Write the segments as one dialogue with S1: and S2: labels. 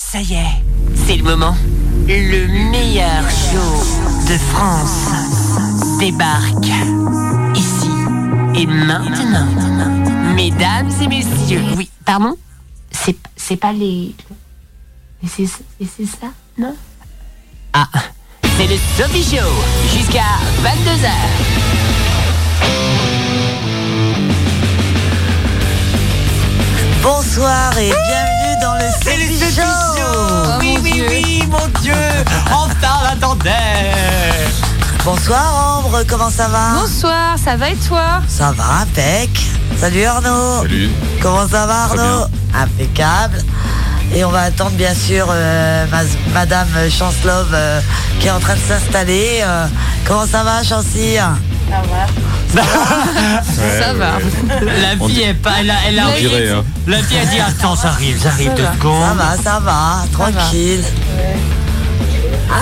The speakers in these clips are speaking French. S1: Ça y est, c'est le moment. Le meilleur show de France débarque ici et maintenant. Mesdames et messieurs. Oui, pardon C'est c'est pas les. Et c'est et c'est ça Non Ah, c'est le Sophie Show jusqu'à 22h.
S2: Bonsoir et bienvenue dans le Sophie Show.
S3: oui, oui, oui, mon Dieu. Enfin, l'attendait.
S2: Bonsoir Ambre, comment ça
S3: Ah.
S2: va
S4: Bonsoir, ça va et toi
S2: Ça va, impec. Salut Arnaud.
S5: Salut.
S2: Comment ça va
S5: Très
S2: Arnaud Impeccable. Et on va attendre bien sûr euh, ma- Madame Chancelove euh, qui est en train de s'installer. Euh, comment ça va Chancy
S6: Ça va.
S4: Ça va.
S3: La
S5: On
S3: fille
S5: di-
S3: est pas. Elle a, elle a
S5: on dirait, hein.
S3: La fille a dit Attends, ça arrive, ça arrive
S4: Ça
S3: deux
S4: va.
S2: Ça
S3: secondes.
S2: va, ça va, tranquille.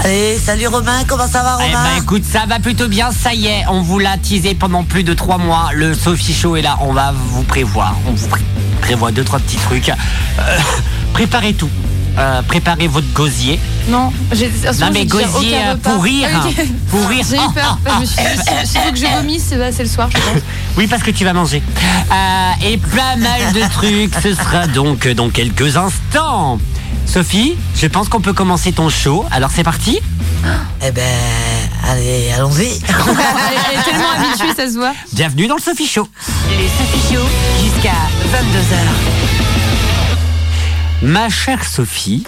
S2: Allez, salut Romain, comment ça va
S3: Eh
S2: Romain
S3: ben écoute, ça va plutôt bien, ça y est, on vous l'a teasé pendant plus de trois mois, le Sophie Show est là, on va vous prévoir, on vous pré- prévoit deux, trois petits trucs. Euh, préparez tout, Euh, préparez votre gosier,
S4: Non, j'ai en ce
S3: Non,
S4: moment,
S3: mais
S4: j'ai déjà
S3: gosier,
S4: aucun
S3: euh,
S4: repas.
S3: pourrir,
S4: Ah, ok.
S3: hein, pourrir.
S4: J'ai eu peur. Je me suis dit, si- s'il faut que je vomisse, eh ben, c'est le soir, je pense.
S3: oui parce que tu vas manger, Euh, et pas mal de trucs, ce sera donc dans quelques instants. Sophie, je pense qu'on peut commencer ton show, alors c'est parti
S2: Eh ben, allez, allons-y.
S4: Elle est- elle est tellement habituée, ça se voit.
S3: Bienvenue dans le Sophie Show.
S1: Le Sophie Show jusqu'à 22h.
S3: Ma chère Sophie,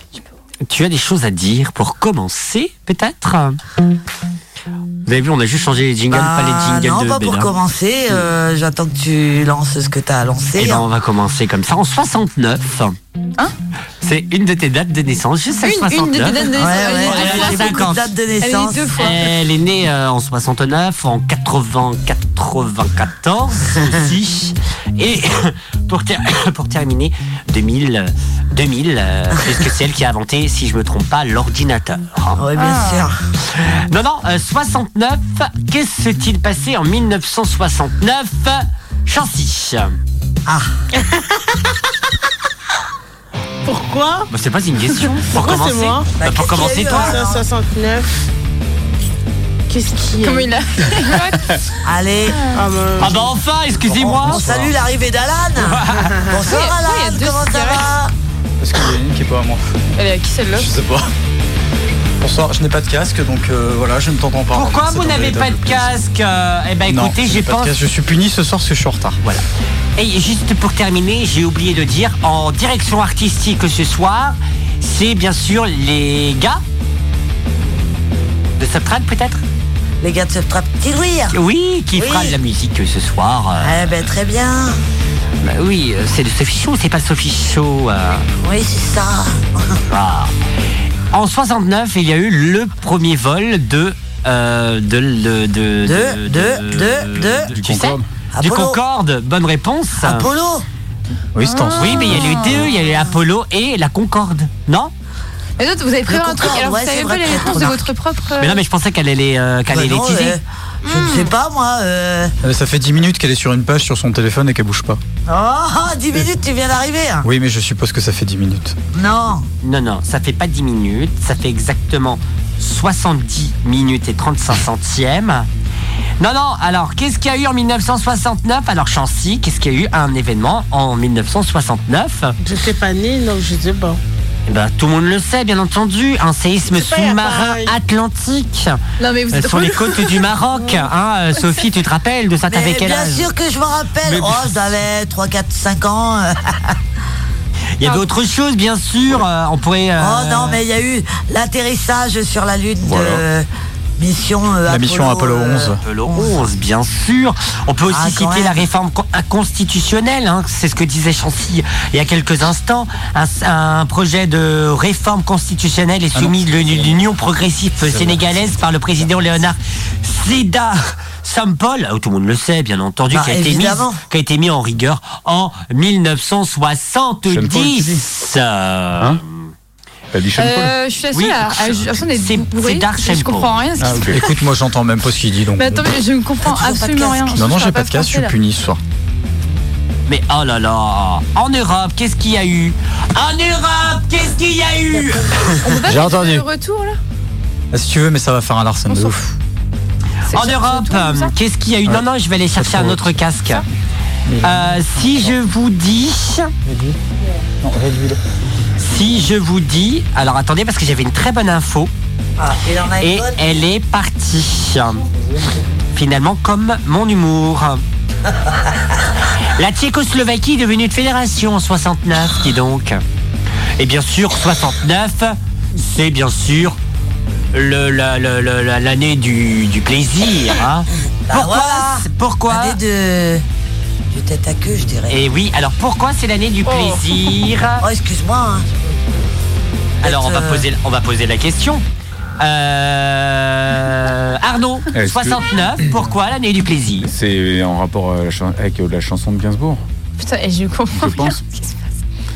S3: tu as des choses à dire pour commencer, peut-être Vous avez vu, on a juste changé les jingles, pas
S2: Bah,
S3: les jingles
S2: non,
S3: de
S2: pas pour
S3: Bénin.
S2: commencer. euh, J'attends que tu lances ce que tu as lancé.
S3: Eh ben,
S2: hein.
S3: on va commencer comme ça, en 69.
S4: Hein
S3: C'est une de tes dates de naissance, juste celle
S4: Une,
S3: 69.
S4: une des deux dates de
S2: Ouais, ouais,
S3: elle est
S2: j'ai
S3: à
S2: beaucoup
S3: 50.
S2: de dates de
S4: Elle
S2: naissance.
S4: est deux fois.
S3: Elle est née euh, en 69, en 80, 94 aussi. Et pour, ter- pour terminer, 2000, euh, 2000 euh, puisque c'est elle qui a inventé, si je me trompe pas, l'ordinateur.
S2: Oui, bien
S4: Ah.
S2: sûr.
S3: Non, non, euh, 69, qu'est-ce s'est-il passé en 1969 Chancy.
S2: Ah,
S6: Pourquoi
S3: Bah, c'est pas une question. Pour
S6: Pourquoi c'est
S3: commencer,
S6: moi
S3: Bah,
S2: Bah,
S3: pour
S2: qu'est-ce
S3: commencer
S2: qu'il y a eu,
S3: toi.
S2: hein
S6: 69. Qu'est-ce qui
S4: Comment il a.
S2: allez,
S6: Ah, ben,
S3: Ah bah enfin, excusez-moi.
S6: Oh,
S2: on salue l'arrivée d'Alan. Bonsoir
S4: Pourquoi il y a
S2: Alan,
S4: deux
S2: comment ça va
S7: Parce qu'il y en a une qui est pas à moi.
S4: Elle est à qui celle-là
S7: Je sais pas. Bonsoir, je n'ai pas de casque, donc euh, voilà, je ne t'entends pas.
S3: Pourquoi
S7: C'est
S3: vous
S7: un
S3: n'avez pas
S7: véritable
S3: de
S7: plaisir.
S3: casque Euh, Eh ben
S7: Non,
S3: écoutez,
S7: je
S3: j'ai
S7: n'ai pas de
S3: pense.
S7: casque, Je suis puni ce soir parce que je suis en retard.
S3: Voilà. Et juste pour terminer, j'ai oublié de dire, en direction artistique ce soir, c'est bien sûr les gars de Subtrad peut-être
S2: Les gars de ce trap petit
S3: Oui, qui
S2: Oui.
S3: fera de la musique ce soir. euh,
S2: Eh ben, très bien.
S3: bah oui, euh, c'est le Sophie Show, c'est pas le Sophie Show. euh,
S2: Oui, c'est ça.
S3: Ah. En 69, il y a eu le premier vol de. euh, de, de, de,
S2: De- de- de- de-
S3: tu
S7: du
S3: sais
S7: Concorde.
S3: Du
S2: Apollo.
S3: Concorde, bonne réponse. Ah.
S2: Apollo
S7: Oui, c'est en Ah.
S3: Oui, mais il y a eu deux, il y a eu Apollo et la Concorde, non
S4: Les autres, vous avez prévu un truc.
S2: Concorde,
S4: Alors,
S2: ouais,
S4: vous
S2: c'est
S4: savez
S2: vrai
S4: pas les
S2: que
S4: réponses de
S2: remarque.
S4: votre propre. euh, Hmm.
S3: Mais non, mais je pensais qu'elle allait, euh, qu'elle
S2: Bah
S3: allait
S2: non,
S3: les teaser.
S2: euh, Je ne sais pas, moi. euh.
S7: Euh, Ça fait 10 minutes qu'elle est sur une page sur son téléphone et qu'elle bouge pas.
S2: Oh,
S3: Euh,
S2: 10 minutes, tu viens d'arriver.
S3: Ah.
S2: hein.
S7: Oui, mais je suppose que ça fait 10 minutes.
S2: Non.
S3: Non, non, ça fait pas 10 minutes, ça fait exactement 70 minutes et 35 centièmes. Non, non, alors qu'est-ce qu'il y a eu en 1969 Alors Chancy, qu'est-ce qu'il y a eu un événement en 1969
S6: j'étais pas née, donc je sais pas.
S3: Eh ben, Tout le monde le sait, bien entendu, un séisme
S6: C'est pas la
S3: sous-marin
S6: pareille.
S3: atlantique
S4: Non, mais vous
S3: euh,
S4: êtes
S3: sur les
S4: relou.
S3: côtes du Maroc. Hein, euh, Sophie, tu te rappelles de ça
S2: Mais
S3: T'avais quel
S2: bien
S3: âge
S2: sûr que je m'en rappelle.
S3: Mais-
S2: Oh, j'avais 3, 4, 5 ans. euh.
S3: Il y avait autre chose, bien sûr. euh, on pourrait. euh,
S2: Oh non, mais il y a eu l'atterrissage sur la Lune
S7: Voilà.
S2: de mission euh, Apollo.
S7: La mission Apollo
S2: euh,
S7: 11.
S3: Apollo 11, bien sûr. On peut aussi
S2: Ah, quand
S3: citer
S2: même.
S3: la réforme co- constitutionnelle, hein, c'est ce que disait Chancy euh, il y a quelques instants. Un, un projet de réforme constitutionnelle est soumis de l'Union progressive sénégalaise par le président Léonard Sédar Sampol, Ah, tout le monde le sait bien entendu,
S2: Bah,
S3: qui, a été mis,
S2: évidemment.
S3: qui a été mis en rigueur en 1970. Euh,
S5: Elle dit Sean Paul.
S4: Euh, Je suis la seule
S3: Oui,
S4: à. à-
S3: c'est-
S4: J'ai l'impression d'être
S3: c'est
S4: bourrée.
S3: Dark
S4: Je
S3: Shampoo.
S4: comprends rien à
S7: Ah,
S4: ce qui se
S7: Écoute, moi j'entends même pas ce qu'il dit donc.
S4: Mais attends, mais je ne comprends
S2: T'as toujours Ah, pas de
S4: absolument
S2: casque.
S4: rien.
S7: Non, non,
S4: Je
S7: j'ai
S4: parle
S7: pas de casque,
S4: français,
S7: je suis
S4: là.
S7: puni ce soir.
S3: Mais oh là là En Europe, qu'est-ce qu'il y a eu En Europe, qu'est-ce qu'il y a eu
S5: J'ai entendu.
S4: Le retour là
S7: Ah, si tu veux, mais ça va faire un larcin de
S4: s'en
S7: ouf.
S4: C'est
S3: En
S4: le
S3: Europe,
S4: retour, comme ça
S3: euh, qu'est-ce qu'il y a eu Non, non, je vais aller chercher un
S7: trop
S3: autre casque. Euh, si je vous dis...
S7: Non, réduis-le.
S3: Si je vous dis... Alors attendez, parce que j'avais une très bonne info.
S2: Ah, il en a une
S3: Et
S2: bonne.
S3: elle est partie. Finalement, comme mon humour. La Tchécoslovaquie est devenue une fédération en 69, dis donc. Et bien sûr, 69, c'est bien sûr le- la- la- la- la- l'année du, du plaisir. hein.
S2: Bah
S3: Pourquoi
S2: voilà.
S3: Pourquoi
S2: Année de. Du tête à queue, je dirais.
S3: Et oui, alors pourquoi c'est l'année du plaisir
S2: Oh, excuse-moi. hein.
S3: Alors on va
S2: euh,
S3: poser, on va poser la question. Euh, Arnaud,
S5: Est-ce que-
S3: 69, pourquoi l'année du plaisir
S5: C'est en rapport à la chan- avec euh, la chanson de Gainsbourg,
S4: Putain, et je comprends.
S5: je pense.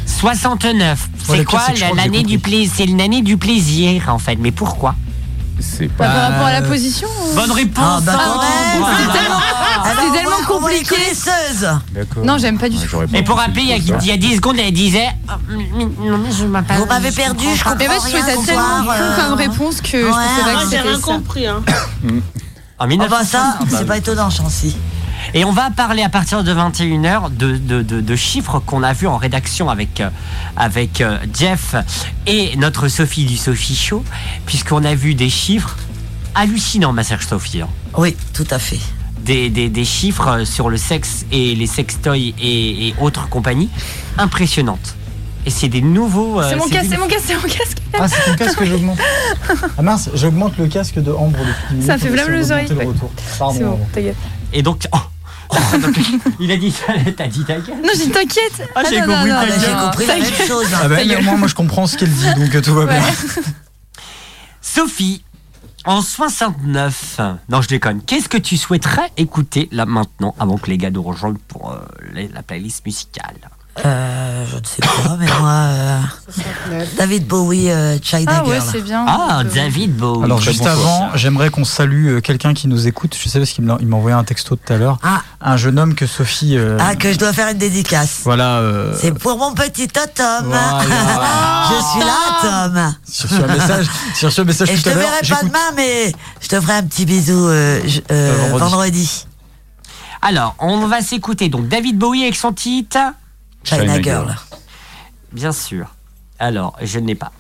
S3: 69.
S7: Ouais,
S3: c'est
S7: le
S3: quoi
S7: pire, c'est que je
S3: la-
S7: crois que j'ai
S3: l'année du plaisir C'est l'année du plaisir en fait. Mais pourquoi
S5: C'est
S4: Bah,
S5: pas.
S4: Par rapport à la position euh,
S3: Bonne réponse. hein.
S2: Ah, bah,
S3: Sandro.
S2: quand même.
S3: Bravo.
S2: Alors,
S4: c'est
S2: on va-
S4: tellement
S2: on va les
S4: compliqué.
S2: connaisseuses.
S5: D'accord.
S4: Non, j'aime Ah, pas du tout.
S5: j'aurais pas
S3: Et pour
S5: pensé
S3: rappeler, il y a-
S5: que ça.
S3: il y a 10 secondes, elle disait Ah, non, mais je m'appelle-
S2: Vous m'avez perdu, je comprends
S4: Mais moi, je trouvais
S2: rien
S4: ça
S2: ce
S4: tellement
S2: soir,
S4: con
S2: euh.
S4: comme réponse que je
S2: Ouais,
S4: pensais
S2: ouais,
S4: pas
S6: Moi,
S4: que
S6: j'ai
S4: c'était
S6: rien
S4: ça.
S6: compris. Hein.
S3: En
S2: Ah bah ça,
S3: 1960.
S2: c'est pas étonnant, Chancy.
S3: Et on va parler à partir de 21h de, de, de- de chiffres qu'on a vus en rédaction avec, euh, avec euh, Jeff et notre Sophie du Sophie Show, puisqu'on a vu des chiffres hallucinants, ma chère Sophie. hein.
S2: Oui, tout à fait.
S3: Des, des- des chiffres euh, sur le sexe et les sextoys et, et autres compagnies impressionnantes. Et c'est des nouveaux. euh,
S4: C'est mon
S3: des-
S4: casque, c'est mon casque, c'est mon casque.
S7: Ah, c'est ton casque que j'augmente. Ah mince, j'augmente le casque de Ambre depuis.
S4: Ça fait blâme les oreilles.
S7: Le retour. Pardon.
S4: C'est bon,
S7: Ambre.
S4: t'inquiète.
S3: Et donc. oh. Donc, il a dit ça, t'as dit ta gueule.
S4: Non, j'ai dit t'inquiète.
S3: Ah, j'ai
S4: non, non,
S3: compris,
S4: non,
S2: Ah, bah,
S4: non,
S2: J'ai
S4: non.
S2: compris la même chose.
S7: Ah bah, mais au moins, moi je comprends ce qu'elle dit, donc euh, tout va bien.
S3: Sophie, en 69, non je déconne, qu'est-ce que tu souhaiterais écouter là maintenant avant que les gars nous rejoignent pour euh, les- la playlist musicale
S2: Euh, je ne sais pas, mais moi. euh, David Bowie, euh, China
S4: Ah ouais,
S2: Girl.
S4: c'est bien.
S3: Ah,
S4: Donc, euh,
S3: David Bowie.
S7: Alors
S5: très
S7: juste
S5: bon choix,
S7: avant, j'aimerais qu'on salue euh, quelqu'un qui nous écoute. Je sais parce qu'il me l'a- il m'a envoyé un texto tout à l'heure.
S2: Ah.
S7: Un jeune homme que Sophie. euh,
S2: Ah, que je dois faire une dédicace.
S7: Voilà. euh,
S2: C'est pour mon petit Tom.
S7: Voilà.
S2: je suis là, Tom.
S7: Sur ce message, sur ce message
S2: Et je
S7: tout
S2: te
S7: à l'heure.
S2: verrai pas
S7: j'écoute.
S2: demain, mais je te ferai un petit bisou euh, je- euh,
S7: Euh, vendredi.
S2: vendredi.
S3: Alors, on va s'écouter donc David Bowie avec son titre,
S2: China,
S5: China
S2: Girl.
S3: bien sûr. Alors, je ne l'ai pas.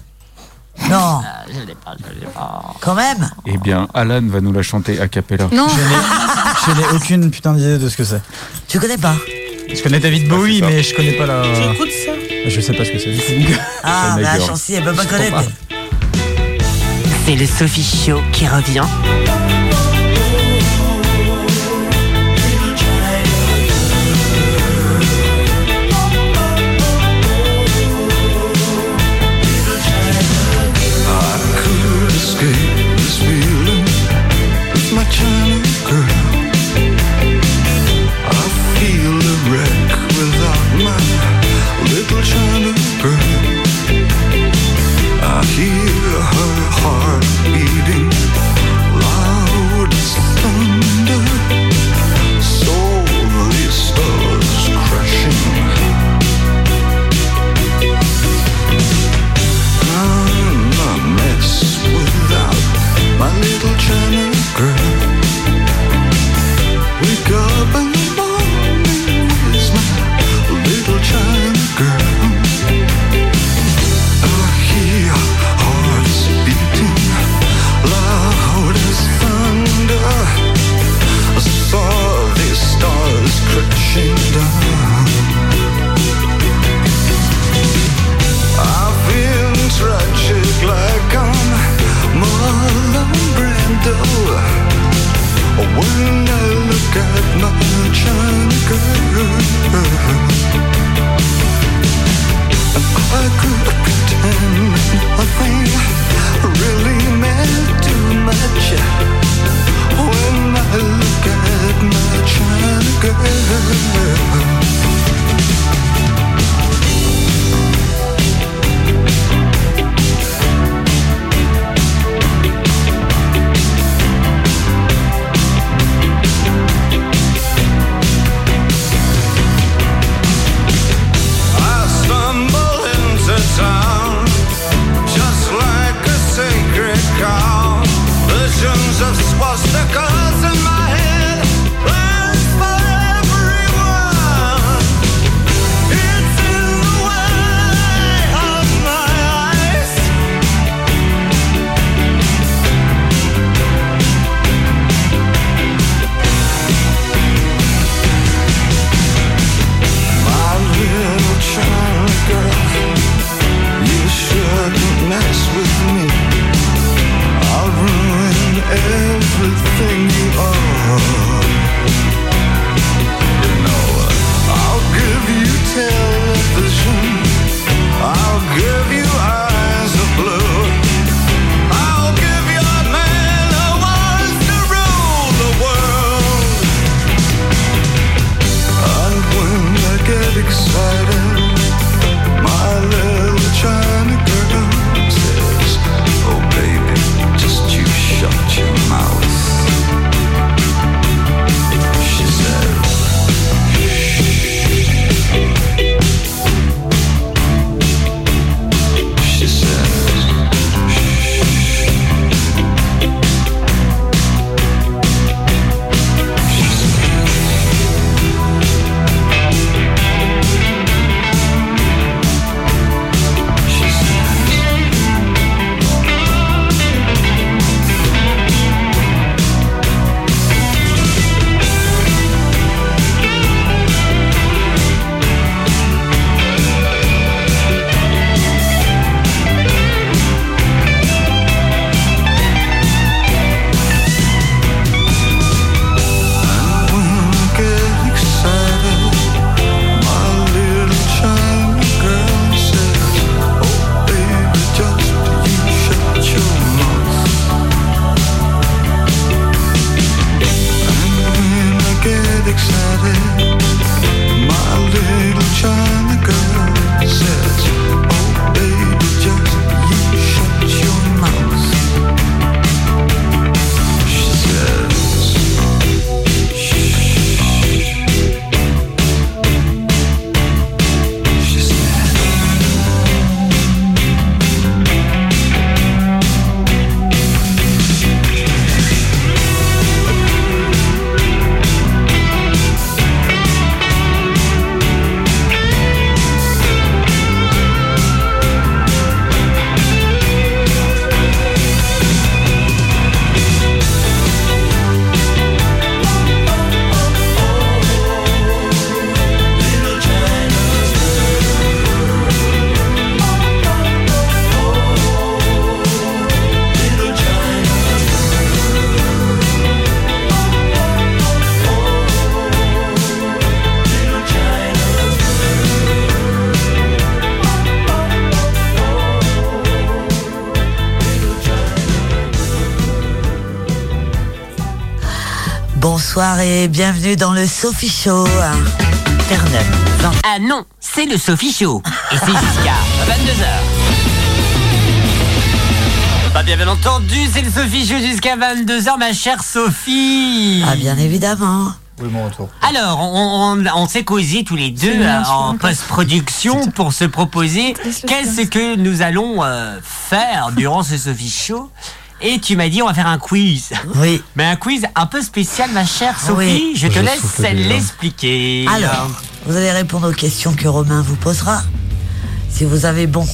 S2: Non,
S3: Euh, Je ne l'ai pas, je ne l'ai pas.
S2: quand même.
S5: Eh bien, Alan va nous la chanter a cappella.
S4: Non,
S7: Je n'ai aucune putain d'idée de ce que c'est.
S2: Tu connais pas
S7: Je connais David Bowie,
S5: ça.
S7: mais je connais pas la.
S3: Euh.
S6: J'écoute ça.
S7: Je sais pas ce que c'est. du tout.
S2: Ah,
S5: China
S2: mais la
S5: Girl.
S2: chancy, elle peut pas connaître.
S3: C'est le Sophie Show qui revient.
S8: could escape this feeling with my China girl. I feel a wreck without my little China girl. I hear her heart beating loud "Oh,
S2: Bonsoir et bienvenue dans le Sophie Show.
S3: Terre-Neuve.
S2: Non.
S1: Ah non, c'est le Sophie Show. Et c'est jusqu'à 22h.
S3: Bah, bien, bien entendu, c'est le Sophie Show jusqu'à 22h, ma chère Sophie.
S2: Ah bien évidemment.
S7: Oui, mon retour.
S3: Alors, on, on, on s'est causé tous les deux
S4: bien,
S3: euh,
S4: je suis
S3: en
S4: en
S3: post-production pour se proposer
S4: Laisse-le
S3: qu'est-ce
S4: faire.
S3: que nous allons euh, faire durant ce Sophie Show. Et tu m'as dit, on va faire un quiz.
S2: Oui.
S3: Mais un quiz un peu spécial, ma chère Sophie. Je te
S7: Je
S3: laisse
S7: souffle déjà.
S3: l'expliquer.
S1: euh,
S2: Alors, vous allez répondre aux questions que Romain vous posera. Si vous avez bon,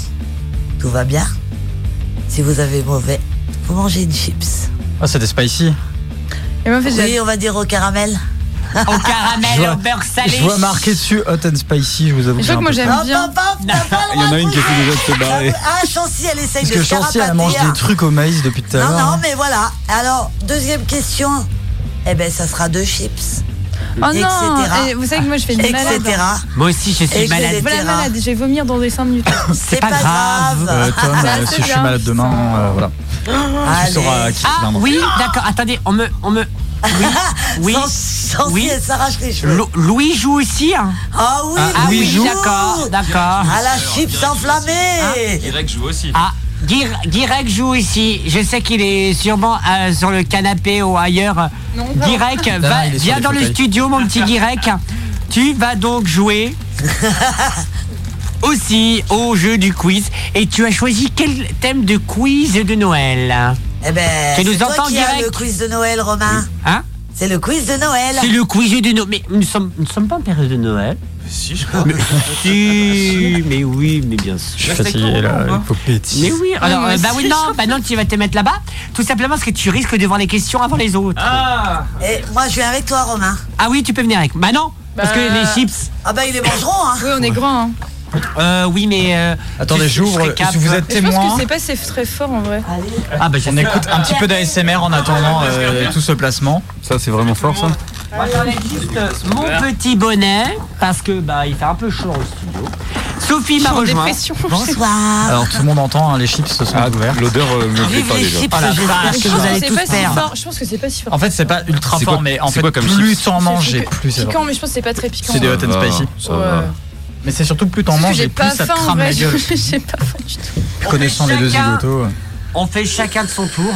S2: tout va bien. Si vous avez mauvais, vous mangez une chips.
S7: Ah, c'est des spicy.
S4: Et moi, en fait, j'ai-
S2: Oui, on va dire au caramel.
S3: au
S7: Je
S3: caramel,
S7: vois-
S3: au beurre salé.
S7: Je vois marqué dessus hot and spicy, je vous avoue.
S4: Je crois que moi,
S7: j'ai un
S4: j'aime
S2: Hop,
S4: bien.
S2: hop, hop, Ah, t'as pas le
S5: Il y en a
S2: droit
S5: une
S2: de
S5: qui essaie déjà de se barrer.
S2: Oh, Ah, Chancy, elle
S7: peu-
S2: essaye
S7: Parce
S2: de
S7: que
S2: se
S7: Chancy, elle mange
S2: carapater. hein.
S7: des trucs au maïs depuis tout à
S2: Non, non,
S7: l'heure.
S2: mais voilà. Alors, deuxième question. Eh ben, ça sera deux chips,
S4: Oh non
S2: etc.
S4: Et Vous savez que moi, je fais des
S2: etc.
S4: malades.
S3: Moi aussi, je
S2: Et
S3: suis
S2: je
S3: malade.
S2: l'ai-
S4: Voilà,
S2: etc.
S4: malade, je vais vomir dans les 5 minutes.
S2: C'est
S3: pas grave.
S7: Euh, Tom,
S4: Ça,
S7: euh,
S4: c'est
S7: si je suis
S4: bien.
S7: malade demain, euh, voilà. Tu
S2: Allez.
S7: sauras qui
S3: Ah
S7: clairement.
S3: oui, d'accord. Attendez, on me... On me... Oui,
S2: Sans-
S3: oui.
S2: Sans
S3: Oui.
S2: elle s'arrache les cheveux.
S3: Lou- Louis joue aussi. hein
S2: Ah oui,
S3: Ah
S2: Louis
S3: oui,
S2: joue.
S3: d'accord, d'accord.
S2: À la chips enflammée.
S9: Direct joue aussi.
S3: Ah, Guir- Guirec joue ici. Je sais qu'il est sûrement euh, sur le canapé ou ailleurs.
S4: Non,
S3: Guirec, va,
S7: il est sur
S3: viens
S7: les
S3: dans le
S7: fauteuils.
S3: studio, mon petit Guirec. Tu vas donc jouer aussi au jeu du quiz. Et tu as choisi quel thème de quiz de Noël
S2: Eh ben,
S3: Tu nous
S2: c'est toi
S3: entends
S2: qui as
S3: direct
S2: le quiz de Noël, Romain.
S3: Hein
S2: C'est le quiz de Noël.
S3: C'est le quiz de Noël. Mais nous ne sommes, nous ne sommes pas en période de Noël.
S9: Si, je crois.
S3: Mais si, mais oui, mais bien sûr.
S7: Je suis fatigué là,
S10: euh,
S7: il faut péter.
S3: Mais oui, alors,
S2: Ah,
S4: mais
S3: euh, bah
S4: c'est
S3: oui, non, bah non, tu vas te mettre là-bas. Tout simplement parce que tu risques de voir les questions avant les autres.
S9: Ah
S2: Et moi, je viens avec toi, Romain.
S3: Ah oui, tu peux venir avec. Bah non, parce que les chips.
S2: Ah ben, ils les mangeront, hein.
S4: Oui, on est grand. Hein.
S3: Euh, oui, mais. euh,
S7: Attendez,
S3: je- je
S7: j'ouvre.
S3: serais
S7: Si
S3: capable.
S7: vous êtes
S4: Et je pense
S7: témoin,
S4: que c'est pas c'est très fort en vrai.
S3: Ah bah Ah, je
S7: on
S3: sais
S7: écoute un petit peu d'ASMR en attendant euh, tout ce placement.
S5: Ça, c'est vraiment fort, ça
S3: pas. Moi j'enlève juste euh, mon petit bonnet parce que bah il fait un peu chaud dans le studio. Sophie
S4: Je suis
S3: m'a
S4: en
S3: rejoint.
S4: dépression.
S9: Ah.
S2: Bonsoir.
S7: Alors tout le monde entend, hein, les chips se sont
S5: Ah,
S7: ouverts.
S5: l'odeur euh, me plaît
S2: Vive
S5: pas
S2: les
S5: déjà.
S2: chips,
S3: Oh la
S2: j'espère
S3: vache.
S2: Ah, que vous allez
S4: C'est pas
S2: tous
S4: si
S2: perdre.
S4: fort. Je pense que c'est pas si fort.
S7: En fait, c'est pas ultra
S5: C'est
S7: fort,
S5: quoi-
S7: mais en
S5: c'est
S7: fait,
S5: quoi comme
S7: plus
S5: chips
S7: t'en
S4: C'est
S7: manges et
S4: piquant,
S7: plus c'est
S4: piquant, mais je pense que c'est pas très piquant.
S7: C'est des
S4: Ouais.
S7: hot and
S5: va,
S7: spicy.
S5: ça va.
S7: Mais c'est surtout plus t'en
S4: Parce que
S7: manges
S4: j'ai
S7: et
S4: pas
S7: plus ça te
S4: faim en
S7: crame
S4: vrai.
S7: la gueule.
S4: J'ai pas faim du tout.
S7: Connaissant les deux
S3: Chacun-
S7: idotos.
S3: On fait chacun de son tour.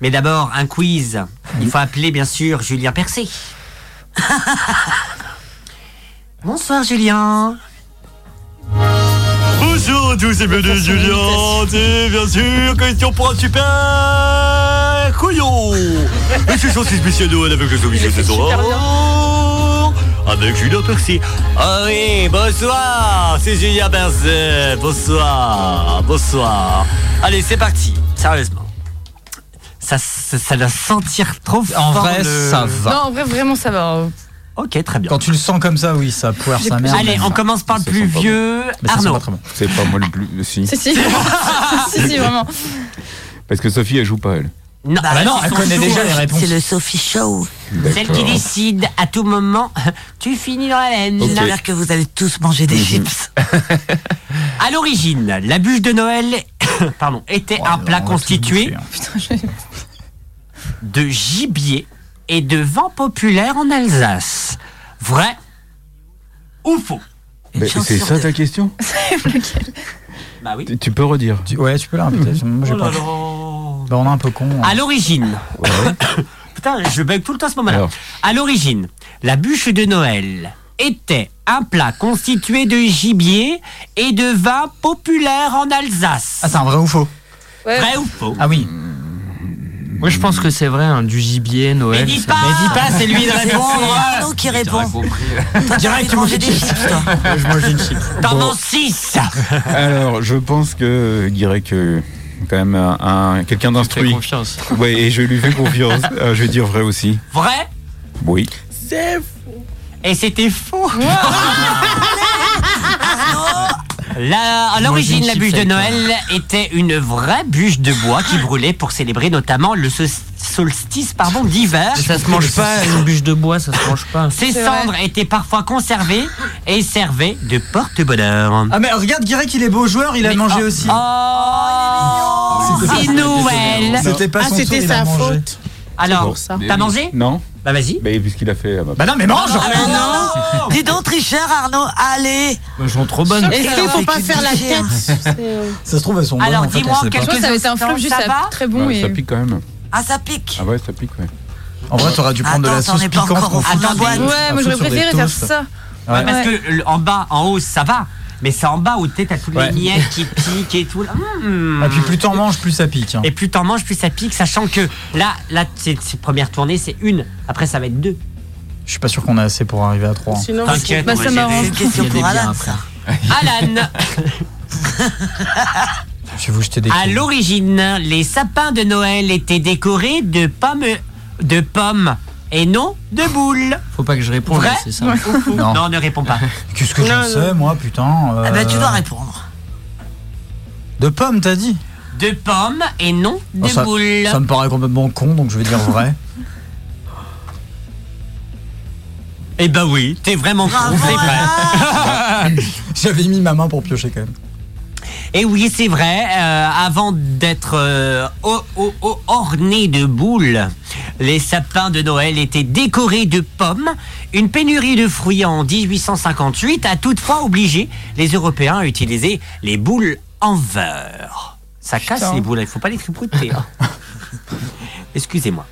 S3: Mais d'abord un quiz. Il faut appeler bien sûr Julien Percé. Bonsoir Julien.
S9: Bonjour à tous et bienvenue Julien C'est bien sûr question pour un super couillon Et ce sont ces spécial Noël avec le Sophie Show ce soir Avec Julien Percy Ah oui, bonsoir C'est Julien Percy Bonsoir Bonsoir
S3: Allez c'est parti. Sérieusement. Ça, ça, ça doit sentir trop
S7: En
S3: fort
S7: vrai,
S3: le-
S7: ça
S4: Non,
S7: va.
S4: en vrai, vraiment, ça va.
S3: Ok très bien.
S7: Quand tu le sens comme ça, oui, ça poire sa mère.
S3: Allez, on commence par le
S5: Ça
S3: plus
S5: sent pas bon.
S3: vieux,
S7: Mais ça sent
S3: Arnaud.
S7: pas très bon.
S5: C'est pas moi le plus. le- Si.
S4: Si, si. si, si, vraiment.
S5: Parce que Sophie, elle joue pas, elle.
S3: Non,
S2: Bah
S7: non,
S3: ils
S7: elle
S3: sont
S7: connaît
S3: chauds.
S7: déjà les réponses.
S2: C'est le Sophie Show.
S3: Celle qui décide à tout moment, tu finis dans la laine.
S5: Ok.
S2: J'espère que vous allez tous manger des chips.
S3: À l'origine, la bûche de Noël pardon, était
S7: Oh,
S3: un
S7: on
S3: plat
S7: va tout
S3: constitué
S7: bouffer, hein.
S4: Putain, je-
S3: de gibier et de vin populaire en Alsace. Vrai ou faux
S5: Mais
S2: chance
S5: C'est
S2: sur
S5: ça
S2: deux.
S5: ta question
S3: Bah oui. Oh
S5: Tu- Tu peux redire.
S7: Tu- Ouais, tu peux la répéter. sinon moi, j'ai pas- Bah, on est un peu con.
S3: À l'origine. Putain, je bug tout le temps à ce moment-là.
S5: Alors.
S3: À l'origine, la bûche de Noël était un plat constitué de gibier et de vin populaire en Alsace.
S7: Ah, c'est un vrai ou faux
S4: Ouais.
S3: Vrai ou faux
S7: Ah oui.
S10: Moi je pense que c'est vrai, hein, du gibier,
S3: Mais
S10: Noël.
S3: dis
S10: c'est-
S3: pas Mais dis pas, c'est lui de
S2: Ah. C'est
S3: répondre
S2: Arnaud qui répond. Toi, T'as envie
S7: Direct,
S2: de
S7: tu
S2: manger
S7: manges
S2: des chips, toi.
S7: Je mange une chip.
S3: T'en manges 6
S5: Alors, je pense que Guirec, euh, quand même, un, un- quelqu'un
S10: Fais
S5: d'instruit.
S10: confiance.
S5: Ouais, et je lui fais confiance. Euh, je vais dire vrai aussi.
S3: Vrai
S5: Oui.
S6: C'est
S3: Et c'était faux La- à l'origine,
S10: une
S3: la
S10: chips
S3: bûche de
S10: avec toi.
S3: Noël
S7: hein.
S3: était une vraie bûche de bois qui brûlait pour célébrer notamment le sol- solstice pardon, d'hiver.
S10: Mais ça se mange pas, une bûche de bois, ça se mange pas.
S3: Ces
S4: C'est
S3: cendres étaient parfois conservées et servaient de porte-bonheur.
S7: Ah, mais regarde, Guirec, il est beau joueur, il a mangé aussi.
S3: Oh, ah. c'est Noël
S7: C'était pas
S6: Ah,
S7: son tour,
S6: c'était
S7: il a
S6: sa
S7: mangé.
S6: faute.
S3: Alors,
S5: Bon.
S3: t'as
S5: Mais-
S3: mangé
S5: Non.
S3: Bah vas-y.
S5: Bah puisqu'il a fait.
S7: Bah non, mais mange
S4: Ah,
S2: non Dis donc, tricheur, Arnaud, allez
S7: Elles sont trop bonnes.
S2: Et
S6: Est-ce qu'il faut pas faire la tête
S4: euh,
S7: Ça se trouve, elles sont bonnes.
S3: Alors,
S7: en fait,
S3: dis-moi,
S7: on sait pas.
S3: quel-
S4: Je pense que ça va être un
S3: Quelques
S4: flop juste
S3: instants, ça
S4: à
S3: va
S4: très bon
S5: Bah, Ça
S4: et.
S5: pique quand même.
S2: Ah, ça pique
S5: Ah ouais, ça pique, ouais.
S7: En vrai, t'aurais dû prendre de la
S2: Attends, on
S7: sauce
S2: n'est pas
S7: piquante.
S2: encore au
S7: qu'on
S2: fond de la
S7: fout
S2: boîte.
S7: sur des-
S4: Ouais, moi
S7: sur
S4: j'aurais
S7: des
S4: préféré faire
S7: toasts.
S4: ça.
S7: Ouais.
S3: Parce que le- en bas, en haut, ça va. Mais c'est en bas où t'es, t'as tous les
S7: Ouais.
S3: miettes qui piquent et tout. là. Mmh.
S7: Et puis plus t'en manges, plus ça pique. hein.
S3: Et plus t'en manges, plus ça pique, sachant que là, là, c'est c'est première tournée, c'est une. Après, ça va être deux.
S7: Je suis pas sûr qu'on a assez pour arriver à 3.
S6: Sinon,
S3: T'inquiète,
S4: Bah,
S3: on va
S4: ça m'arrange.
S2: C'est une question
S10: Il y a des
S2: pour
S10: biens
S2: Alan,
S10: après.
S2: ça.
S3: Alan,
S7: Je vais vous jeter des
S3: à
S7: clés.
S3: l'origine, les sapins de Noël étaient décorés de pommes, de pommes et non de boules.
S10: Faut pas que je réponde,
S3: Vrai
S10: c'est ça. Euh.
S7: Non.
S3: Non, ne réponds pas.
S7: Qu'est-ce que j'en
S6: Non,
S7: sais, moi, putain
S3: Ah
S7: euh,
S2: Eh
S3: bah,
S2: ben, tu dois répondre.
S7: De pommes, t'as dit
S3: De pommes et non de
S7: Oh, ça,
S3: boules.
S7: ça me paraît complètement con, donc je vais dire vrai.
S3: Eh ben oui, t'es vraiment con,
S2: Bravo,
S3: c'est vrai.
S2: Alan.
S7: J'avais mis ma main pour piocher quand même.
S3: Et oui, c'est vrai, euh, avant d'être euh, o- o- o- ornés de boules, les sapins de Noël étaient décorés de pommes. Une pénurie de fruits en 1858 a toutefois obligé les Européens à utiliser les boules en verre. Ça casse les boules, il faut pas les tripouter. hein. Excusez-moi.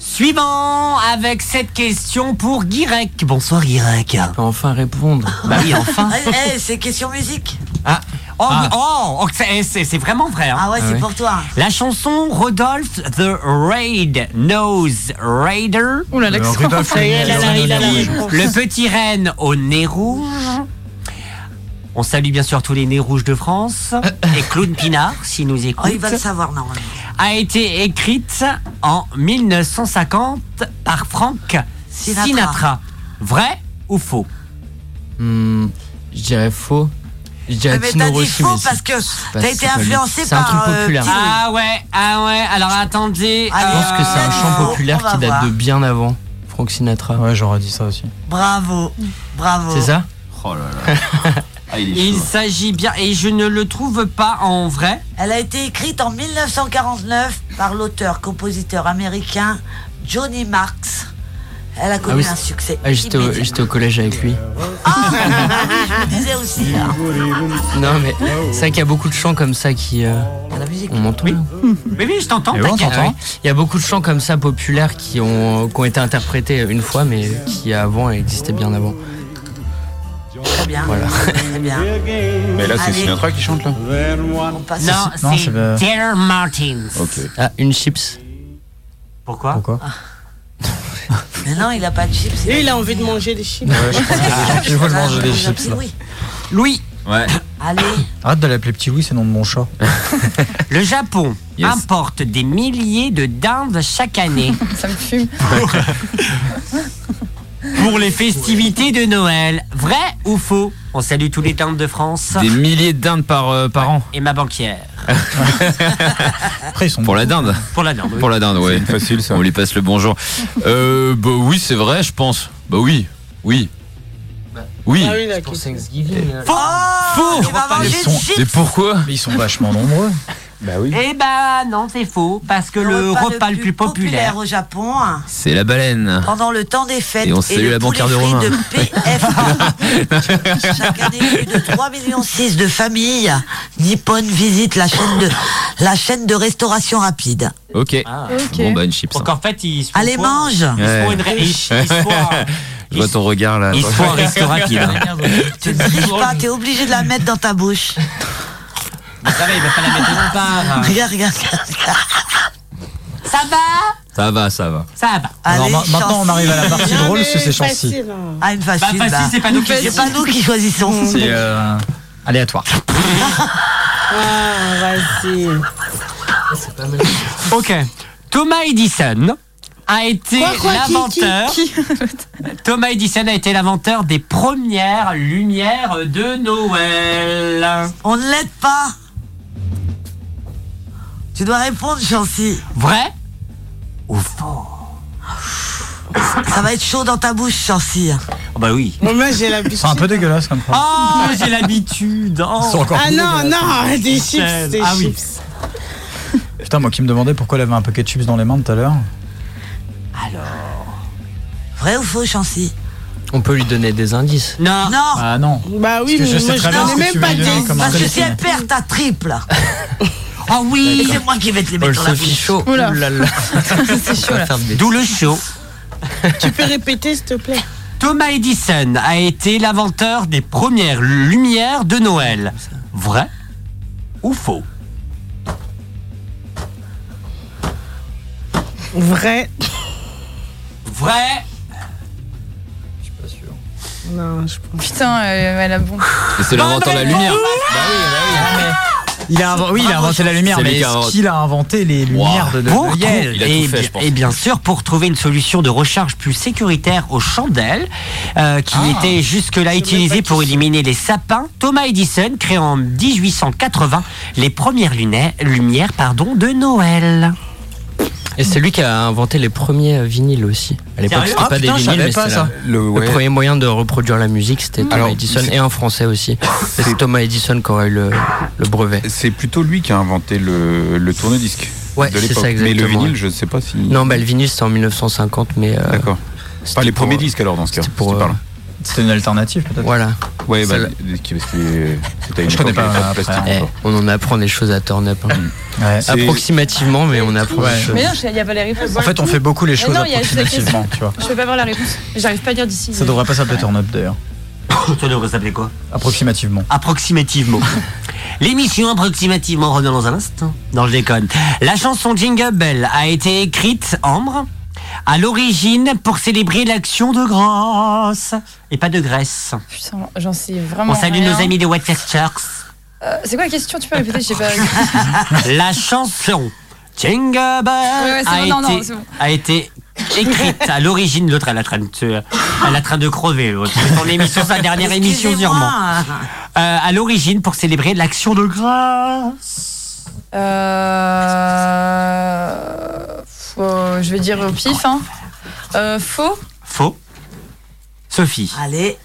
S3: Suivant avec cette question pour Guirec. Bonsoir Guirec.
S10: Faut Enfin répondre.
S3: Bah oui, enfin.
S2: Eh, eh, c'est question musique.
S3: Ah, oh,
S10: Ah.
S3: oh, oh, c'est- c'est c'est vraiment vrai. hein.
S2: Ah ouais,
S10: Ah
S2: c'est
S10: ouais.
S2: pour toi.
S3: La chanson Rodolphe the Raid Nose Raider,
S4: Ouh là, l'accent.
S2: Euh,
S7: Rudolf
S6: Ça y est, il
S7: Lanier,
S6: a la- il a la
S7: Lanier.
S6: réponse.
S3: le petit renne au nez rouge. On salue bien sûr tous les nez rouges de France et Claude Pinard, si nous
S2: Oh, il
S3: écoute,
S2: va le savoir normalement.
S3: a été écrite en 1950 par Frank Sinatra.
S2: Sinatra. Ah,
S3: Vrai ou faux
S10: Hmm, je dirais faux. Je dirais
S2: Ah, mais
S10: Tino
S2: t'as dit
S10: Rossi,
S2: faux
S10: mais c'est-
S2: parce que
S10: c'est pas-
S2: t'as
S10: c'est
S2: été
S10: pas lui.
S2: influencé
S10: C'est un
S2: par,
S10: truc
S2: euh,
S10: populaire.
S2: Tino. Ah.
S3: Ah ouais, ah ouais. Alors attendez.
S2: Ah,
S10: Je pense que c'est un
S2: Euh,
S10: chant
S2: non,
S10: populaire
S2: on va
S10: qui date
S2: voir.
S10: de bien avant. Frank Sinatra.
S7: Ouais, j'aurais dit ça aussi.
S2: Bravo, bravo.
S10: C'est ça
S9: Oh là là. Ah, il est
S3: Il
S9: chaud.
S3: s'agit bien et je ne le trouve pas en vrai.
S2: Elle a été écrite en 1949 par l'auteur-compositeur américain Johnny Marks. Elle a connu
S10: oui,
S2: un
S10: c'est-
S2: succès.
S10: Ah, j'étais au,
S2: immédiat.
S10: j'étais au collège avec lui.
S2: Ah, je me disais aussi.
S3: Ah
S2: hein.
S10: Non, mais c'est vrai qu'il y a beaucoup de chants comme ça qui. euh,
S2: Ah, La musique.
S10: on m'entend là
S3: Mais oui, je t'entends.
S11: Eh
S3: hein.
S7: Et ouais, on
S3: t'inquiète.
S7: t'entend.
S10: Il y a beaucoup de chants comme ça populaires qui ont, qui ont été interprétés une fois, mais qui avant existaient bien avant.
S2: Très bien. Très bien.
S5: Mais là, c'est
S2: Allez.
S5: Sinatra qui chante là.
S2: On passe.
S3: Non,
S7: Non,
S3: c'est
S7: c'est le-
S3: Dear Martins.
S5: Ok.
S10: Ah, une chips.
S3: Pourquoi
S7: Pourquoi
S2: Mais non, il a pas de chips.
S6: Lui, il a envie de manger des chips.
S7: Je veux le manger des
S2: Il a
S7: chips
S2: pris,
S7: là.
S2: oui.
S3: Louis,
S9: Ouais.
S2: Allez,
S7: Arrête de l'appeler petit Louis, c'est le nom de mon chat.
S3: le Japon
S9: Yes.
S3: importe des milliers de dindes chaque année
S4: Ça me fume.
S3: pour les festivités de Noël. Vrai ou faux On salue tous les dindes de France
S11: Des milliers de dindes par, euh, par an
S3: et ma banquière.
S7: Après, ils sont
S11: pour la dinde.
S3: Pour la dinde. oui.
S11: Pour la dinde, ouais.
S5: C'est facile ça.
S11: On lui passe le bonjour. Euh, bah oui, c'est vrai, je pense. Bah oui, oui,
S3: Bah.
S11: oui.
S6: Ah oui, la Oh question.
S10: Thanksgiving. euh.
S3: Faux
S2: il va manger
S7: Ils
S2: des
S7: sont-
S2: chips.
S11: Mais pourquoi
S7: Mais ils sont vachement nombreux.
S5: Bah oui.
S3: Eh ben non, c'est faux, parce que le repas, le plus populaire.
S2: au Japon hein,
S11: C'est la baleine.
S2: pendant le temps des fêtes
S11: Et on salue
S2: le
S11: la banquière
S2: poulet
S11: de
S2: frit
S11: Romain.
S2: de PF. Chaque année, plus de 3,6 millions de familles nippones visitent la chaîne de la chaîne de restauration rapide.
S11: Ok.
S3: Ah.
S4: Ok.
S11: Bon bah une chips. hein.
S3: Donc en fait, ils se font
S2: Allez,
S3: quoi
S2: mange
S3: Ils se font
S11: Ouais.
S3: une ré- ils- ils se font un-
S11: Je vois ton regard là.
S3: ils se font un resto rapide. hein.
S2: Tu ne triches pas, t'es obligé de la mettre dans ta bouche.
S3: Ça va, il va pas la mettre nulle part.
S2: Regarde, regarde, regarde.
S3: Ça va
S11: Ça va, ça va.
S3: Ça va.
S7: Alors
S2: Allez,
S7: ma- maintenant, on
S2: Chancy.
S7: arrive à la partie
S6: Non,
S7: drôle,
S6: mais
S7: c'est ces chancy.
S6: facile, hein.
S2: Ah, une
S3: Bah,
S2: facile.
S3: facile,
S2: bah.
S3: c'est pas nous qui
S2: C'est pas nous qui choisissons.
S7: C'est euh, aléatoire.
S6: Ah, vas-y.
S3: Ok. Thomas Edison a été
S6: Quoi, quoi, qui,
S3: l'inventeur.
S4: qui,
S3: Thomas Edison a été l'inventeur des premières lumières de Noël.
S2: On ne l'aide pas. Tu dois répondre, Chancy.
S3: Vrai ou faux
S2: Ça va être chaud dans ta bouche, Chancy.
S3: Bah oui.
S6: Bon, moi, j'ai l'habitude.
S7: C'est un peu dégueulasse comme ça.
S3: Oh, j'ai l'habitude. oh.
S7: Ils sont encore
S6: Ah
S7: plus
S6: non,
S7: dégueulasses.
S6: non, des chips, des
S3: Ah oui.
S6: chips.
S7: Putain, moi qui me demandais pourquoi elle avait un paquet de chips dans les mains tout à l'heure.
S3: alors.
S2: Vrai ou faux, Chancy
S10: On peut lui donner des indices.
S3: Non.
S2: Non.
S7: Ah non.
S6: Bah oui,
S7: Parce que
S6: mais
S7: je sais
S6: moi
S7: très
S6: je
S7: bien
S6: n'en
S7: ce
S6: ai
S7: que tu
S6: même
S7: vas
S6: pas
S7: lui
S6: dit.
S7: donner comme
S2: Parce que
S7: indice.
S2: si elle perd ta triple. Oh oui, c'est moi qui vais te les
S10: Oh,
S2: mettre dans la
S10: Sophie
S2: bouche.
S10: chaud.
S6: Oula.
S10: Ouh là là.
S6: C'est chaud,
S10: On va
S6: là.
S10: faire des bêtises.
S3: D'où le show.
S6: Tu peux répéter, s'il te plaît
S3: Thomas Edison a été l'inventeur des premières lumières de Noël. Vrai ou faux
S6: Vrai.
S3: Vrai
S6: Non, je pense.
S4: Putain, euh, elle a bon.
S11: Et c'est l'inventeur de la lumière.
S7: Il a, inv- Oh oui, il
S10: Ah,
S7: a inventé la lumière,
S11: C'est lui
S7: mais
S11: qui a
S7: est-ce
S11: inventé.
S7: qu'il a inventé les lumières de, de,
S3: Pour
S7: de
S3: trou-
S7: Yale Eh
S11: il a
S3: et,
S11: tout fait,
S3: bi-
S11: je pense.
S3: et bien sûr, pour trouver une solution de recharge plus sécuritaire aux chandelles, euh, qui
S11: Ah.
S3: était jusque-là utilisée pour éliminer les sapins, Thomas Edison crée en 1880 les premières lunettes, lumières pardon, de Noël.
S10: Et c'est lui qui a inventé les premiers vinyles aussi. À l'époque,
S3: Sérieux
S10: c'était
S7: Ah,
S10: pas
S7: putain,
S10: des
S7: je
S10: vinyles,
S7: savais
S10: mais
S7: pas
S10: c'était
S7: ça.
S10: la-
S5: Le,
S10: Le
S5: ouais,
S10: premier moyen de reproduire la musique, c'était Thomas
S5: Alors,
S10: Edison
S5: c'est-
S10: et un Français aussi. Et C'est Thomas Edison qui aurait eu le, le brevet.
S5: c'est plutôt lui qui a inventé le, le tourne-disque
S10: Ouais,
S5: de
S10: c'est
S5: l'époque.
S10: ça
S5: Mais le
S10: exactement.
S5: vinyle, je ne sais pas si.
S10: Non, bah le vinyle c'était en 1950, mais. euh,
S5: D'accord.
S10: c'était
S5: Pas les
S10: pour-
S5: premiers disques alors dans ce cas.
S10: c'était pour,
S5: si tu
S7: euh,
S5: parles.
S7: C'était une alternative peut-être.
S10: Voilà.
S5: Ouais, bah,
S10: celle-
S5: les disques, parce que c'était une
S7: Je
S5: époque,
S7: connais
S5: il y avait
S7: pas,
S5: de plastique
S7: après.
S10: Eh,
S5: encore.
S10: on en apprend des choses à Turn Up. hein.
S7: Ouais.
S5: C'est-
S10: Approximativement, mais on apprend
S7: Ouais.
S10: des choses.
S4: Mais non, il y a pas les réponses.
S7: En fait, on fait beaucoup les choses
S4: non, il y a-
S7: approximativement, tu vois.
S4: Je peux pas voir la réponse. J'arrive pas à dire d'ici.
S7: Ça devrait pas s'appeler turn up d'ailleurs.
S3: Ça devrait s'appeler quoi
S7: Approximativement.
S3: Approximativement. L'émission approximativement revient dans un instant. Non, je déconne. La chanson Jingle Bell a été écrite, Ambre, à l'origine pour célébrer l'action de grâce. Et pas de Grèce.
S4: Putain, j'en sais vraiment.
S3: On salue
S4: rien.
S3: nos amis des Watchers.
S4: Euh, c'est quoi la question Tu peux répéter Je sais pas.
S3: La chanson Jingle Bell
S4: ouais, c'est
S3: a,
S4: bon, non, non,
S3: été,
S4: c'est bon.
S3: a été écrite à l'origine. L'autre, elle est en train de, se- elle est en train de crever. l'autre. C'est son émission, sa dernière émission, sûrement.
S2: Excusez-moi.
S3: Euh, à l'origine pour célébrer l'action de grâce.
S4: Euh... Faut... Je vais dire au pif. Hein. Euh, faux
S3: Faux. Sophie.
S2: Allez.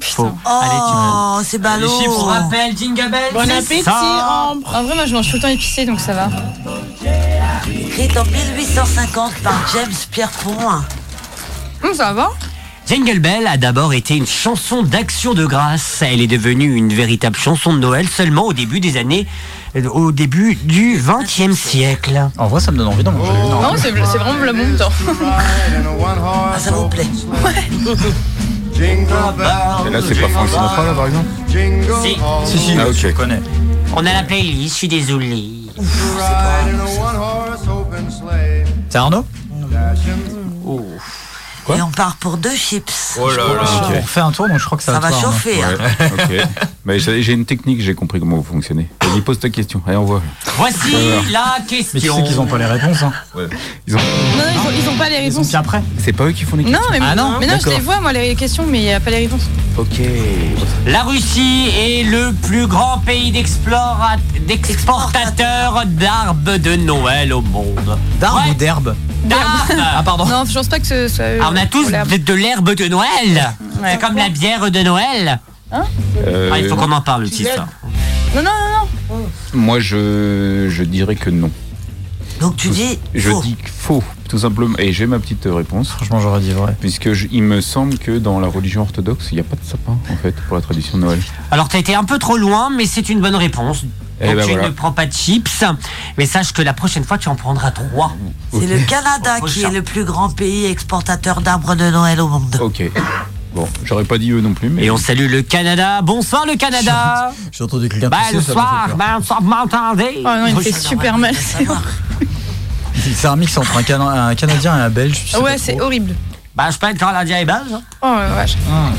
S3: Faux.
S2: Oh, c'est ballot.
S3: rappel, Jingle Bell.
S6: Bon appétit, Ambre.
S4: En vrai, moi, je mange tout le temps épicé, donc ça va.
S2: Écrite en 1850 par James Pierpont.
S4: Hum, ça va
S3: Jingle Bell a d'abord été une chanson d'action de grâce. Elle est devenue une véritable chanson de Noël seulement au début des années, euh, au début du XXe siècle.
S7: En vrai, ça me donne envie d'en manger une.
S4: Non, c'est c'est vraiment le bon temps.
S2: Ah, ça vous plaît
S5: Et là, c'est pas Frank Sinatra là par exemple
S3: Si,
S7: Si, si,
S5: Ah, ok.
S7: je connais.
S3: on a la playlist, je suis désolé.
S7: C'est Arnaud
S2: Et on part pour deux chips.
S11: Oh là là.
S7: On fait un tour, donc je crois que ça,
S2: ça va
S7: te voir, Arnaud.
S2: chauffer. hein.
S5: Ok. Bah, j'ai j'ai une technique, j'ai compris comment vous fonctionnez. Vas-y, pose ta question. Allez, on voit.
S3: Voici la
S7: Mais tu
S3: question.
S7: sais qu'ils ont pas les réponses. Hein.
S5: Ils ont-
S4: Non, ils ont, ils ont pas les
S7: Ils sont
S4: réponses.
S7: bien prêts.
S5: C'est pas eux qui font les
S4: Non, mais,
S7: Ah non,
S4: mais non je
S7: d'accord.
S4: les vois, moi, les questions, mais il n'y a pas les réponses.
S5: Ok.
S3: La Russie est le plus grand pays d'explora- d'exportateurs d'arbres de Noël au monde.
S7: D'arbre
S3: Ouais,
S7: ou d'herbe Ah,
S3: d'arbres
S7: pardon.
S4: Non, je pense pas que ce soit. euh,
S3: Ah, on a tous
S4: pour l'herbe.
S3: de, de l'herbe de Noël.
S4: Ouais. Hein
S3: C'est comme la bière de Noël. Ah, il faut qu'on en parle aussi, ça.
S4: Non, non, non,
S5: Moi, je, je dirais que non.
S2: Donc tu dis.
S5: Je
S2: faux.
S5: dis que faux, tout simplement. Et j'ai ma petite réponse.
S7: Franchement, j'aurais dit vrai.
S5: Puisque je- il me semble que dans la religion orthodoxe, il n'y a pas de sapin, en fait, pour la tradition de Noël.
S3: Alors, t'as été un peu trop loin, mais c'est une bonne réponse. Donc,
S5: Eh ben
S3: tu
S5: voilà.
S3: ne prends pas de chips. Mais sache que la prochaine fois, tu en prendras trois.
S2: C'est le Canada
S3: Au
S2: qui
S3: prochain.
S2: est le plus grand pays exportateur d'arbres de Noël au monde.
S5: Ok. Bon, j'aurais pas dit eux non plus, mais.
S3: Et on salue le Canada. Bonsoir, le Canada.
S7: J'ai entendu quelqu'un
S3: Ben,
S7: tousser, ça m'a
S3: Bonsoir,
S7: fait peur.
S3: bonsoir, ben, vous m'entendez
S4: non. Oh non, il me fait
S2: Ça,
S4: super
S2: normalement,
S4: mal.
S2: on doit savoir.
S7: C'est un mix entre un, Cana- un Canadien et un Belge. je sais pas
S4: Ouais, c'est
S7: trop.
S4: horrible.
S3: Bah, je peux être canadien et belge.
S4: Oh, la vache.
S3: hein.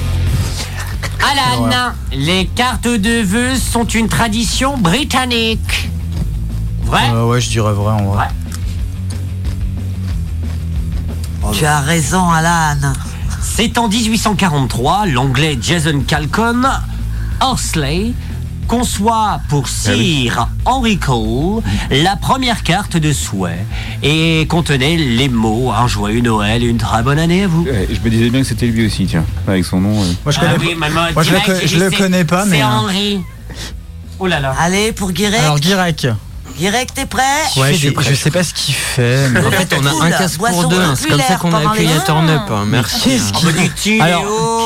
S3: Hum. Alan, les cartes de vœux sont une tradition britannique. Vrai
S7: Euh, ouais, je dirais vrai en vrai. Oh,
S2: Tu as raison, Alan.
S3: C'est en 1843, l'anglais Jason Calcon Horsley conçoit pour
S5: Ah
S3: Sir Henry Cole la première carte de souhait et contenait les mots un joyeux Noël, une très bonne année à vous.
S5: Ouais, je me disais bien que c'était lui aussi, tiens, avec son nom. euh.
S7: Moi, je
S3: Ah
S7: connais
S3: oui,
S7: pas.
S3: maman,
S7: Moi, je
S3: direct,
S7: le co- je le
S3: c'est-
S7: connais pas, mais,
S3: C'est
S7: hein.
S3: Henry. Oh là là.
S2: Allez, pour Guirec.
S7: Alors, Guirec.
S2: Guirec, t'es prêt
S10: Ouais, je, je sais pas ce qu'il fait. mais en fait, on a
S2: Cool.
S10: un casque
S2: Boisson
S10: pour deux. hein. C'est comme ça
S2: populaire
S10: qu'on a
S2: pendant
S10: accueilli
S2: les-
S10: à Turn Up. hein. Merci.
S7: Qu'est-ce qu'il- alors,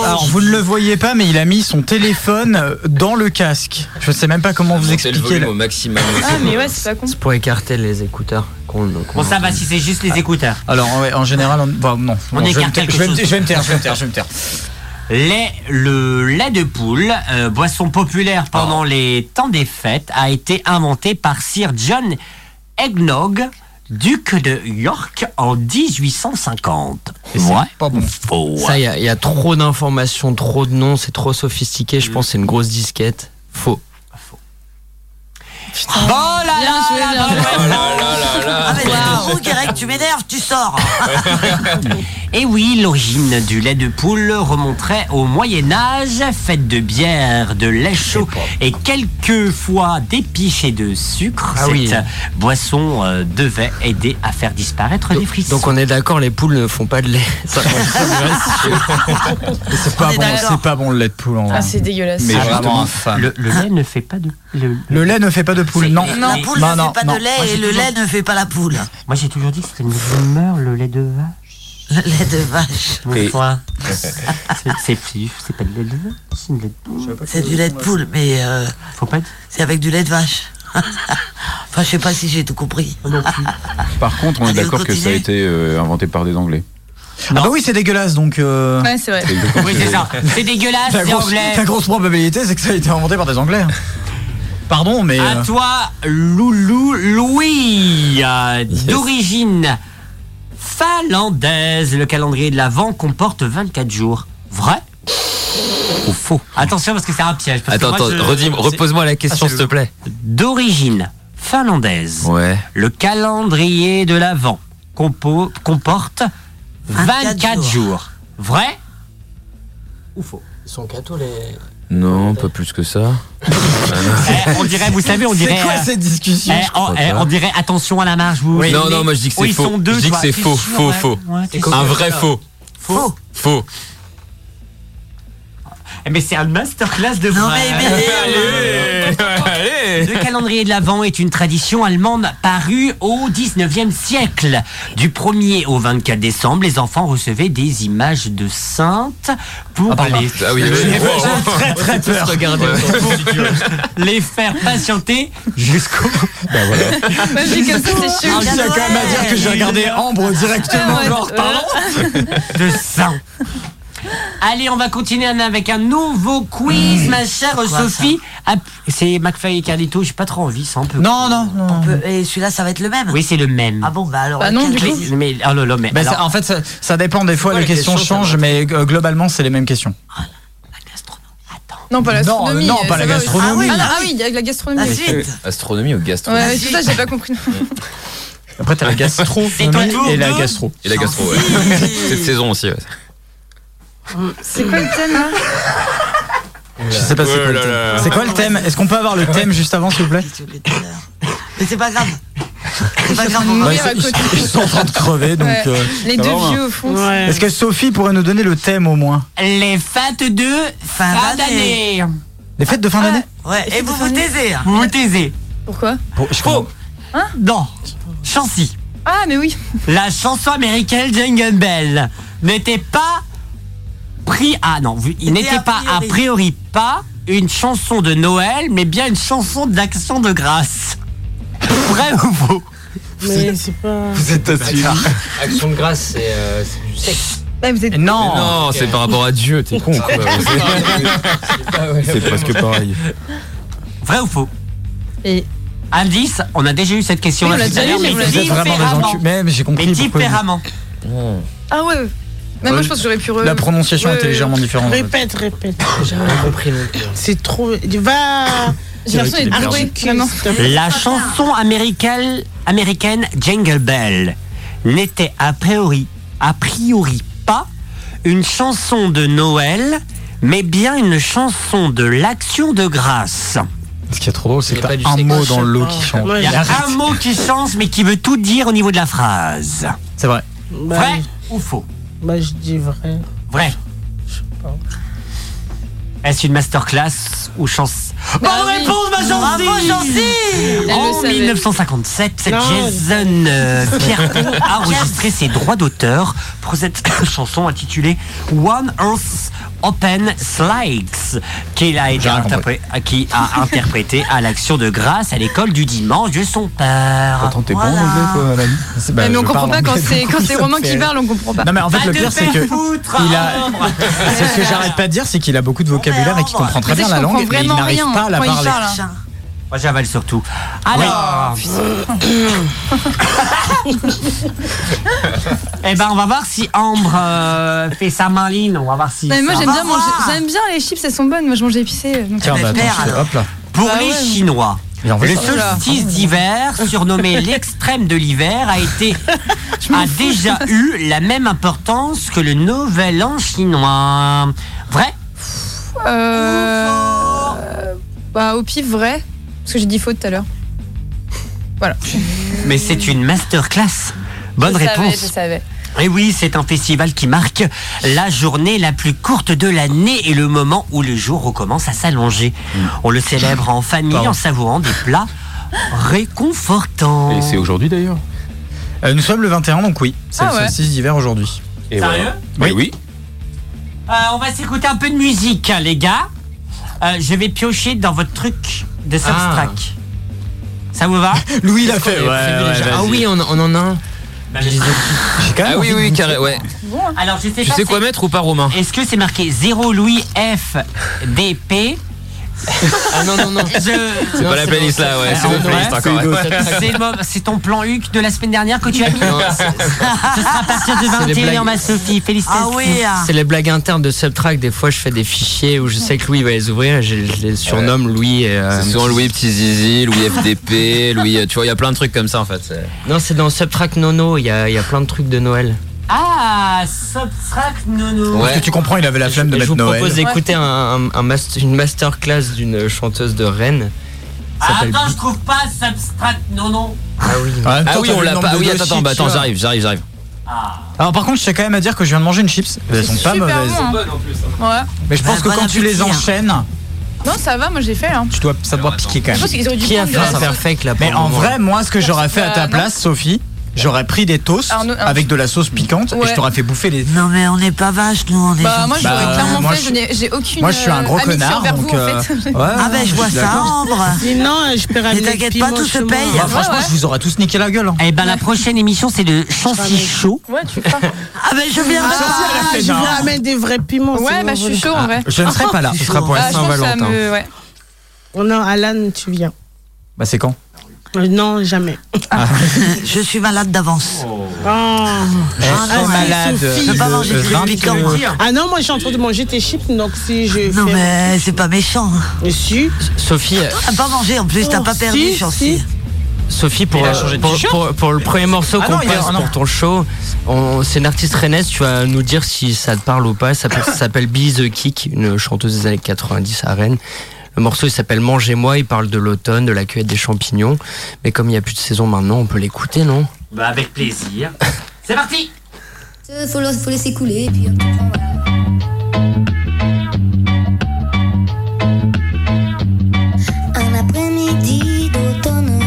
S7: alors, vous ne le voyez pas, mais il a mis son téléphone euh, dans le casque. Je sais même pas comment vous
S10: Monter le
S7: expliquer.
S10: volume au maximum.
S4: Ah, mais ouais, c'est pas con.
S10: Pour écarter les écouteurs. qu'on- qu'on-
S3: Bon, ça va si c'est juste les écouteurs.
S7: Alors, ouais, en général, on... bon, non.
S3: On
S7: Non, je vais
S3: écarte
S7: me taire,
S3: quelque
S7: je vais me
S3: chose.
S7: taire, je vais me taire, je vais me taire, je vais me taire.
S3: Lait, le lait de poule, euh, boisson populaire
S10: Oh.
S3: pendant les temps des fêtes, a été inventé par Sir John Eggnog, duc de York, en 1850. Ouais. Oh.
S7: Pas bon.
S3: Faux.
S10: Ça, il y a- il y, a trop d'informations, trop de noms, c'est trop sophistiqué. Je pense que c'est une grosse disquette. Faux.
S2: Oh là
S4: là
S2: là
S10: là.
S2: Ah mais c'est trop, Guirec, tu m'énerves, tu sors
S3: Et oui, l'origine du lait de poule remonterait au Moyen Âge, faite de bière, de lait chaud et quelquefois d'épices et de sucre.
S10: Ah
S3: Cette
S10: oui.
S3: boisson euh, devait aider à faire disparaître les frissons.
S10: Donc on est d'accord, les poules ne font pas de lait. Ça,
S7: C'est pas,
S3: est
S7: bon,
S3: d'accord.
S7: c'est pas bon le lait de poule. En...
S4: Ah, c'est dégueulasse.
S7: Mais
S4: Ah,
S7: vraiment
S4: vraiment.
S7: infâme.
S3: Le, le lait ne fait pas de. Le,
S7: Le lait ne fait pas de poule, non. Ah
S2: La poule ne fait pas de lait
S3: Moi, j'ai
S2: et le
S3: toujours-
S2: lait ne fait pas la poule.
S3: Moi j'ai toujours dit que c'était une rumeur, le lait de vache.
S2: Le lait de vache.
S3: Mon
S2: Et-
S3: foin. C'est- C'est c'est pas de lait de vache, c'est du lait de poule.
S2: C'est du lait de poule, mais euh,
S3: Faut pas
S2: c'est avec du lait de vache. enfin, je sais pas si j'ai tout compris.
S5: Par contre, on est
S2: Allez,
S5: d'accord que ça a
S2: continuez.
S5: été euh, inventé par des Anglais.
S7: Ah bah oui, c'est dégueulasse donc. euh,
S4: Ouais, c'est vrai.
S3: Oui, c'est ça. C'est dégueulasse,
S7: La
S3: c'est
S7: grosse,
S3: anglais.
S7: la grosse probabilité, c'est que ça a été inventé par des Anglais. Pardon, mais.
S3: À
S7: euh,
S3: toi, Loulou Louis, euh, d'origine finlandaise. Le calendrier de l'Avent comporte 24 jours. Vrai ou faux Attention parce que c'est un piège. parce que
S11: Attends,
S3: moi,
S11: attends,
S3: je- Ah,
S11: redis- repose-moi la question, s'il te plaît.
S3: D'origine finlandaise,
S11: Ouais.
S3: le calendrier de l'Avent compo- comporte 24,
S2: 24
S3: jours.
S2: jours.
S3: Vrai ou faux
S10: Ils sont cathos les.
S11: Non, pas plus que ça.
S3: Eh, On dirait, vous savez, on dirait.
S7: C'est quoi
S3: euh,
S7: cette discussion
S3: eh, oh, eh, on dirait attention à la marge. Vous
S11: Oui.
S3: vous
S11: Non,
S3: souvenez
S11: non, moi je dis que
S3: Oh,
S11: c'est
S3: ils
S11: faux.
S3: sont deux,
S11: je dis que
S3: toi.
S11: c'est
S3: T'es
S11: faux,
S3: sûr,
S11: faux,
S3: ouais.
S11: faux.
S3: Ouais, t'es
S11: Un
S3: sûr.
S11: vrai faux.
S2: Faux.
S11: Faux.
S3: Eh, Mais c'est un masterclass de
S2: Non,
S3: vrai.
S2: mais- mais-
S11: Allez
S3: Le calendrier de l'Avent est une tradition allemande parue au 19e siècle. Du 1er au 24 décembre, les enfants recevaient des images de saintes pour les,
S11: Ah oui, oui. Wow.
S7: Très très peur.
S3: les faire patienter jusqu'au...
S7: Bah,
S4: Même dit comme ça, c'est
S7: Ah,
S4: chaud.
S7: je tiens quand même à dire que j'ai regardé Ambre directement.
S4: Ouais,
S7: genre,
S4: ouais.
S7: pardon.
S3: de sang. Allez, on va continuer Anna, avec un nouveau
S7: Mmh.
S3: quiz, ma chère
S2: quoi,
S3: Sophie. Ah, C'est McFly et Carlito, j'ai pas trop envie, ça un peu.
S7: Non, non,
S2: On
S7: non.
S2: peut- Et celui-là, ça va être le même
S3: Oui, c'est le même.
S2: Ah bon, bah alors.
S4: Bah non,
S2: lequel
S4: du
S2: je
S4: coup.
S2: dis
S3: Mais, oh là là, mais
S7: Bah,
S3: alors-
S7: ça- en fait, ça, ça dépend. Des fois,
S10: quoi,
S7: les
S10: les
S7: questions
S10: questions, ça
S7: changent,
S10: va.
S7: mais euh, globalement, c'est les mêmes questions.
S4: Non, pas la
S7: Non,
S4: gastronomie.
S7: non,
S4: ça
S7: pas la
S4: va, oui.
S7: gastronomie.
S4: Ah, non, ah oui, il y a la
S2: La
S4: gastronomie. oui.
S2: suite
S11: Astronomie ou
S4: Ouais,
S11: gastronomie
S4: ouais, tout ça, j'ai pas compris.
S7: Après, t'as la gastro
S3: C'est ton tour
S7: et la
S3: de-
S7: gastro.
S11: Et la gastro, ouais. Cette saison aussi, ouais.
S4: C'est quoi le thème là
S7: Je sais pas c'est quoi
S11: Oh là
S7: le
S11: là.
S7: thème. C'est quoi le thème Est-ce qu'on peut avoir le thème juste avant, s'il vous plaît
S2: Mais c'est pas grave. C'est pas grave. on va-
S7: Bah, ils,
S4: mourir à
S7: sont,
S4: côté.
S7: ils sont en train de crever, donc.
S4: Ouais.
S7: euh,
S4: Les
S7: ça
S4: deux
S7: va, hein.
S4: vieux au fond.
S6: Ouais.
S7: Est-ce que Sophie pourrait nous donner le thème au moins
S3: les fêtes de fin, d'année.
S2: d'année.
S7: Les fêtes de fin d'année
S2: Ah, Ouais, et vous vous taisez. hein.
S3: Vous vous taisez.
S4: Pourquoi Hein
S7: Bon, je comprends.
S3: Non. Chancy.
S4: Ah, mais oui.
S3: La chanson américaine Jungle Bell n'était pas pris ah non, vous- il
S2: C'était
S3: n'était
S2: a
S3: pas a
S2: priori.
S3: priori pas une chanson de Noël, mais bien une chanson d'action de grâce. Vrai ou faux
S6: Mais c'est pas.
S10: Action de grâce, c'est euh, c'est du sexe.
S4: Ah, vous êtes.
S7: Non
S11: Non, c'est par rapport à Dieu, t'es con quoi.
S5: C'est presque pareil.
S3: Vrai ou faux
S4: Et-
S3: Indice, on a déjà eu cette question
S4: Oui, on l'a déjà eu, mais on l'a
S7: Vous êtes vraiment des
S3: différemment.
S7: enculés. Mais mais j'ai
S3: Mais
S7: compris pourquoi.
S3: différemment.
S4: Ah ouais. ouais. Même moi, je pense que j'aurais pu. re-
S7: La prononciation
S4: Ouais,
S7: était légèrement différente.
S6: Répète, répète.
S10: J'ai rien compris non plus.
S6: C'est trop. Va.
S4: J'ai l'impression d'être bourrée, vraiment.
S3: La chanson américaine, américaine Jingle Bell n'était a priori, a priori pas une chanson de Noël, mais bien une chanson de l'action de grâce.
S7: Ce qui est trop drôle, c'est
S10: Il y
S7: que
S10: a pas du
S7: t'as un
S10: sexe.
S7: mot dans l'eau qui change.
S6: Ouais,
S3: Il y a un mot qui change, mais qui veut tout dire au niveau de la phrase.
S7: C'est vrai.
S6: bah,
S3: Vrai ou faux
S6: Bah, je dis vrai.
S3: Vrai.
S6: pas.
S3: Est-ce une masterclass ou chance
S4: Bah
S3: Bonne
S4: oui.
S3: réponse, ma
S2: Bravo,
S4: Oh,
S3: Chancy
S2: Chancy
S4: Elle le
S3: On savez. 1957, cette
S1: Non,
S3: Jason euh, Pierpont a enregistré ses droits d'auteur pour cette chanson intitulée One Earth Open Slides, qu'il a été interpré- euh, qui a interprété à l'action de grâce à l'école du dimanche de son père.
S5: t'es bon, José, toi, à la nuit C'est- bah,
S3: Euh,
S4: Eh, mais on
S5: je
S4: comprend
S5: parle
S4: pas
S5: anglais,
S4: quand
S5: donc
S4: c'est quand
S5: ça
S4: c'est
S5: me
S4: Romain qui
S5: fait-
S4: parle, on comprend pas.
S7: Non mais en fait le pire c'est que il a c'est ce que j'arrête pas de dire c'est qu'il a beaucoup de vocabulaire et qu'il comprend très
S3: Mais
S7: bien
S3: je
S7: la
S3: comprends
S7: langue mais il
S3: vraiment
S7: n'arrive
S3: rien
S7: pas à la
S3: quand il
S7: parler.
S3: parle, hein. Moi j'avale surtout.
S4: Oh,
S3: Alors, eh ben on va voir si Ambre euh, fait sa maline. On va voir si.
S4: Non, mais moi
S3: ça
S4: j'aime
S3: va.
S4: bien manger, j'aime bien les chips, elles sont bonnes. Moi je mange épicé. donc-
S3: Tiens, bah, attends, je- hop là. Pour
S4: Bah
S3: les Chinois,
S7: Il en veut
S3: le
S7: ça.
S3: solstice d'hiver, surnommé l'extrême de l'hiver, a été a déjà eu la même importance que le Nouvel An chinois. Vrai
S4: Euh, bah au pif vrai, parce que j'ai dit faux tout à l'heure. Voilà.
S3: Mais c'est une masterclass. Bonne
S4: Je savais,
S3: réponse.
S4: je savais.
S3: Et oui, c'est un festival qui marque la journée la plus courte de l'année et le moment où le jour recommence à s'allonger. On le célèbre en famille en savourant des plats réconfortants.
S7: Et c'est
S11: aujourd'hui d'ailleurs
S7: Euh, nous sommes le 21 donc oui c'est
S3: Ah
S7: le
S3: ouais.
S7: solstice d'hiver aujourd'hui.
S3: Et Sérieux voilà.
S7: Oui
S11: oui. Ah
S3: Euh, on va s'écouter un peu de musique, hein, les gars. Euh, je vais piocher dans votre truc de Substrack. Ça vous va
S7: Louis
S3: l'a fait, ouais, ouais,
S10: Ah
S3: vas-y.
S10: oui, on, on en a un.
S11: Ah oui, oui, carré, ouais.
S3: Bah, Alors, je sais
S11: Tu
S3: pas
S11: sais
S3: si-
S11: quoi mettre ou pas, Romain
S3: Est-ce que c'est marqué 0 Louis F DP
S10: Ah non, non, non.
S11: C'est pas la playlist là, ouais, c'est
S3: Ah,
S11: votre
S3: ouais.
S11: playlist encore. ouais.
S3: C'est mo- C'est ton plan Huc de la semaine dernière que tu as mis
S10: Non, c'est-
S3: Ce sera à partir de
S10: C'est les
S3: 21h,
S10: blagues.
S3: ma Sophie. Félicitations.
S10: Ah C'est les blagues internes de Subtrack. Des fois, je fais des fichiers où je sais que Louis va les ouvrir. et Je, je les surnomme Louis. Et, euh,
S11: Euh, C'est souvent Louis Petit Zizi, Louis FDP, Louis. euh, Tu vois, il y a plein de trucs comme ça en fait. c'est-
S10: Non, c'est dans Subtrack Nono. Il y a, il y a plein de trucs de Noël.
S3: Ah, Subtract Nono.
S10: Parce que tu
S7: comprends, il avait la flemme de
S10: Et je
S7: mettre
S10: vous
S7: Noël.
S10: propose d'écouter un, un- un master, une masterclass d'une chanteuse de Rennes. Ça s'appelle
S3: Ah, Attends, je trouve pas Substract Nono.
S10: Ah oui,
S11: Ah oui, on l'a pas. Ah oui, attends, attends, bah, attends, j'arrive, j'arrive, j'arrive.
S3: Ah.
S7: Alors par contre je tiens quand même à dire que je viens de manger une chips. Elles sont pas mauvaises.
S4: Ouais.
S7: hein. Mais je pense que quand tu les enchaînes
S4: Non, ça va, moi j'ai fait hein. là.
S7: tu dois, ça doit piquer quand
S4: Je pense qu'ils auraient
S7: même.
S4: dû Qui a prendre fait de la un sauce.
S10: fake là
S7: Mais
S10: pour
S7: en
S10: le moment
S7: vrai, moi, ce que j'aurais fait à ta
S4: euh, non.
S7: place, Sophie, j'aurais pris des toasts
S4: Arnaud, un-
S7: avec de la sauce piquante et
S4: Ouais.
S7: je t'aurais fait bouffer les.
S2: Non mais on n'est pas vache nous, on est.
S4: Bah, moi,
S2: gentils.
S4: j'aurais clairement
S7: moi,
S4: fait,
S7: je-
S4: je n'ai- j'ai aucune.
S7: moi, je suis un gros
S4: euh, amitié
S7: connard,
S4: envers
S7: donc,
S4: vous, en
S7: euh,
S4: fait.
S7: ouais,
S6: bah,
S7: Ah, ben, je vois ça,
S2: Ambre.
S6: Non, je paierai
S2: Mais
S6: les
S2: t'inquiète
S6: piments
S2: pas, tout se
S6: chez moi.
S2: paye.
S7: Ah, franchement, je vous aurais tous niqué la gueule. hein.
S3: Eh ben, la prochaine émission, c'est de Chancy Chaud.
S4: Ouais, tu fais
S2: Ah
S7: bah,
S2: ben je viens
S6: Ah,
S2: de
S6: je vous ramène des vrais piments.
S4: Ouais,
S6: c'est
S4: bah, je suis
S6: bon.
S4: chaud en vrai.
S7: Je ne serai pas là. Ce sera pour
S4: Ah,
S7: la
S4: je pense que ça
S7: Saint-Valentin.
S4: me- ouais.
S6: Oh Non, Alan, tu viens.
S7: Bah, c'est quand
S6: Euh, Non, jamais.
S2: Ah. Je suis malade d'avance.
S6: Ah,
S7: Je
S6: ah,
S7: suis
S6: c'est
S7: malade.
S6: Sophie.
S2: Je peux pas manger
S7: Le
S2: plus de
S7: 20
S2: piquant.
S7: kilos.
S6: Ah non, moi je suis en train de manger tes chips, donc si je
S2: Non
S6: fais-
S2: mais c'est pas méchant.
S6: Je suis-
S10: Sophie, euh,
S2: T'as pas mangé en plus, t'as pas perdu,
S6: si,
S2: Chancy.
S10: Sophie pour,
S7: Il a
S10: euh,
S7: changé de
S10: pour,
S7: t-shirt
S10: pour- pour le premier morceau
S7: Ah
S10: qu'on
S7: non, il a-
S10: passe
S7: ah non.
S10: pour ton show, on- c'est une artiste rennaise. Tu vas nous dire si ça te parle ou pas. Ça peut- ça s'appelle Billy the Kick, une chanteuse des années 90 à Rennes. Le morceau il s'appelle Mangez-moi. Il parle de l'automne, de la cueillette des champignons. Mais comme il n'y a plus de saison maintenant, on peut l'écouter, non
S3: Bah, avec plaisir. C'est parti
S12: Euh, Faut, le- faut laisser couler et puis hop, on va- Un après-midi d'automne,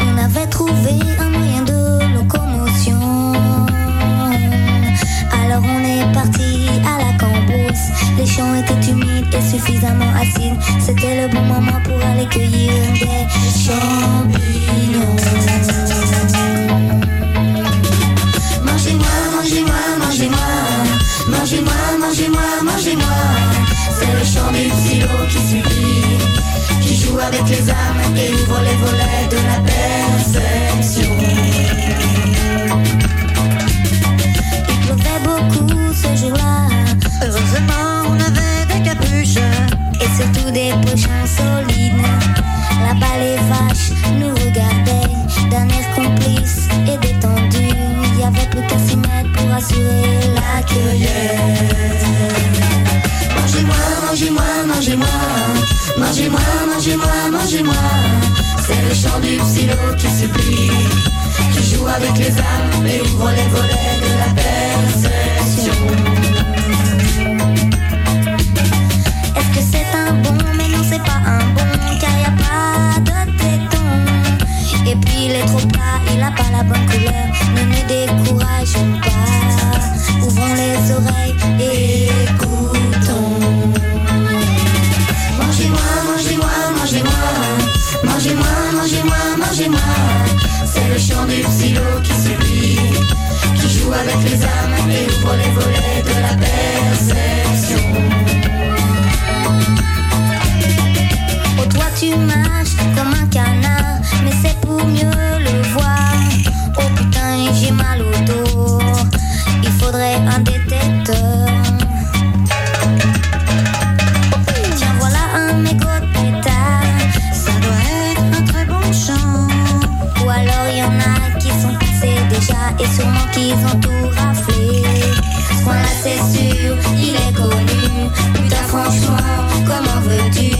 S12: on avait trouvé un moyen de locomotion. Alors on est parti à la cambrousse. Les champs étaient humides et suffisamment acides. C'était le bon moment pour aller cueillir des champignons. Mangez-moi, mangez-moi, mangez-moi. Mangez-moi, mangez-moi, mangez-moi. C'est le chant du silo qui suffit. Qui joue avec les âmes et ouvre les volets de la perception. Il pleuvait beaucoup ce jour-là. Heureusement, on avait des capuches. Et surtout des pochons solides. Là-bas, les vaches nous regardaient d'un air complice et détendu. Il y avait plus qu'à s'y mettre pour assurer la cueillette. Mangez-moi, mangez-moi, mangez-moi. Mangez-moi, mangez-moi, mangez-moi. C'est le chant du psylo qui supplie, qui joue avec les âmes et ouvre les volets de la perception. Est-ce que c'est un bon Mais non, c'est pas un bon, car y a pas de téton. trop pas, il a pas la bonne couleur. Ne nous décourageons pas. Ouvrons les oreilles et écoutons. Mangez-moi, mangez-moi, mangez-moi. Mangez-moi, mangez-moi, mangez-moi. C'est le chant du silo qui subit, qui joue avec les âmes et ouvre les volets de la perception. Oh toi tu marches comme un canard, mais c'est pour mieux le voir. Oh putain j'ai mal au dos, il faudrait un détecteur. Tiens voilà un mégot de pétard, ça doit être un très bon chant. Ou alors il y en a qui sont passés déjà et sûrement qu'ils ont tout raflé. Ce coin là c'est sûr, il est connu. Putain franchement, comment veux-tu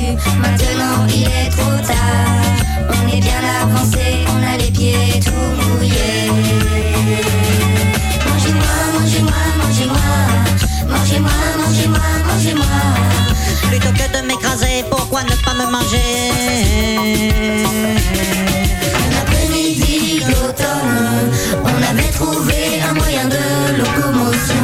S12: Maintenant il est trop tard. On est bien avancé, on a les pieds tout mouillés. Mangez-moi, mangez-moi, mangez-moi. Mangez-moi, mangez-moi, mangez-moi.
S9: Plutôt que de m'écraser, pourquoi ne pas me manger
S12: Un après-midi d'automne, on avait trouvé un moyen de locomotion.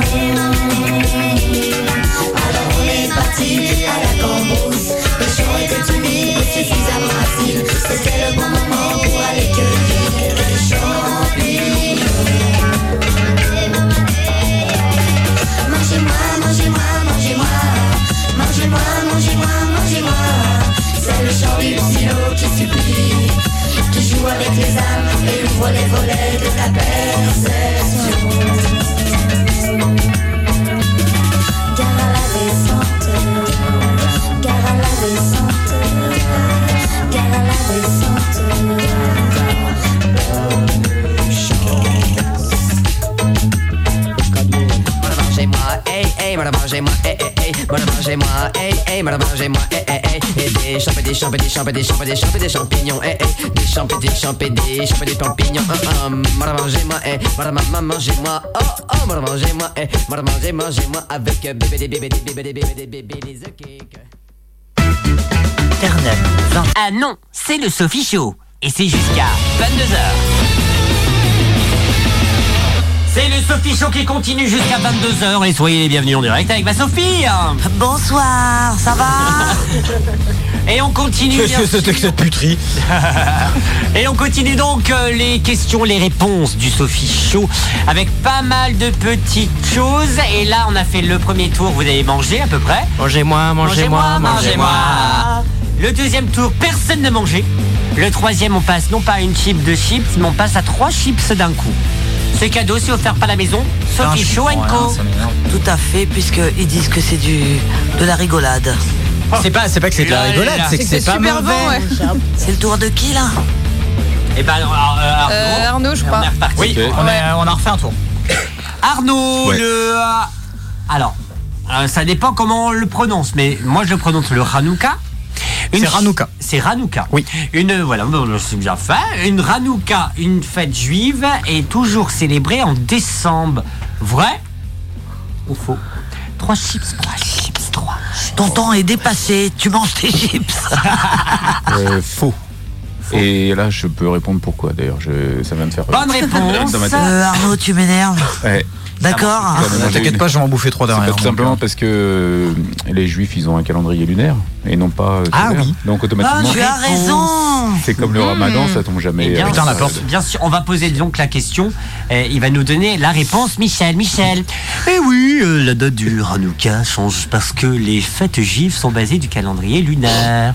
S12: Alors on est parti à la cambrousse. Le champ était humide et suffisamment facile. C'était le bon moment pour aller cueillir les champignons. Mangez-moi, mangez-moi, mangez-moi. Mangez-moi, mangez-moi, mangez-moi. C'est le chant du silo qui supplie, qui joue avec les âmes et ouvre les volets de la perception. Gare à la descente, gare à la descente, gare à la descente.
S13: Voilà, mangez-moi, hey, hey, voilà, mangez-moi, hey, hey, hey, voilà, mangez-moi, hey, hey, voilà, mangez-moi, hey, hey, hey, et des champs, et des champs, et des champs, et des champs, et des champs, et des champignons, hey, hey, des champs, et des champs, et des champs, et des champignons, hum, hum. voilà, mangez-moi, hey, voilà, maman, mangez-moi, oh, oh, voilà, mangez-moi, hey, voilà, mangez, mangez-moi, avec euh, bébé, des bébés, des bébés, des bébés, des bébés, des œufs cakes.
S3: Ah non, c'est le Sophie Show. Et c'est jusqu'à 22h. C'est le Sophie Show qui continue jusqu'à 22h. Et soyez les bienvenus en direct avec ma Sophie.
S2: Bonsoir, ça va
S3: Et on continue.
S7: Qu'est-ce que
S3: bien
S7: c'était que cette puterie
S3: Et on continue donc euh, les questions, les réponses du Sophie Show avec pas mal de petites choses. Et là, on a fait le premier tour, vous avez mangé à peu près.
S10: Mangez-moi, mangez-moi, mangez-moi.
S3: Le deuxième tour, personne n'a mangé. Le troisième, on passe non pas à une chip, deux chips, mais on passe à trois chips d'un coup. C'est cadeau, c'est offert par la maison. Sophie Show Co.
S2: Tout à fait, puisqu'ils disent que c'est du de la rigolade.
S7: Oh. C'est pas, Ah, c'est pas que c'est de la
S2: Là,
S7: rigolade,
S2: là.
S7: c'est que c'est pas mauvais.
S2: C'est le tour de qui là
S3: Et ben alors, euh, Arnaud,
S14: Euh, Arnaud, je
S3: on
S14: crois.
S3: est reparti.
S7: Oui, on, a, on a refait un tour.
S3: Arnaud,
S7: Ouais.
S3: le. euh, alors, euh, ça dépend comment on le prononce, mais moi je le prononce le Hanouka. C'est Ranouka. C'est Ranouka. Oui. Une, voilà, bon, c'est bien fait. Une Ranouka, une fête juive, est toujours célébrée en décembre. Vrai ou faux Trois chips, trois chips, trois.
S2: Ton temps est dépassé, tu manges tes chips.
S5: Euh, faux. Et là, je peux répondre pourquoi d'ailleurs. Je... Ça va me faire.
S2: Bonne réponse.
S5: Dans ma tête.
S2: Euh, Arnaud, tu m'énerves.
S5: Ouais.
S2: D'accord.
S5: Ouais, mais moi, j'ai
S7: T'inquiète
S5: une-
S7: pas, je vais en bouffer trois
S5: C'est
S7: derrière,
S5: pas Tout
S7: donc,
S5: simplement parce que euh, les juifs, ils ont un calendrier lunaire et non pas. euh,
S3: Ah
S5: solaire.
S3: oui.
S5: Donc automatiquement.
S3: Bonne réponse.
S5: C'est comme le
S3: Mmh.
S2: Hmm.
S5: ramadan, ça tombe jamais.
S2: Eh
S3: Et bien,
S5: euh,
S3: sûr-
S5: euh,
S3: Bien sûr, on va poser donc la question. euh, il va nous donner la réponse, Michel. Michel. Eh oui, euh, la date du Hanouka change parce que les fêtes juives sont basées du calendrier lunaire.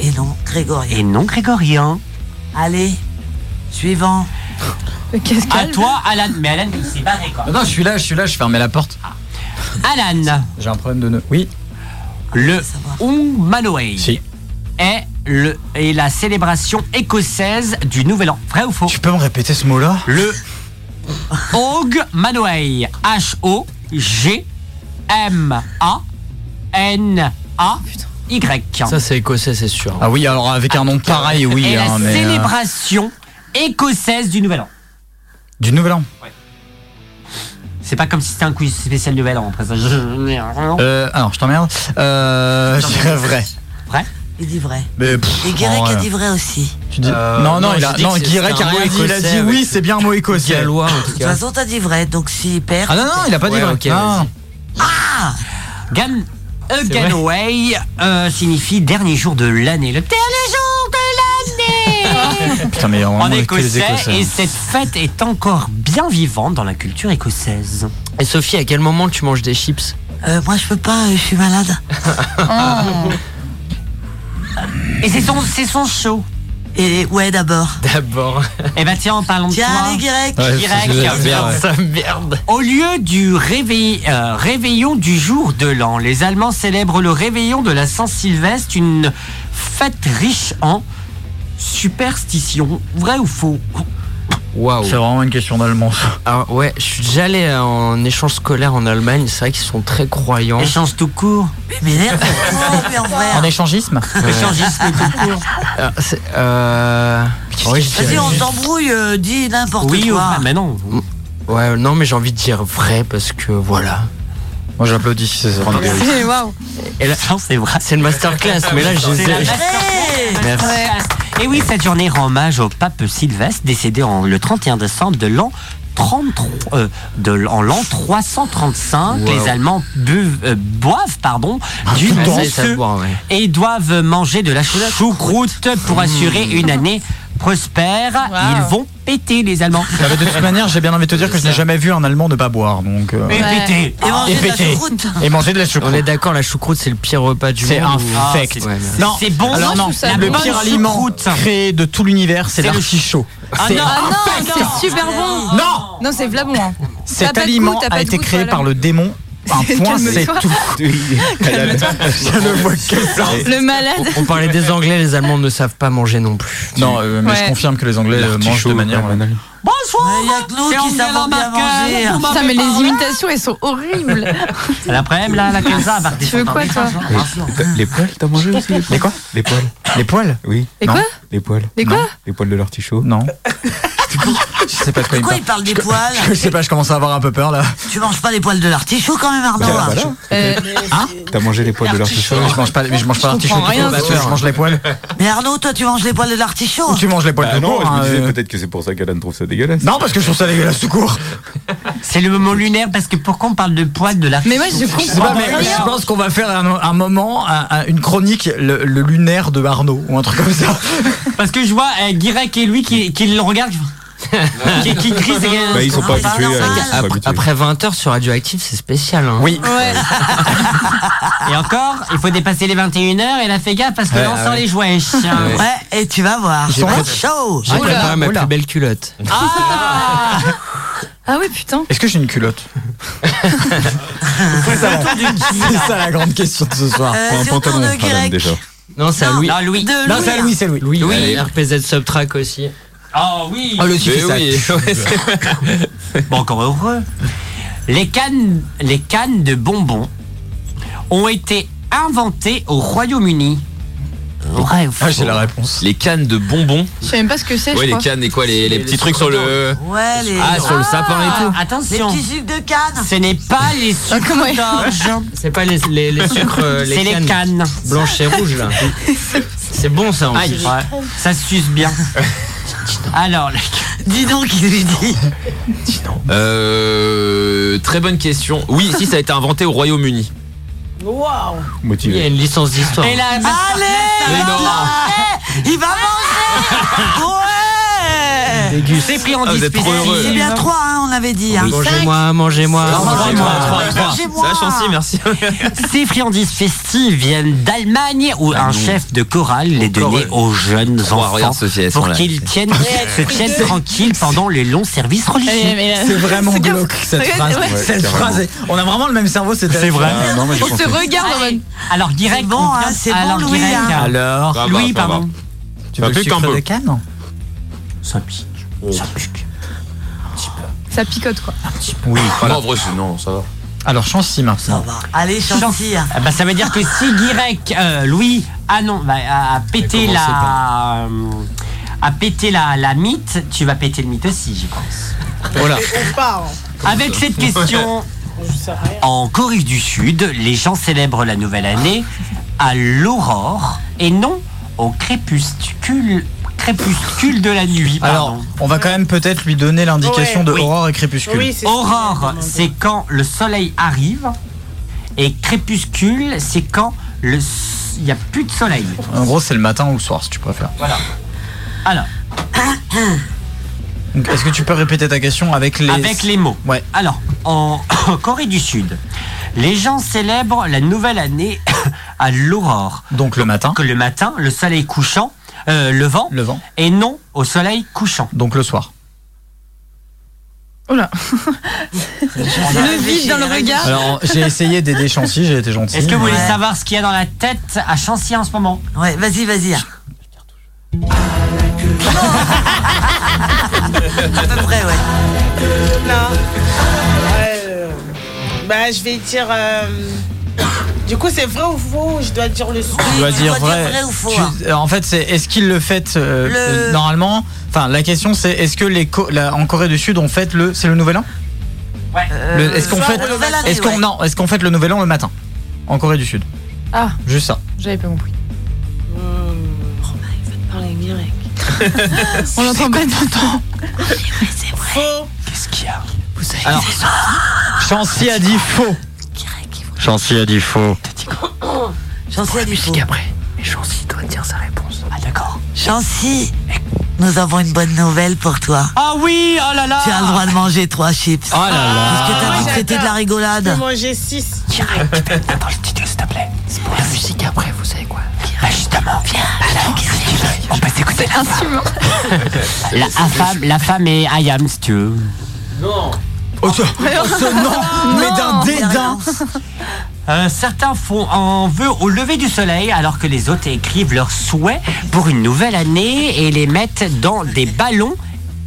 S2: Et non, Grégorien.
S3: Et non, Grégorien.
S2: Allez, suivant.
S14: Qu'est-ce
S3: À toi, Alan. Mais Alan, il s'est barré quoi. Ah.
S7: Non, je suis là, je suis là, je fermais la porte.
S3: Alan.
S7: J'ai un problème de nœud. Oui.
S3: Le Manoé est, le, est la célébration écossaise du Nouvel An. Vrai ou faux Tu
S7: peux me répéter ce mot-là
S3: Le Og Manoé. H-O-G-M-A-N-A-Y.
S10: Ça, c'est écossais, c'est sûr.
S7: Ah oui, alors avec un nom pareil, oui.
S3: Et
S7: hein,
S3: la
S7: mais, euh,
S3: célébration écossaise du Nouvel An.
S7: euh, Du Nouvel An
S3: C'est pas comme si c'était un quiz spécial Nouvel An. Après ça, je-
S7: Euh, alors, je t'emmerde. Euh, je dirais vrai.
S3: Vrai
S2: Il dit vrai.
S7: Mais, pff,
S2: Et Guérec
S7: en
S2: a
S7: vrai.
S2: dit vrai aussi.
S7: Tu dis-
S10: Euh,
S7: non, non,
S10: non,
S7: il
S10: j'ai
S7: a,
S10: dit
S7: non
S10: que c'est-
S7: Guirec
S10: c'est
S7: a
S10: un
S7: rien
S10: mot
S7: dit. Il a
S10: écossais
S7: dit
S10: avec-
S7: oui, c'est bien un mot écossais.
S10: Gallois, en tout
S2: De toute façon, t'as dit vrai, donc s'il perd.
S3: Ah non, non, il a pas dit vrai. Non. Ah Gan A
S2: vrai.
S3: Ganaway euh, signifie dernier jour de l'année. Le dernier jour de l'année
S7: Putain, mais on
S3: En
S7: on est que les
S3: écossais,
S7: Écossais.
S3: et cette fête est encore bien vivante dans la culture écossaise.
S10: Et Sophie, à quel moment tu manges des chips
S2: Euh, moi, je peux pas, euh, je suis malade. Oh.
S3: Et c'est son, c'est son show.
S2: Et ouais, d'abord.
S10: D'abord.
S3: Eh ben tiens, en parlant de
S2: Tiens,
S3: toi.
S2: allez, Guirec.
S10: Ouais,
S3: Guirec,
S10: c'est ça,
S3: merde.
S10: ça, merde.
S3: Au lieu du réveil- euh, réveillon du jour de l'an, les Allemands célèbrent le réveillon de la Saint-Sylvestre, une fête riche en superstitions. Vrai ou faux
S10: Waouh. C'est
S7: vraiment une question d'allemand.
S10: Ah ouais, je suis déjà allé en échange scolaire en Allemagne, c'est vrai qu'ils sont très croyants.
S3: Échange tout court
S2: Mais merde, mais en vrai.
S7: En échangisme
S3: Échangisme tout court.
S10: Euh, c'est- euh... ouais, je dirais-
S2: Vas-y, on s'embrouille, euh, dis n'importe quoi.
S3: mais non.
S10: Mm. Ouais, non, mais j'ai envie de dire vrai parce que voilà.
S7: Moi j'applaudis si c'est ça.
S4: Mais waouh.
S10: Et là,
S3: c'est vrai.
S10: C'est une masterclass, mais là, je
S3: C'est la masterclass.
S10: Merci.
S3: Et oui, cette journée rend hommage au pape Sylvestre, décédé en, le 31 décembre de l'an 33, euh, de, l- en l'an 335.
S10: Wow.
S3: Les Allemands buvent- euh, boivent pardon, du
S10: Ah, ça, ça
S3: danceux
S10: boit, ouais.
S3: et doivent manger de la choucroute pour assurer une année prospère. Ils vont péter, les Allemands.
S7: Ah, mais de toute manière, j'ai bien envie de te dire que je n'ai jamais vu un Allemand ne pas boire. Donc, euh,
S3: Et Ouais. péter. Et manger de la choucroute.
S7: Et manger de la choucroute.
S10: On est d'accord, la choucroute, c'est le pire repas du
S7: C'est
S10: monde.
S7: infect.
S10: Ouais, merci.
S7: non,
S3: c'est bon,
S7: alors
S3: non,
S7: non,
S3: ça,
S7: le
S3: bonne
S7: pire aliment
S3: choucroute.
S7: créé de tout l'univers, c'est
S3: C'est le-
S7: l'artichaut.
S3: Ah
S7: C'est
S3: non, ah non,
S7: infect.
S3: non.
S4: C'est super bon.
S7: Non
S4: Non, c'est vla bon. hein. T'as pas
S7: Cet
S4: de goût,
S7: aliment
S4: t'as pas de
S7: a été
S4: goût,
S7: créé
S4: toi,
S7: par
S4: là.
S7: le démon. Un point, c'est
S4: Calme-toi.
S7: tout. Je le vois que ça.
S4: Le malade.
S10: On parlait des Anglais, les Allemands ne savent pas manger non plus.
S7: Non, euh, mais je
S4: Ouais.
S7: confirme que les Anglais euh, mangent de manière.
S3: Bonsoir
S2: Il y a que
S3: C'est
S2: nous qui
S3: Angela
S2: savons bien
S3: Merkel.
S2: manger.
S3: Vous
S4: Putain,
S3: m'avez
S4: mais les
S3: parlé.
S4: imitations, elles sont horribles.
S3: La problème, là, la casa, va
S4: Tu veux quoi, toi
S5: Les, les poils, t'as mangé aussi Les quoi Les poils.
S7: Les poils
S5: Oui.
S4: Les
S5: Non.
S4: quoi
S5: Les poils.
S4: Les
S5: Non.
S4: quoi
S5: Les poils de l'artichaut
S7: Non. Je sais pas de quoi
S2: Pourquoi
S7: il
S2: il parle des
S7: parle.
S2: poils
S7: Je sais pas, je commence à avoir un peu peur là.
S2: Tu manges pas les poils de l'artichaut quand même, Arnaud
S7: Bah,
S2: là.
S7: voilà.
S4: Euh,
S5: T'as mangé les poils de l'artichaut
S7: Je mange pas, mais je mange pas
S2: Je
S7: l'artichaut,
S2: comprends rien, Oh.
S7: je
S2: ce
S7: mange les poils.
S2: Mais Arnaud, toi, tu manges les poils de l'artichaut
S7: Ou tu manges les poils
S5: Bah
S7: de
S5: non,
S7: cours.
S5: je me
S7: hein,
S5: disais
S7: euh.
S5: peut-être que c'est pour ça qu'Alan trouve ça dégueulasse.
S7: Non, parce que je trouve ça dégueulasse tout court.
S3: C'est le moment lunaire parce que pourquoi on parle de poils de la
S4: Mais moi, je
S7: Je sais pas,
S4: comprends
S7: mais
S4: rien.
S7: je pense qu'on va faire un, un moment, un- un- une chronique, le, le lunaire de Arnaud, ou un truc comme ça.
S3: Parce que je vois euh, Guirec et lui qui, qui le regardent. qui, qui crient, c'est
S5: Bah, ils sont pas
S2: C'est pas
S5: habitués.
S2: normal.
S5: euh, ils sont pas
S10: Après,
S5: habitués.
S10: 20h sur Radioactive, c'est spécial. hein.
S7: Oui.
S4: Ouais.
S3: Et encore, il faut dépasser les 21h et la fait gaffe parce que
S10: Ouais, ah
S3: là on
S10: ouais.
S3: sort les jouets.
S10: Ouais.
S2: Ouais, et tu vas voir.
S10: J'ai
S2: Ah,
S10: pas-
S2: chaud
S10: J'ai préparé ma
S7: oula.
S10: plus belle culotte.
S4: Ah ouais, putain.
S7: Est-ce que j'ai une culotte C'est ça, c'est ça la grande question de ce soir.
S2: Euh,
S5: Faut un
S2: c'est au tour
S5: pantalon,
S2: de
S5: Alan,
S2: Guirec.
S5: déjà.
S10: Non, c'est à Louis.
S3: Non, Louis.
S2: De
S7: Non,
S2: Louis.
S7: c'est à Louis, c'est à Louis. Louis.
S10: Allez, RPZ Subtrack aussi.
S3: Oh oui
S7: Ah, le suffit,
S10: Mais
S7: ça
S10: oui.
S7: pue.
S10: Ouais, c'est-
S3: Bon, encore heureux. Les cannes, les cannes de bonbons ont été inventées au Royaume-Uni. Vrai ou faux
S7: Ah, j'ai la réponse.
S11: Les cannes de bonbons.
S4: Je sais même pas ce que c'est,
S11: Ouais,
S4: je
S11: les
S4: crois.
S11: cannes et quoi Les, les petits
S10: les
S11: trucs sur le.
S2: Ouais, les,
S11: Ah, sur le sapin et tout.
S2: les
S3: Attention,
S2: petits sucres de canne.
S3: ce n'est pas les
S4: Ah, comment
S3: sucres d'orge,
S10: C'est pas les, les, les sucres, euh, les
S3: c'est
S10: cannes,
S3: les cannes.
S10: blanches et rouges là. C'est bon ça en
S3: Aïe,
S10: plus.
S3: ouais. ça se suce bien. Alors, les cannes-
S2: Dis donc, il lui dit.
S11: Euh, très bonne question. Oui, si ça a été inventé au Royaume-Uni.
S10: Il y a
S5: Motivé.
S10: une licence d'histoire.
S3: et la
S2: Allez
S11: Mais non.
S2: ouais, Il va manger Ouais
S3: c'est pris en
S11: Ah, vous êtes trop
S3: dispute.
S11: heureux.
S2: C'est bien trois, hein, on avait dit. Hein.
S10: Mangez-moi, mangez-moi.
S3: Mangez-moi.
S10: mangez-moi.
S2: Mangez-moi.
S11: Ça, Chancy, merci.
S3: Ces friandises festives viennent d'Allemagne où un chef de chorale les donnait
S11: Ah chorale.
S3: aux jeunes
S11: Oh,
S3: enfants
S11: regarde, Sophie, elles sont
S3: pour
S11: là.
S3: qu'ils tiennent, se tiennent tranquilles pendant les longs services
S4: Eh,
S3: religieux.
S4: mais, euh,
S7: C'est vraiment
S4: c'est
S7: glauque
S4: grave.
S7: cette
S4: Ouais,
S7: phrase.
S4: ouais.
S7: Cette
S5: carrément.
S7: phrase. est- On a vraiment le même cerveau, c'est C'est vrai.
S5: Ah, non, mais j'ai
S4: On se
S5: pensé.
S4: regarde en mode.
S3: Alors Guirec,
S2: C'est bon,
S3: on
S2: hein,
S3: vient-
S2: c'est bon,
S3: alors,
S2: Louis,
S3: Guirec,
S2: hein.
S7: Alors,
S11: Ah, bah,
S3: Louis,
S11: ça va.
S3: pardon.
S7: tu
S11: Ça
S7: veux le
S11: pique un
S7: sucre
S11: peu.
S7: de canne
S3: Ça pique,
S11: Oh.
S3: ça pique.
S4: Ça picote, quoi.
S7: Ah, Oui.
S11: Non, en vrai, c'est- non, ça va.
S7: Alors, Chancy
S2: Ça
S7: maintenant.
S2: va. Allez, Chancy. hein.
S3: Ah bah, ça veut dire que si Guirec, euh, Louis, ah non, bah, a, a pété
S10: commencé
S3: la, euh, a pété la, la mythe, tu vas péter le mythe aussi, je pense.
S11: Oh
S10: Voilà.
S6: On part.
S3: Avec cette question.
S6: Je sais rien.
S3: En Corée du Sud, les gens célèbrent la nouvelle année à l'aurore et non au crépuscule. crépuscule. crépuscule de la nuit.
S7: Alors, on va quand même peut-être lui donner l'indication de Aurore et Crépuscule.
S3: Aurore, c'est quand le soleil arrive. Et crépuscule, c'est quand le s- il n'y a plus de soleil.
S7: En gros, c'est le matin ou le soir, si tu préfères.
S3: Voilà. Alors,
S7: Donc, Ah, Est-ce que tu peux répéter ta question avec les...
S3: Avec les mots.
S7: Ouais.
S3: Alors, en Corée du Sud, les gens célèbrent la nouvelle année à l'aurore.
S7: Donc le matin.
S3: Que le matin, le soleil couchant, euh, le vent. Le vent. Et non au soleil couchant.
S7: Donc le soir.
S4: Oula.
S3: Le vide dans le regard.
S7: Alors, j'ai essayé d'aider Chancy, j'ai été gentil.
S3: Est-ce que vous voulez
S7: mais-
S3: savoir ce qu'il y a dans la tête à Chancy en ce moment
S2: Ouais, vas-y, vas-y. hein.
S6: À
S2: peu près, ouais.
S6: Non. Euh, bah, je vais dire. euh, Du coup, c'est vrai ou faux Je dois dire le sou.
S7: Tu dois dire vrai. Tu-
S2: hein.
S7: euh, en fait, c'est est-ce qu'ils le fêtent euh,
S6: Le-
S7: euh, normalement Enfin, la question c'est est-ce que les co- la- en Corée du Sud on fête le c'est le Nouvel An
S3: Ouais.
S9: Euh,
S7: Le- Est-ce qu'on fête Est-ce qu'on non Est-ce qu'on fête le Nouvel An le matin en Corée du Sud
S4: Ah,
S7: Juste ça.
S4: j'avais pas compris. On l'entend pas tout le temps.
S2: C'est
S6: vrai.
S3: Qu'est-ce qu'il y a
S7: Alors, Chancy a dit faux.
S15: Chancy a dit faux.
S2: Chancy a dit faux.
S13: après. Mais Chancy doit dire sa réponse.
S3: Ah d'accord.
S2: Chancy, nous avons une bonne nouvelle pour toi.
S3: Ah oui, oh là là
S2: Tu as le droit de manger trois chips.
S15: Oh là là.
S2: Parce
S6: Ah.
S2: que t'as dit que c'était de la rigolade.
S6: manger 6.
S3: Attends, le tuto, s'il te plaît. C'est pour la musique
S13: après, vous savez quoi
S3: Bah justement, viens. Alors, si tu veux, on peut s'écouter la femme. La, la femme, la femme et Ayam, si tu veux.
S13: Non.
S7: Oh, ce,
S3: oh, ce
S6: Ah.
S3: nom, mais d'un dédain. Euh, certains font en vœu au lever du soleil, alors que les autres écrivent leurs souhaits pour une nouvelle année et les mettent dans des ballons.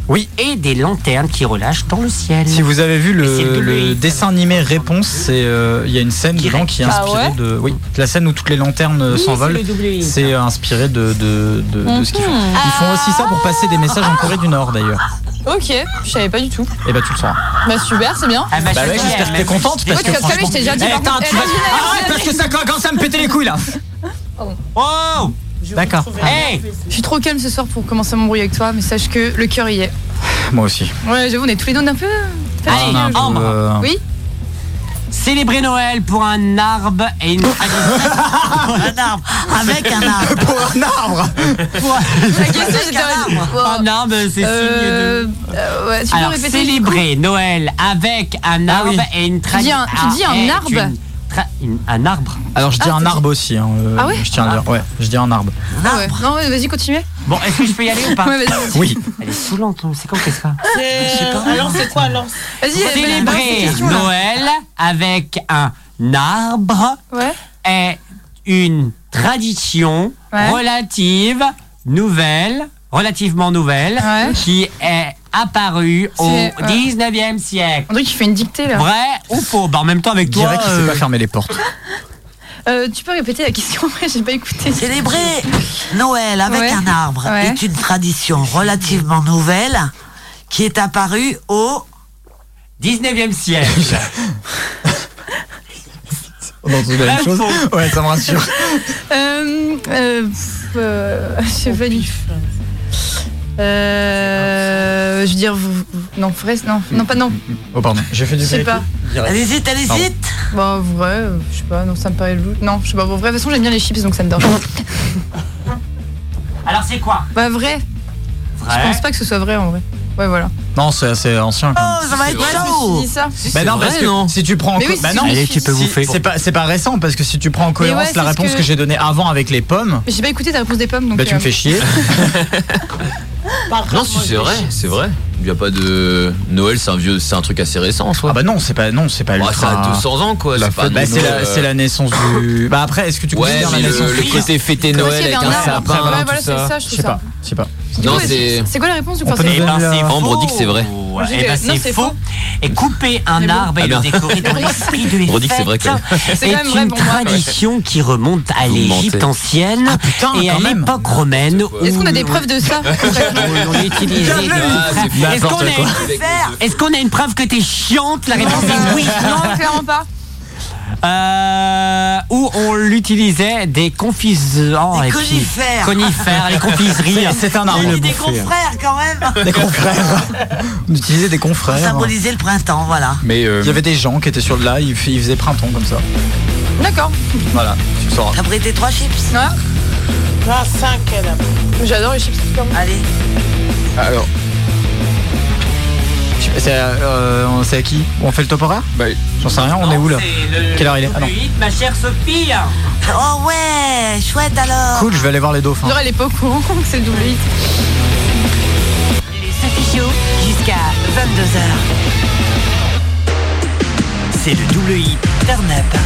S7: Oui.
S3: Et des lanternes qui relâchent dans le ciel.
S7: Si vous avez vu
S3: Mais c'est
S7: le,
S3: bleu.
S7: le dessin animé Réponse, c'est euh, il y a une scène dedans qui est
S3: Ah
S7: inspirée
S3: ouais
S7: de oui la scène où toutes les lanternes euh,
S3: Oui,
S7: s'envolent.
S3: c'est le double hélice.
S7: C'est euh, inspiré de de, de, de ce qu'ils font.
S4: Mhm.
S7: Ils font aussi ça pour passer des messages en Corée du Nord d'ailleurs.
S4: Ok, je savais pas du tout.
S7: Et bah tu le sauras.
S4: Bah super, c'est bien.
S7: Ah bah, Bah ouais, super, j'espère que t'es mais- contente, parce
S4: Ouais,
S7: que
S4: comme ça,
S7: franchement-
S4: je t'ai déjà dit.
S7: Eh,
S4: par contre-
S7: attends, tu
S4: Eh,
S7: vas-
S4: vas-y, vas-y,
S7: Arrête,
S4: vas-y.
S7: parce que ça commence à me péter les couilles, là.
S4: Pardon.
S3: Oh Eh.
S7: D'accord.
S4: Hey je suis trop calme ce soir pour commencer à m'embrouiller avec toi, mais sache que le cœur y est.
S7: Moi aussi.
S4: Ouais, j'avoue, on est tous les deux un peu.
S3: Allez,
S4: fatigués aujourd'hui.
S3: Ambre.
S4: Oui
S3: Célébrer Noël pour un arbre et
S7: Oh.
S3: une un
S2: arbre avec un arbre
S7: pour un arbre
S4: La question, j'étais en mode, wow.
S3: un arbre c'est
S4: Euh,
S3: signe de
S4: euh, ouais, tu peux
S3: euh, Ah. alors
S4: répéter,
S3: célébrer Noël avec un
S7: Ah
S3: arbre et une
S4: Tu dis
S3: tradition Ah, eh.
S4: un- tu dis un arbre
S3: un arbre
S7: Alors je dis un arbre aussi. hein, euh,
S4: Ah ouais
S7: Je tiens à dire. Ouais, je dis un arbre.
S4: Ah ouais. Non, ouais, vas-y, continue.
S3: Bon, est-ce que je peux y aller ou pas
S4: Ouais, vas-y. Euh,
S7: Oui.
S3: Elle est saoulante, c'est quand qu'est-ce ça
S6: Alors, c'est quoi alors
S4: Vas-y,
S6: euh, bah, balance tes
S3: Célébrer
S6: questions, là.
S3: Noël avec un arbre est une tradition
S4: Ouais.
S3: relative, nouvelle, relativement nouvelle,
S4: Ouais.
S3: qui est apparue au
S4: C'est- ouais.
S3: 19e siècle.
S4: On dirait qu'il fait une dictée là.
S3: Vrai ou faux Bah, En même temps, avec toi.
S7: Direct, il sait pas fermer les portes.
S4: Euh, tu peux répéter la question Après, j'ai pas écouté.
S2: Célébrer Noël avec
S4: Ouais.
S2: un arbre
S4: Ouais.
S2: est une tradition relativement nouvelle qui est apparue au
S3: 19e siècle.
S7: On entend la même chose.
S2: Ah
S7: Ouais, ça me rassure.
S4: Ah, Euh, euh, pff, euh, je sais pas du tout. Euh, je veux dire, vous, vous- non, vrai, non, non, pas non.
S7: Oh pardon, j'ai fait
S4: Je
S7: du
S4: sais pas.
S2: Hésite,
S7: allez hésite.
S4: Bah, vrai, euh, je sais pas, non, ça me paraît loup. Non, je sais pas, bon, vrai, de toute façon, j'aime bien les chips, donc ça me dérange. pas.
S3: Alors, c'est quoi
S4: bah, vrai.
S7: Vrai.
S4: Je pense pas que ce soit vrai en vrai. Ouais, voilà.
S7: Non, c'est assez ancien. Quand même.
S4: va être chaud. ça.
S7: Bah non, parce que si tu prends en
S4: Mais
S7: co-
S4: oui,
S7: bah
S4: si,
S7: non,
S4: si, Allez, si. tu peux
S7: Si-
S4: bouffer.
S7: C'est pas c'est pas récent parce que si tu prends en
S4: Mais ouais,
S7: cohérence
S4: c'est
S7: la
S4: ce
S7: réponse
S4: que-
S7: que, j'ai donnée avant avec les pommes,
S4: Mais j'ai pas écouté ta réponse des pommes, donc.
S7: bah tu me
S4: euh,
S7: fais chier.
S11: Non, si c'est vrai, c'est vrai. Il y a pas de Noël, c'est un vieux, c'est un truc assez récent en soi.
S7: Ah bah non, c'est pas non, c'est pas
S11: Bah,
S7: ultra-
S11: ça a 200 ans, quoi,
S7: La
S11: c'est pas
S7: fête-
S11: non,
S7: bah, c'est
S11: non,
S7: la,
S11: euh,
S7: c'est la naissance du. Bah après, est-ce que tu
S11: Ouais,
S7: considères
S11: mais
S7: la
S11: le-
S7: naissance
S11: le
S7: du
S11: côté fêter Noël Parce qu'il y avait avec un un arbre. sapin,
S4: Ouais, voilà,
S11: tout
S4: c'est
S11: ça.
S4: ça, je
S7: Je
S4: trouve
S7: sais
S4: ça.
S7: pas, je sais pas.
S11: Non,
S4: Ouais,
S11: c'est.
S4: C'est quoi la réponse du
S11: On peut
S4: français
S11: nous donner la-
S4: faux.
S11: Ambre dit que Eh ben, c'est vrai.
S4: Moi, je
S3: Eh
S4: dis
S3: ben,
S4: que- non,
S3: c'est
S4: c'est
S3: faux.
S4: faux.
S3: Et couper un arbre et
S11: Ah
S3: le
S11: merde.
S3: décorer dans l'esprit de
S11: On dit que c'est vrai, quand même.
S3: C'est
S11: C'est quand même vrai
S3: une
S11: pour moi.
S3: tradition qui remonte à
S11: Vous
S3: l'Égypte
S11: mentez. Ah,
S3: ancienne et à
S11: quand même.
S3: l'époque romaine.
S4: Est-ce
S3: où
S4: qu'on a des
S3: l'on-
S4: preuves de ça
S3: où l'on utilisait
S4: Garde-le,
S3: des-
S4: Ah, c'est fou.
S3: Est-ce qu'on
S4: N'importe
S3: a
S4: quoi.
S3: une- Est-ce qu'on a une preuve que t'es chiante La réponse est oui.
S4: Non, clairement bah, pas.
S3: euh, où on l'utilisait des confisants.
S2: Des
S3: et puis-
S2: conifères.
S3: Conifères, les confiseries. hein,
S7: C'est- c'est un arbre,
S2: J'ai dit
S7: le
S2: Des
S7: confrère.
S2: confrères quand même.
S7: Des confrères. On utilisait des confrères.
S2: Symboliser le printemps, voilà.
S16: Mais
S11: euh,
S7: Il y avait des gens qui étaient sur le live, ils f- ils faisaient printemps comme ça.
S4: D'accord.
S7: Voilà, tu le sauras.
S4: Ah
S2: T'as pris tes trois chips
S4: Ouais.
S17: Non, 5 là.
S4: J'adore les chips
S2: Allez.
S7: Alors. C'est euh, on sait à qui On fait le top horaire
S11: Bah,
S7: J'en sais rien, on est où là Quelle heure il est Ah non.
S3: ma chère Sophie.
S2: Oh ouais, chouette alors.
S7: Cool, je vais aller voir les dauphins.
S4: J'aurais l'époque où c'est le double 8.
S1: Les Sophie Show jusqu'à 22h. C'est le double hit turn up.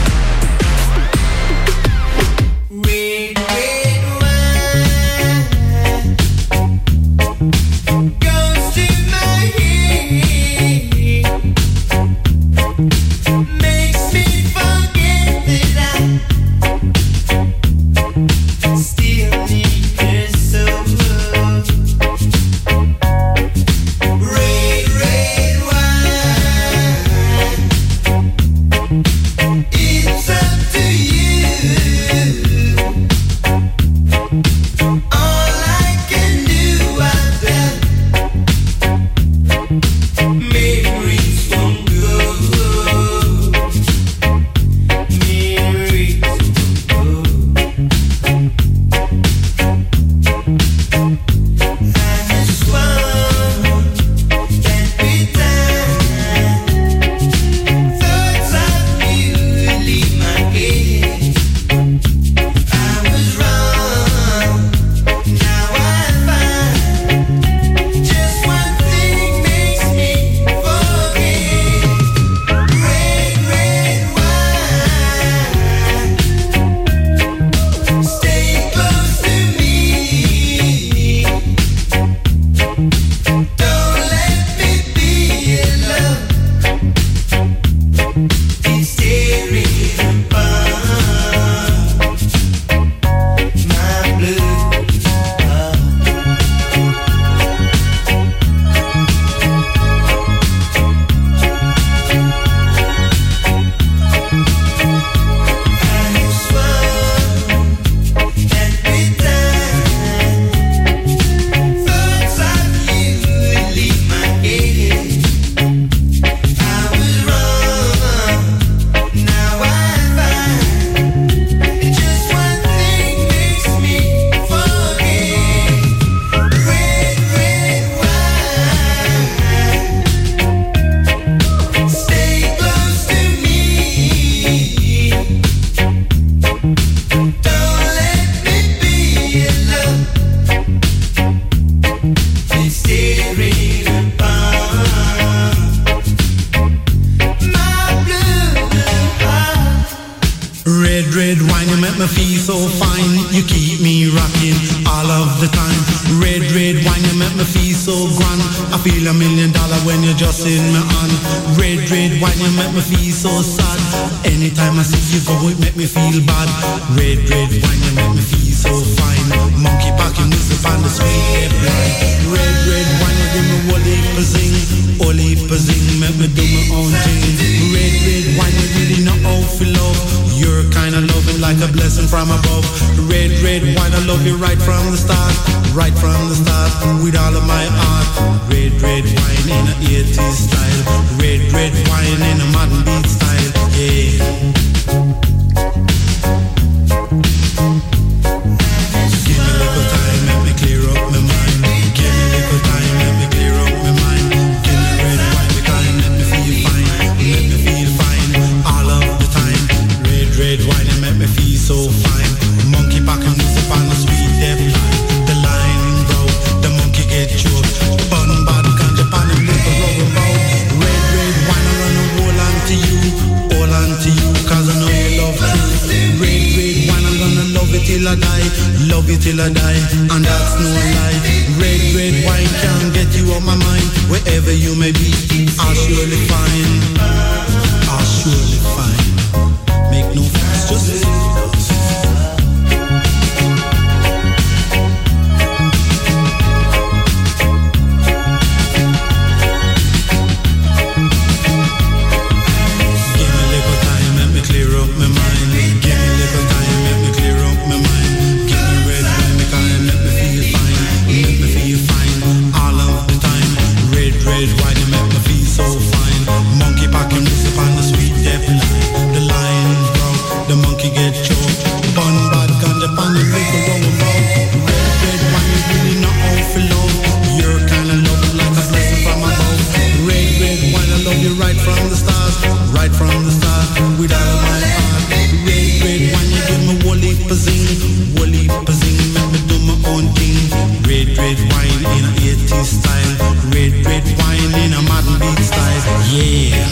S9: Memories won't go. Memories. Stay close to me. Don't let me be in love. These tears above my blue heart. And it's one that we done. Thoughts of you would leave my head. I was wrong. Now I find just one thing makes me forget. Red, red wine. Stay close to me. Don't let me be alone. This tearing apart.
S18: Red, red wine, you make me feel so fine. You keep me rocking all of the time. Red, red wine, you make me feel so grand. I feel a million dollar when you're just in my hand. Red, red wine, you make me feel so sad. Anytime I see you go, it make me feel bad. Red, red wine, you make me feel so fine. Monkey packing music on the sweet blind. Red, red wine, you give me all heap of zing, all heap of zing. Make me do my own thing. Red, red wine, you really know how to love. Your kind of loving like a blessing from above. Red, red wine, I love you right from the start. Right from the start, with all of my heart. Red, red wine in a 80s style. Red, red wine in a modern beat style. Yeah. Give me a little time, let me clear up my mind. Give me a little time, let me clear up my mind. Give me red wine, the kind let me feel fine. Let me feel fine all of the time. Red, red wine, it make me feel so fine. Monkey back and music on the sweet death line. The line broke, the monkey get choked. Bun bad can Japan and look a rubber boat. Red, red wine, I run a roll onto you, all onto you, cause I know you love truth. Red, red wine, I'm gonna love it till I die, love it till I die, and that's no lie. Red, red wine can't get you out my mind. Wherever you may be, I'll surely find. I'll surely find. Make no fuss, just listen. Give me little time, let me clear up down in a modern beat style. Yeah.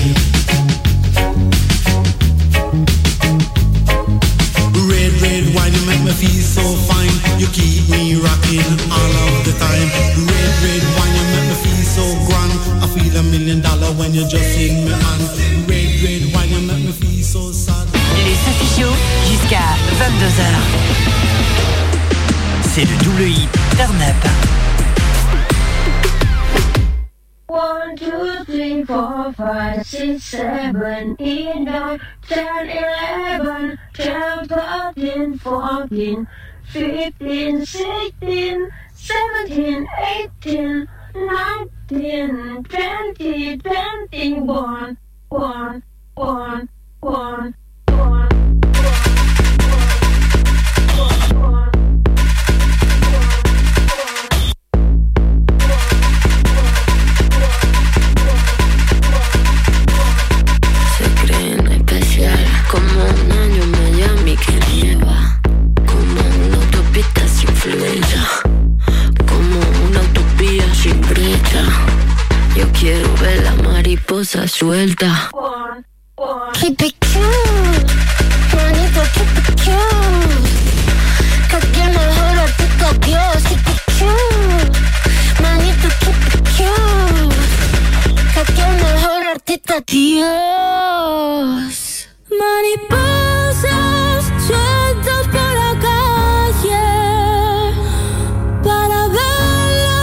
S18: Red, red wine, you make me feel so fine. You keep me rocking all of the time. Red, red wine, you make me feel so grand. I feel a million dollar when you're just in my hand. Red, red wine, you make me feel so sad.
S1: Les officiaux jusqu'à 22h. C'est le double hit Turn Up.
S19: One, two, three, four, five, six, seven, eight, nine, ten, eleven, twelve, thirteen, fourteen, fifteen, sixteen, seventeen, eighteen, nineteen, twenty, twenty-one, one, one, one.
S20: Se creen especial como un año en Miami que nieva, como una autopista sin flecha, como una utopía sin brecha. Yo quiero ver la mariposa suelta.
S19: Keep it cute. Juanito, keep it cute. Que tiene el oro pico Dios. Keep it cute. Manito, keep it cute. Que tiene el oro artista Dios. Mariposas sueltas por la calle. Para verla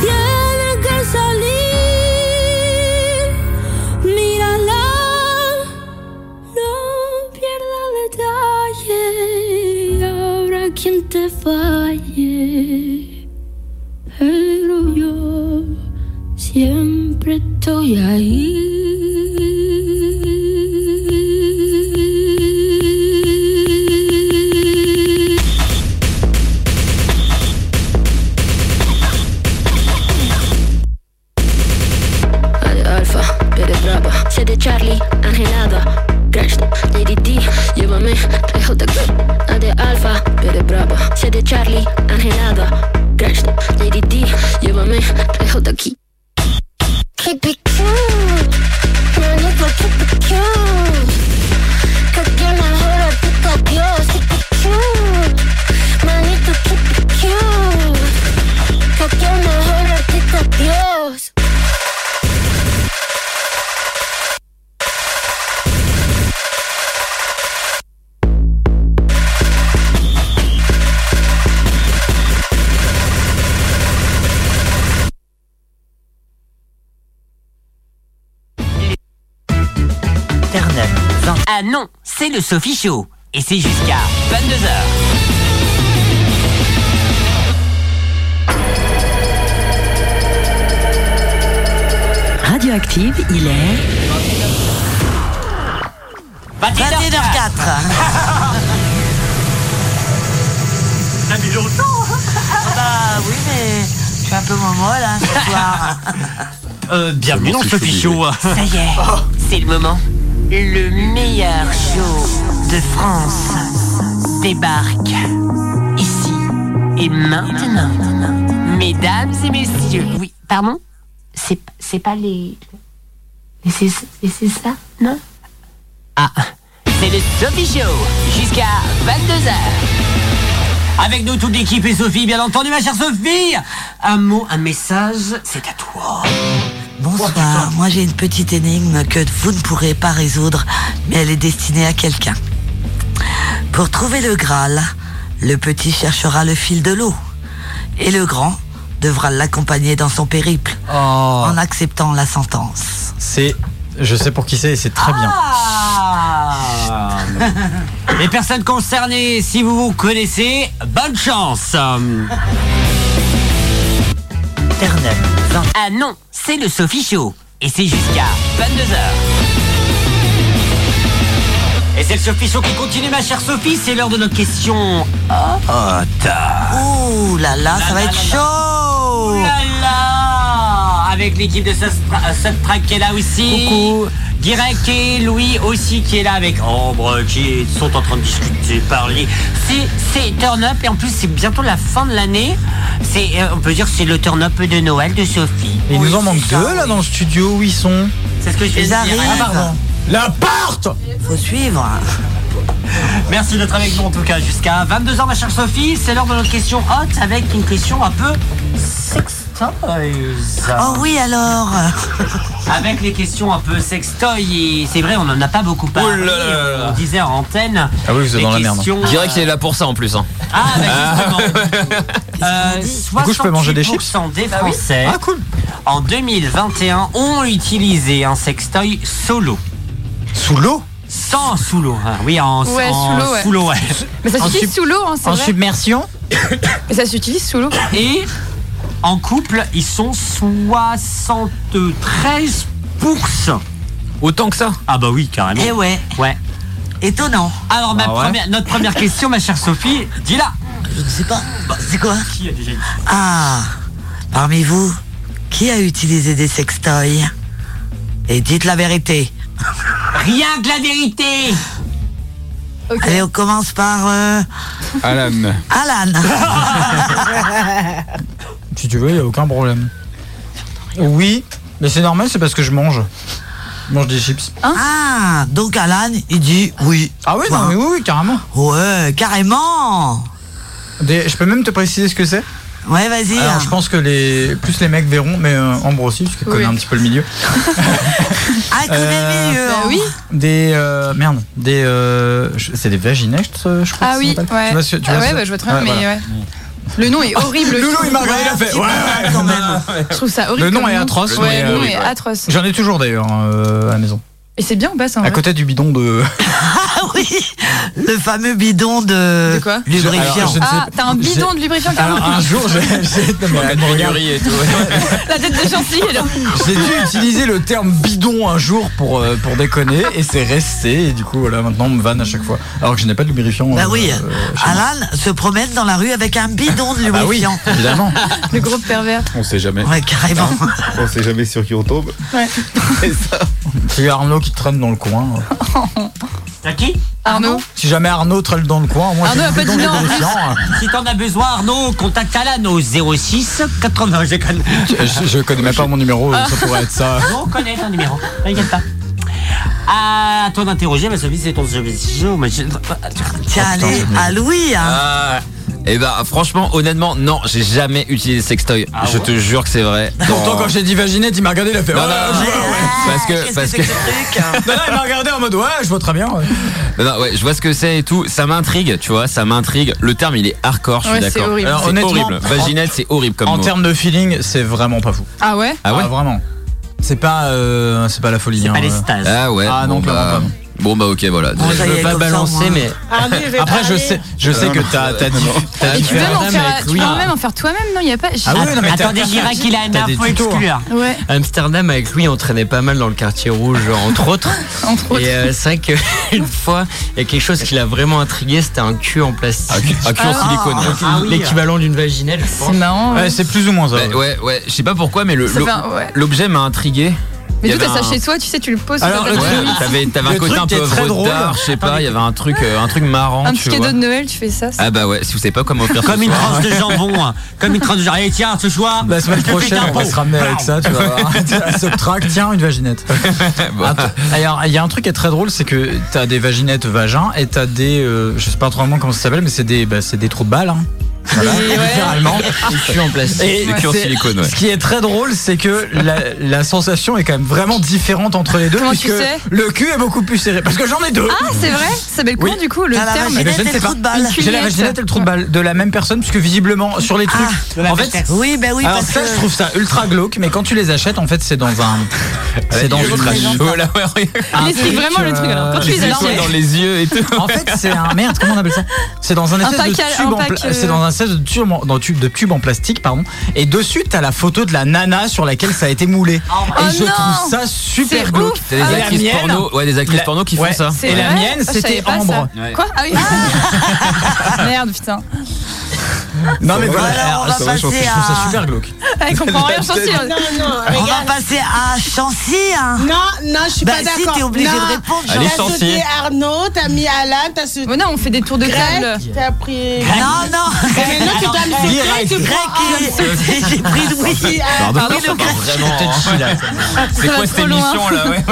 S19: tienen que salir. Mírala, no pierda detalle. Y Habrá quien te falle, pero yo siempre estoy ahí.
S20: Ale Alfa, Pere Brava, C de Charlie, Angelada, Crash, Lady D, llévame lejos de aquí. A de Alfa, Pere Brava, C de Charlie, Angelada, Crash, Lady D, llévame lejos de aquí.
S19: Keep it cute, manito, keep it cute. Que tiene el oro pico Dios. Keep it cute, manito, keep it cute. Que tiene el oro pico Dios.
S3: Turn Up.
S1: Ah non, c'est le Sophie Show. Et c'est jusqu'à 22h.
S21: Radioactive, il est
S2: 21h04.
S9: Ça fait longtemps
S2: Bah oui, mais je suis un peu molle hein, ce soir.
S9: Euh, bienvenue dans Oh. ce fichot.
S1: Ça y est, c'est le moment. Le meilleur show de France débarque ici et maintenant. Mesdames et messieurs. Oui, pardon C'est c'est pas les. les c'est- les c'est ça Non Ah, c'est le Sophie Show jusqu'à 22h.
S3: Avec nous toute l'équipe et Sophie, bien entendu, ma chère Sophie. Un mot, un message, c'est à toi.
S2: Bonsoir, moi j'ai une petite énigme que vous ne pourrez pas résoudre, mais elle est destinée à quelqu'un. Pour trouver le Graal, le petit cherchera le fil de l'eau, et le grand devra l'accompagner dans son périple, en acceptant la sentence.
S7: C'est. Je sais pour qui c'est, c'est très bien.
S3: Ah. Les personnes concernées, si vous vous connaissez, bonne chance.
S1: Ah non, c'est le Sophie Show et c'est jusqu'à 22h.
S3: Et c'est le Sophie Show qui continue, ma chère Sophie. C'est l'heure de notre question.
S1: Oh.
S3: Hot.
S2: Ouh là là, ça va être chaud
S3: euh, Là, là, avec l'équipe de Subtrack qui est là aussi. Coucou. direct et Louis aussi qui est là avec Ambre qui sont en train de discuter, parler. C'est- C'est turn up et en plus c'est bientôt la fin de l'année. C'est euh, on peut dire que c'est le turn up de Noël de Sophie.
S7: Il nous en manque deux là dans le studio où ils sont.
S3: C'est ce que je viens de
S7: Ils
S3: dire.
S7: arrivent.
S3: Ah, pardon.
S7: La porte
S2: Faut suivre.
S3: Merci d'être avec nous en tout cas jusqu'à 22h ma chère Sophie. C'est l'heure de notre question hot avec une question un peu sextoys.
S2: Oh oui alors
S3: Avec les questions un peu sextoy et c'est vrai on n'en a pas beaucoup parlé.
S11: Oh là là Ah là.
S3: On disait en antenne.
S4: Ah
S3: les questions,
S11: Direct, il est là pour ça en plus. Hein.
S3: euh,
S11: Du coup, je peux manger des
S3: 68%
S11: chips
S3: des Français
S11: Ah, cool.
S3: en 2021 ont utilisé un sextoy solo.
S7: Sous l'eau
S3: Sans sous l'eau. hein. Oui, en
S4: Ouais,
S3: en-
S4: sous l'eau, ouais.
S3: ouais.
S4: Mais ça
S3: En
S4: s'utilise
S3: sub-
S4: sous l'eau, hein, c'est vrai.
S7: submersion
S4: Mais ça s'utilise sous l'eau.
S3: Et en couple, ils sont 73
S11: Autant que ça
S3: Ah bah oui, carrément.
S2: Eh ouais.
S3: Ouais.
S2: Étonnant.
S3: Alors ma
S7: Bah
S2: Ah ouais.
S3: première- notre première question, ma chère Sophie, dis-la.
S2: Je ne sais pas. Bah, c'est quoi
S3: Qui a déjà dit
S2: Ah Parmi vous, qui a utilisé des sextoys Et dites la vérité.
S3: Rien que la vérité
S2: Allez, on commence par euh,
S5: Alan.
S2: Alan.
S7: Si tu veux, il n'y a aucun problème. Oui, mais c'est normal, c'est parce que je mange. Je mange des chips.
S4: Hein
S2: ah, donc Alan, il dit oui.
S7: Ah oui, non, mais oui, oui, carrément.
S2: Ouais, carrément.
S7: Des- je peux même te préciser ce que c'est
S2: Ouais, vas-y.
S7: Alors, je pense que les plus les mecs verront, mais euh, Ambre aussi, parce qu'elle connaît un petit peu le milieu.
S2: Ah,
S7: Euh,
S4: oui.
S7: Des. euh, merde. Des. euh, je- c'est des vaginettes, euh, je crois.
S4: Ah
S7: que ça
S4: oui,
S7: s'appelle.
S4: ouais.
S7: Tu vois ce- tu
S4: ah
S7: vois
S4: ouais,
S7: ce-
S4: bah, je vois très bien,
S7: Ouais,
S4: mais
S7: voilà.
S4: ouais. Le nom
S7: Oh,
S4: est horrible.
S7: Loulou, il m'a regardé, il a fait. Ouais, ouais, quand même.
S4: Je trouve ça horrible.
S7: Le nom
S4: comme
S7: est atroce.
S4: Ouais,
S7: mais,
S4: le
S7: euh,
S4: nom
S7: oui.
S4: est atroce. Ah
S7: J'en ai toujours d'ailleurs euh, à la maison.
S4: Et c'est bien ou pas ça en
S7: À
S4: vrai
S7: côté du bidon de.
S2: Ah oui, le fameux bidon de,
S7: Je- alors,
S2: lubrifiant.
S7: je ne sais
S4: Ah, t'as un bidon
S7: j'ai-
S4: de lubrifiant,
S7: Alors,
S4: carrément.
S7: un jour, j'ai j'ai- non, mais elle me regarde.
S11: et tout.
S4: La tête de Chantilly, elle
S7: J'ai dû utiliser le terme bidon un jour pour, euh, pour déconner et c'est resté. Et du coup, voilà, maintenant on me vanne à chaque fois. Alors que je n'ai pas de lubrifiant.
S2: Bah
S7: euh,
S2: oui,
S7: euh, chez moi.
S2: Alan se promène dans la rue avec un bidon de
S7: Ah bah oui,
S2: lubrifiant.
S7: évidemment.
S4: Le gros pervers.
S5: On sait jamais.
S2: Ouais, carrément.
S5: On sait jamais sur qui on tombe.
S4: Ouais.
S7: C'est Arnaud qui traîne dans le coin.
S3: T'as qui
S4: Arnaud.
S7: Si jamais Arnaud traîne dans le coin, moi
S3: Arnaud
S7: j'ai
S3: a
S7: le
S3: pas
S7: bidon
S3: dit non, en plus.
S7: lubrifiant.
S3: Si t'en as besoin, Arnaud, contacte Alan au 06 80. Je connais.
S7: Je, je connais même pas mon numéro, ça pourrait être ça.
S3: On connaît ton numéro. T'inquiète pas. Ah, À toi d'interroger, ma Sophie, c'est ton sujet.
S2: Tiens,
S11: Ah,
S4: Ah,
S11: putain,
S2: allez,
S11: j'ai oublié.
S2: à Louis. hein.
S11: Ah, et bah, franchement, honnêtement, non, j'ai jamais utilisé de sextoy. je te jure que c'est vrai.
S7: Pourtant,
S11: Dans-
S7: quand j'ai dit vaginette, il m'a regardé, il a fait.
S11: Non,
S7: ouais,
S11: non, non,
S7: je vois,
S11: non. Parce que, parce que,
S7: Non, non, il m'a regardé en mode ouais, je vois très bien. ouais.
S11: non, non, ouais, je vois ce que c'est et tout. Ça m'intrigue, tu vois, ça m'intrigue. Le terme, il est hardcore, je suis
S4: Ouais, c'est
S11: d'accord.
S4: horrible. Alors,
S11: C'est
S7: honnêtement,
S11: horrible. Vaginette, c'est horrible comme
S7: En
S11: mot.
S7: termes de feeling, c'est vraiment pas fou.
S4: Ah ouais
S11: Ah ouais
S7: vraiment. C'est pas, euh, c'est pas la folie.
S3: C'est
S7: hein,
S3: pas les
S7: euh.
S3: stases.
S11: Ah ouais.
S7: Ah non,
S11: bon,
S7: clairement
S11: bah,
S7: pas, non.
S11: bon, bah, ok, voilà.
S10: Je veux pas balancer, mais
S7: Après, hein. je sais, je sais que t'as, t'as dit.
S4: Et tu peux même en faire, tu peux même en faire toi-même, non Il y a pas. j'ai-
S7: Ah ouais, non, mais t'as-
S3: Attendez, Girac, il a une
S10: T'as des
S3: info
S10: tutos, hein.
S3: exclure.
S4: Ouais,
S10: Amsterdam avec lui on traînait pas mal dans le quartier rouge entre autres
S4: entre autres.
S10: et euh, c'est vrai qu'une fois il y a quelque chose qui l'a vraiment intrigué c'était un cul en
S11: Un
S10: plastique
S11: cul un cul en silicone. ouais.
S3: Ah oui.
S10: l'équivalent d'une vaginette je
S4: C'est
S10: pense
S4: marrant.
S7: Ouais, c'est plus ou moins ça.
S11: Bah, ouais, ouais, je sais pas pourquoi, mais le-
S4: Ça
S11: l'o-
S4: fait un- ouais.
S11: l'objet m'a intrigué. Il
S4: Mais
S11: y
S4: tout
S11: avait
S4: t'as ça
S11: un-
S4: chez toi, tu sais, tu le poses. sur
S7: Alors,
S4: ta
S7: le
S4: table.
S11: Ouais,
S7: truc-
S11: t'avais t'avais un
S7: Le
S11: côté
S7: truc
S11: un
S7: qui est
S11: peu
S7: très drôle.
S11: retard, je sais pas, il y avait un truc, euh, un truc marrant,
S4: Ah Un
S11: tu
S4: petit
S11: vois.
S4: cadeau de Noël, tu fais ça. c'est-
S11: Ah bah ouais, si vous savez pas comment faire
S3: Comme
S11: ce
S3: une
S11: soir,
S3: tranche de jambon. hein. Comme une tranche de jambon. Allez, tiens, ce soir.
S7: La semaine
S3: je te fais
S7: prochaine,
S3: un
S7: on va
S3: pot.
S7: se ramener avec ça, tu vois. Un Subtract, tiens, une vaginette.
S11: bah,
S7: Alors, il y a un truc qui est très drôle, c'est que t'as des vaginettes vagins et t'as des. euh, je sais pas vraiment comment ça s'appelle, mais c'est des, bah, c'est des trous de balles, hein. Voilà, littéralement.
S10: un cul en plastique
S7: Et
S11: Des culs en
S7: c'est-
S11: silicone, ouais.
S7: Ce qui est très drôle, c'est que la, la sensation est quand même vraiment différente entre les deux.
S4: Comment tu
S7: puisque
S4: sais
S7: le cul est beaucoup plus serré. Parce que j'en ai deux.
S4: Ah, c'est vrai Ça s'appelle
S7: Oui.
S4: comment du coup le
S2: T'as la
S4: terme
S7: Eh ben,
S2: vaginette
S7: je ne
S2: et
S7: sais
S2: le
S7: pas.
S2: trou de balle.
S4: Une
S7: J'ai la
S4: cuillette.
S7: vaginette et le trou de balle de la même personne, puisque visiblement sur les trucs.
S2: Ah,
S7: en fait,
S2: Oui, ben oui,
S7: alors
S2: parce
S7: ça,
S2: que
S7: je trouve ça ultra glauque, mais quand tu les achètes, en fait, c'est dans un.
S11: Ah,
S7: C'est dans une.
S11: Voilà, ouais, ouais.
S7: un
S4: Il explique
S7: truc,
S4: vraiment le truc, alors. Quand tu
S7: euh,
S4: les
S11: Les
S4: Alors,
S11: étoiles
S4: mais-
S11: dans les yeux et tout.
S7: En fait, c'est un merde. Comment on appelle ça C'est dans un espèce
S4: pack
S7: de
S4: à-
S7: tube
S4: un
S7: en pla-
S4: pack, euh,
S7: C'est dans un espèce de tube, en, dans tube- de tube en plastique, pardon. Et dessus, t'as la photo de la nana sur laquelle ça a été moulé.
S4: Oh
S7: et je
S4: non
S7: trouve ça super
S4: C'est
S7: glauque.
S4: ouf.
S11: T'as des
S4: Ah, la
S11: actrices
S7: mienne.
S11: porno, ouais, des actrices
S7: La-
S11: porno qui font
S7: ouais.
S11: ça.
S4: C'est
S7: Et la
S4: vrai
S7: mienne,
S4: Ah, je savais
S7: c'était
S4: pas ça.
S7: Ambre.
S11: Ouais.
S4: Quoi Ah oui. Merde, putain.
S7: Non, mais voilà,
S2: Alors, on va
S7: Ah, c'est vrai, je trouve
S2: passer
S7: Oh, je trouve ça
S2: à-
S7: super glauque.
S4: Elle comprend rien, Chancy.
S6: Non, non,
S2: On va
S6: regarde.
S2: passer à Chancy. hein.
S6: Non, non, je suis
S2: Bah
S6: pas
S2: si,
S6: d'accord.
S2: t'es obligé
S6: Non.
S2: de répondre,
S6: T'as
S2: Allez,
S6: sauté
S2: Chancy.
S6: Arnaud, t'as mis Alain, t'as sauté.
S4: non, on fait des tours de table.
S6: T'as pris.
S2: Non, non.
S6: Mais maintenant, tu dois me
S2: Alors,
S6: sauter, tu
S2: Greg,
S6: prends Anne.
S2: Greg, j'ai pris Louis.
S6: Merci, Anne.
S2: Pardon,
S6: Pardon,
S2: le
S6: pardon,
S2: Greg.
S6: vraiment,
S11: hein.
S2: Je te dis, là.
S3: Ah,
S11: C'est
S2: Ça va
S11: quoi
S2: trop
S11: cette
S2: loin.
S11: émission là ouais,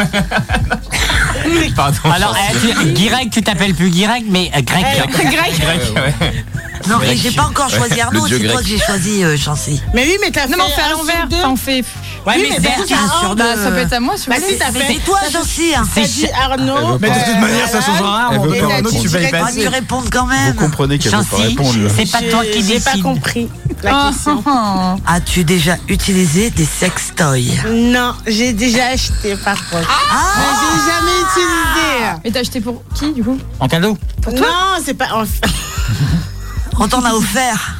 S11: ouais. Pardon.
S3: Alors,
S11: Chancy.
S3: eh, tu- Guirec, tu t'appelles plus Guirec, mais euh, Grec.
S6: Eh, Grec.
S11: Grec, ouais.
S2: Non,
S3: Ouais.
S2: mais j'ai pas encore choisi
S3: Ouais,
S2: Arnaud,
S3: le dieu
S2: c'est toi
S3: grec.
S2: que j'ai choisi euh, Chancy.
S6: Mais oui, mais t'as fait.
S4: Non, mais on fait à
S6: un
S4: l'envers.
S6: sur deux.
S4: Enfin, on fait.
S2: Ouais,
S6: Oui,
S2: mais
S6: mais
S2: Zach,
S6: t'as fait
S2: un
S6: un
S2: sur
S6: sur
S2: deux.
S4: Bah, ça peut être à moi, si vous
S6: Bah, si,
S4: voulez.
S6: t'as fait.
S2: C'est toi,
S6: t'as-
S2: Chancy. hein.
S6: T'as dit Arnaud.
S7: Mais de toute
S6: euh,
S7: manière, ça changera
S6: Alain,
S7: rien,
S6: et
S7: on
S6: t'as
S7: va
S6: dit
S7: tu vas y
S6: direct.
S2: Ah, Tu
S7: passer.
S2: réponds quand même.
S5: comprenez qu'elle veut pas
S3: Chancy,
S5: répondre. là.
S3: c'est pas toi
S6: J'ai-
S3: qui
S6: J'ai pas
S3: décide.
S6: compris la
S2: Ah.
S6: question.
S2: As-tu déjà utilisé des sextoys
S6: Non, j'ai déjà acheté par contre.
S2: Ah.
S6: Mais j'ai jamais utilisé.
S4: Et t'as acheté pour qui, du coup
S7: En cadeau
S6: Non, c'est pas. enfin,
S2: On t'en a offert.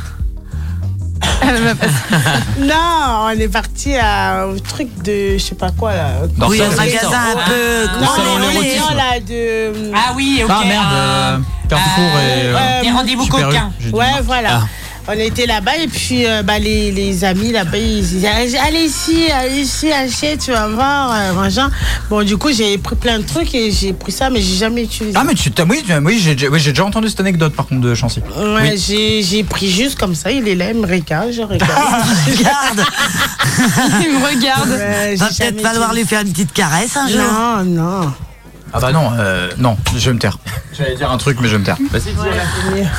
S6: Non, on est parti à un truc de. Je sais pas quoi là.
S7: Dans
S2: oui,
S7: ça,
S2: un
S7: c'est
S2: magasin un peu.
S6: Non, les-
S7: salon de
S6: les
S7: Ah. l'érotisme.
S6: gens là de. euh,
S3: Ah oui, ok.
S7: Ah merde,
S3: euh,
S7: euh, Carrefour et. euh,
S3: Des rendez-vous
S7: Super U,
S3: coquins.
S7: j'ai dit. Ah.
S6: Ouais, voilà. On était là-bas et puis euh, bah, les, les amis là-bas, ils disaient Ah, Allez ici, allez ici, achète, tu vas voir, euh, machin. Bon, du coup, j'ai pris plein de trucs et j'ai pris ça, mais j'ai jamais utilisé.
S7: Ah, mais tu t'as. Oui, tu- oui, j'ai oui, j'ai déjà entendu cette anecdote par contre de Chancy.
S6: Ouais,
S7: Oui.
S6: j'ai- j'ai pris juste comme ça, il est là, il me regarde, je
S2: Ah,
S6: regarde.
S2: Regarde,
S4: Il me regarde.
S6: Ouais,
S2: va
S6: j'ai
S2: peut-être
S6: jamais
S2: falloir lui
S6: utilisé.
S2: faire une petite caresse un jour.
S6: Non, non.
S7: Ah bah non, euh, non, je vais me taire. J'allais dire un truc, mais je vais me taire.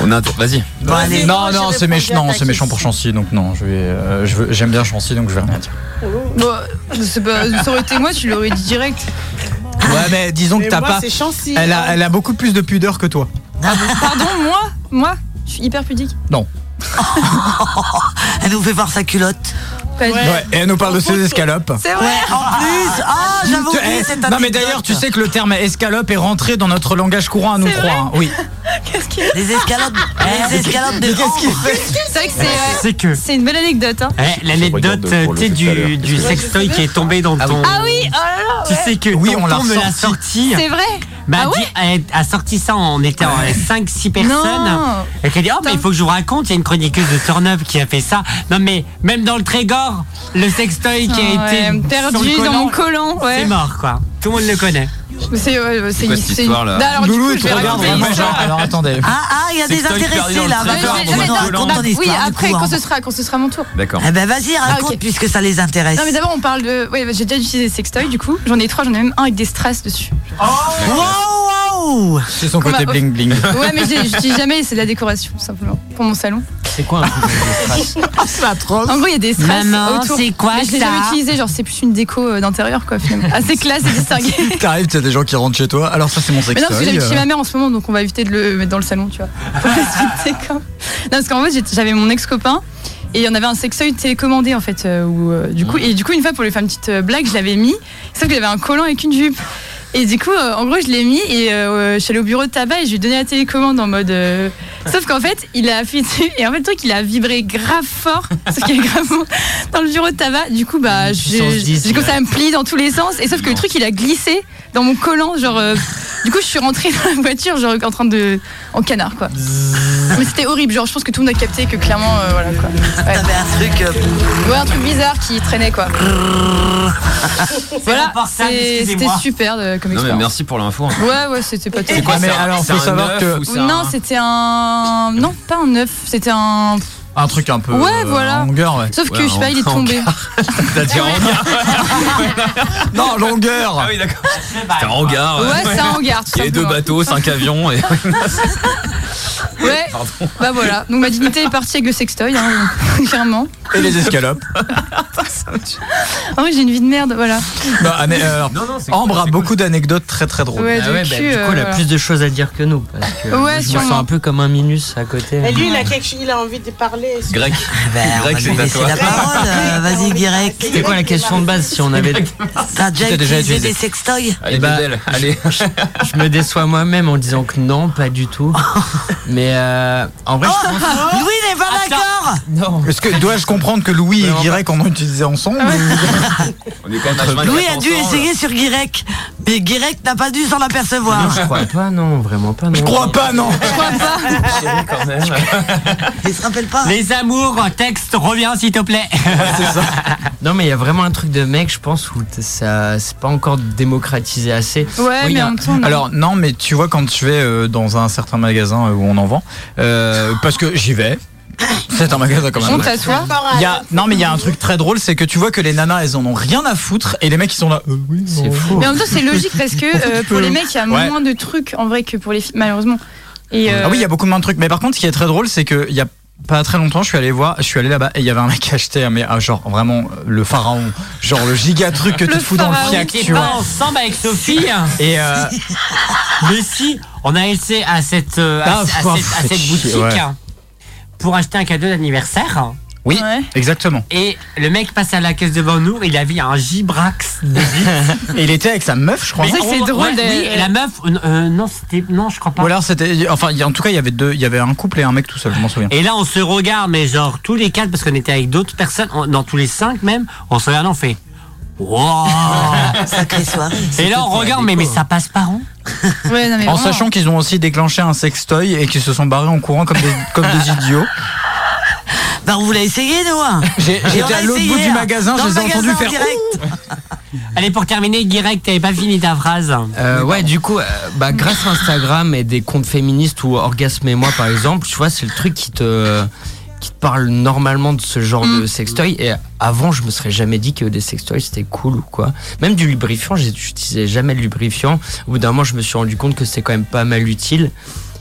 S11: On a un tour, vas-y.
S2: Bon, allez.
S7: non,
S6: je
S7: non,
S6: vais
S7: c'est
S6: répondre
S7: méchant,
S6: à ta
S7: c'est méchant pour
S6: question.
S7: Chancy, donc non, je vais, euh, je veux- j'aime bien Chancy, donc je vais rien dire.
S4: Bon, c'est pas- ça aurait été moi, tu l'aurais dit direct. Ah.
S7: Ouais, mais disons que
S6: Mais
S7: t'as
S6: moi,
S7: pas.
S6: c'est chancy.
S7: Elle
S4: hein.
S7: a, elle a beaucoup plus de pudeur que toi.
S4: Ah, Pardon, moi Moi Je suis hyper pudique.
S7: Non.
S2: Elle nous fait voir sa culotte.
S7: Ah,
S4: Pas du-
S7: Ouais. et elle nous parle de ses escalopes.
S4: C'est vrai
S2: Ouais, en plus. Ah, j'avais
S7: Tu-
S2: oublié
S7: eh,
S2: cette
S7: non mais
S2: anecdote.
S7: d'ailleurs tu sais que le terme escalope est rentré dans notre langage courant à nous trois. hein. Oui.
S4: Qu'est-ce que-
S2: Les escalopes, les escalopes de
S7: Eh, Qu'est-ce qu'il
S2: hanches.
S7: fait
S4: C'est vrai que c'est, euh,
S3: C'est que.
S4: c'est une belle anecdote. Hein.
S3: eh, L'anecdote
S5: Je regarde pour
S3: tu sais,
S5: le tout à
S3: du,
S5: l'heure.
S3: du sextoy qui est tombé dans ton.
S4: Ah oui, oh là là,
S3: Tu sais que
S7: Oui, on l'a
S3: tonton me l'a
S7: ressorti.
S3: sorti.
S4: c'est vrai.
S3: Bah,
S4: Ah ouais
S3: dit- a, a sorti ça, on était en 5-6 personnes.
S4: Non.
S3: Et qu'elle dit, oh, mais il faut que je vous raconte, il y a une chroniqueuse de Turn-Up qui a fait ça. Non, mais même dans le Trégor, le sextoy qui a
S4: Ah
S3: été
S4: ouais,
S3: sur le
S4: perdu
S3: collant,
S4: dans mon collant.
S3: C'est
S4: Ouais.
S3: mort, quoi. Tout le monde le connaît.
S4: C'est ouais, ouais,
S11: quoi cette histoire, là
S4: Non, alors, du coup,
S7: Loulou,
S4: je
S7: tu
S4: vais
S7: regardes
S4: raconter
S7: vraiment
S4: l'histoire.
S7: genre. Alors attendez.
S2: Ah, ah, il y a des
S11: Sextoy
S2: intéressés
S11: perdu
S2: là.
S11: dans le
S2: Va
S4: Ouais, je
S11: trésor,
S2: falloir
S4: vais-
S11: bon,
S4: non, mais
S2: qu'on
S4: attends,
S11: dans-
S2: raconte ton
S4: bah, oui,
S2: histoire. du
S4: après,
S2: coup,
S4: quand
S2: hein.
S4: ce sera, quand ce sera mon tour. Ah,
S11: D'accord.
S2: Eh ben vas-y, raconte
S4: ok.
S2: puisque ça les intéresse.
S4: Non, mais d'abord, on parle de. Ouais, bah, j'ai déjà utilisé des sextoys, du coup. J'en ai trois, j'en ai même un avec des strass dessus.
S2: Wow, wow
S7: C'est son
S4: Qu'on
S7: côté
S4: m'a-
S7: bling bling.
S4: Ouais, mais je j'utilise jamais, c'est de la décoration, simplement, pour mon salon.
S3: C'est quoi un
S7: C'est atroce.
S4: En gros, il y a des strass
S3: Maman,
S4: autour.
S3: c'est quoi
S4: mais je l'ai
S3: ça Ah,
S4: jamais utilisé, genre, c'est plus une déco euh, d'intérieur, quoi, finalement. Assez classe et distingué.
S7: T'arrives, t'as des gens qui rentrent chez toi. Alors ça c'est mon
S4: Mais non, parce que
S7: sextoy.
S4: j'habite chez
S7: euh.
S4: ma mère en ce moment, donc on va éviter de le mettre dans le salon, tu vois. Pour respecter quand même. Non, parce qu'en fait, j'étais- j'avais mon ex-copain. Et il y en avait un sextoy télécommandé en fait, euh, où, euh, du coup, et du coup une fois pour lui faire une petite euh, blague, je l'avais mis, sauf qu'il avait un collant avec une jupe. Et du coup, euh, en gros, je l'ai mis et euh, je suis allée au bureau de tabac et je lui ai donné la télécommande en mode. euh, Sauf qu'en fait, il a fait et en fait le truc, il a vibré grave fort, sauf qu'il est grave dans le bureau de tabac. Du coup, bah,
S3: puissance
S4: j'ai
S3: dix,
S4: j'ai commencé à me plier dans tous les sens et sauf que le truc, il a glissé dans mon collant, genre. euh, du coup, je suis rentrée dans la voiture, genre en train de en canard quoi. Mais c'était horrible, genre je pense que tout le monde a capté que clairement, euh, voilà quoi. Ouais.
S2: T'avais un truc. euh,
S4: Ouais, un truc bizarre qui traînait quoi. voilà,
S3: portable,
S4: c'est- c'était
S3: excusez-moi.
S4: super de- comme
S11: Non mais
S4: expérience.
S11: merci pour l'info. hein.
S4: Ouais, ouais, c'était pas terrible.
S7: quoi, Ah, mais alors, faut savoir que-
S4: Non, c'était un. Non, pas un œuf, c'était un.
S7: Un truc un peu.
S4: Ouais,
S7: euh,
S4: voilà.
S7: en longueur. Ouais.
S4: Sauf que
S11: Ouais,
S4: je sais pas,
S11: un-
S4: il est
S11: un
S4: tombé.
S11: T'as dit hangar
S7: Non longueur.
S11: Ah oui d'accord. C'était un hangar.
S4: Ouais, c'est un hangar, tout
S11: Il y avait deux
S4: simplement.
S11: bateaux, cinq avions et.
S4: Ouais, bah voilà. Donc ma dignité est partie avec le sextoy, hein, clairement.
S7: Et les escalopes.
S4: Ah oui, j'ai une vie de merde, voilà.
S7: Bah, mais, euh,
S10: oh.
S7: Ambre a beaucoup d'anecdotes très très drôles.
S4: Ouais,
S10: Ah ouais,
S4: du
S10: bah,
S4: cul.
S10: du coup,
S4: euh,
S10: elle a
S4: voilà.
S10: plus de choses à dire que nous. Parce que
S4: Ouais,
S10: moi, je me
S4: sûrement.
S10: sens un peu comme un minus à côté. hein. Ah, bah,
S6: Mais lui, il a, quelque... chose- il a envie de parler.
S11: Grec.
S2: Ben, on va
S11: Grec,
S2: lui
S11: c'est à
S2: laisser
S11: toi.
S2: la parole. euh, Vas-y, Guirec.
S10: C'était quoi la question de base si on avait.
S2: T'as déjà
S7: T'as
S2: utilisé
S7: déjà utilisé. Ah,
S2: des sextoys
S11: Allez,
S10: bah,
S11: Bedel, allez.
S10: Je me déçois moi-même en disant que non, pas du tout. Mais
S7: Mais euh, en
S10: ben,
S7: vrai, je pense-
S2: Oh, Louis n'est pas d'accord
S7: Non. Est-ce que dois-je comprendre que Louis et Guirec en ont utilisé ensemble
S11: On est quand même à
S2: Louis a dû
S11: 24 ans, là.
S2: essayer sur Guirec, mais Guirec n'a pas dû s'en apercevoir.
S10: Non, je crois pas, non, vraiment pas. Non.
S7: Je crois pas, non.
S2: Je crois pas.
S10: quand même.
S2: Il se rappelle pas.
S3: Les amours, texte, reviens s'il te plaît.
S10: Non, mais il y a vraiment un truc de mec, je pense, où t- ça, c'est pas encore démocratisé assez.
S7: Oui,
S10: il y a- euh,
S7: non. Alors non, mais tu vois quand tu vais euh, dans un certain magasin euh, où on en vend, euh, parce que j'y vais. C'est un magasin quand même.
S4: Honte à toi.
S7: Il y a, non mais il y a un truc très drôle, c'est que tu vois que les nanas elles en ont rien à foutre et les mecs ils sont là. euh, oui, c'est fou.
S4: Mais en même temps, c'est logique parce que euh, pour les mecs, il y a
S7: Ouais.
S4: moins de trucs en vrai que pour les filles, malheureusement. Et, euh,
S7: Ah oui, il y a beaucoup moins de trucs. Mais par contre, ce qui est très drôle, c'est que il y a pas très longtemps, je suis allé voir, je suis allé là-bas et il y avait un mec qui achetait, mais ah, genre vraiment le pharaon, genre le giga truc que tu te fous dans le
S3: pharaon
S7: fiac,
S3: qui est
S7: tu
S3: pas
S7: vois.
S3: ensemble avec Sophie.
S7: Et euh,
S3: Mais si, on a essayé à cette, euh, à,
S7: Ah,
S3: à
S7: faut-
S3: cette, à
S7: faites
S3: cette
S7: chier,
S3: boutique hein.
S7: ouais.
S3: pour acheter un cadeau d'anniversaire.
S7: Oui, exactement.
S3: Et le mec passe à la caisse devant nous, il avait un gibrax de bite.
S7: Et il était avec sa meuf, je crois.
S3: Mais on- ouais, oui, et la meuf, euh, euh, non, c'était. Non, je crois pas.
S7: Ou alors c'était, enfin, il y a- en tout cas, il y avait deux, il y avait un couple et un mec tout seul, je m'en souviens.
S3: Et là, on se regarde, mais genre tous les quatre, parce qu'on était avec d'autres personnes, on- dans tous les cinq même, on se regarde, on fait. Wow.
S2: Sacrée soirée.
S3: Et là, on regarde, mais, mais ça passe hein. par où
S4: ouais, non, mais
S7: en
S4: vraiment.
S7: sachant qu'ils ont aussi déclenché un sextoy et qu'ils se sont barrés en courant comme des, comme des idiots.
S2: Bah, on vous l'a essayé, nous hein.
S7: J'ai-
S2: Et on
S7: J'étais
S2: l'a
S7: à l'autre bout
S2: essayé,
S7: du
S2: hein.
S7: magasin,
S2: Dans le
S7: je les ai entendus
S2: magasin, en
S7: faire.
S2: direct.
S3: Allez, pour terminer, direct, t'avais pas fini ta phrase.
S10: Euh, ouais, du coup, euh, bah, grâce à Instagram et des comptes féministes ou Orgasme et moi, par exemple, tu vois, c'est le truc qui te, qui te parle normalement de ce genre de sextoy. Et avant, je me serais jamais dit que des sextoys c'était cool ou quoi. Même du lubrifiant, j'ai- j'utilisais jamais de lubrifiant. Au bout d'un moment, je me suis rendu compte que c'était quand même pas mal utile.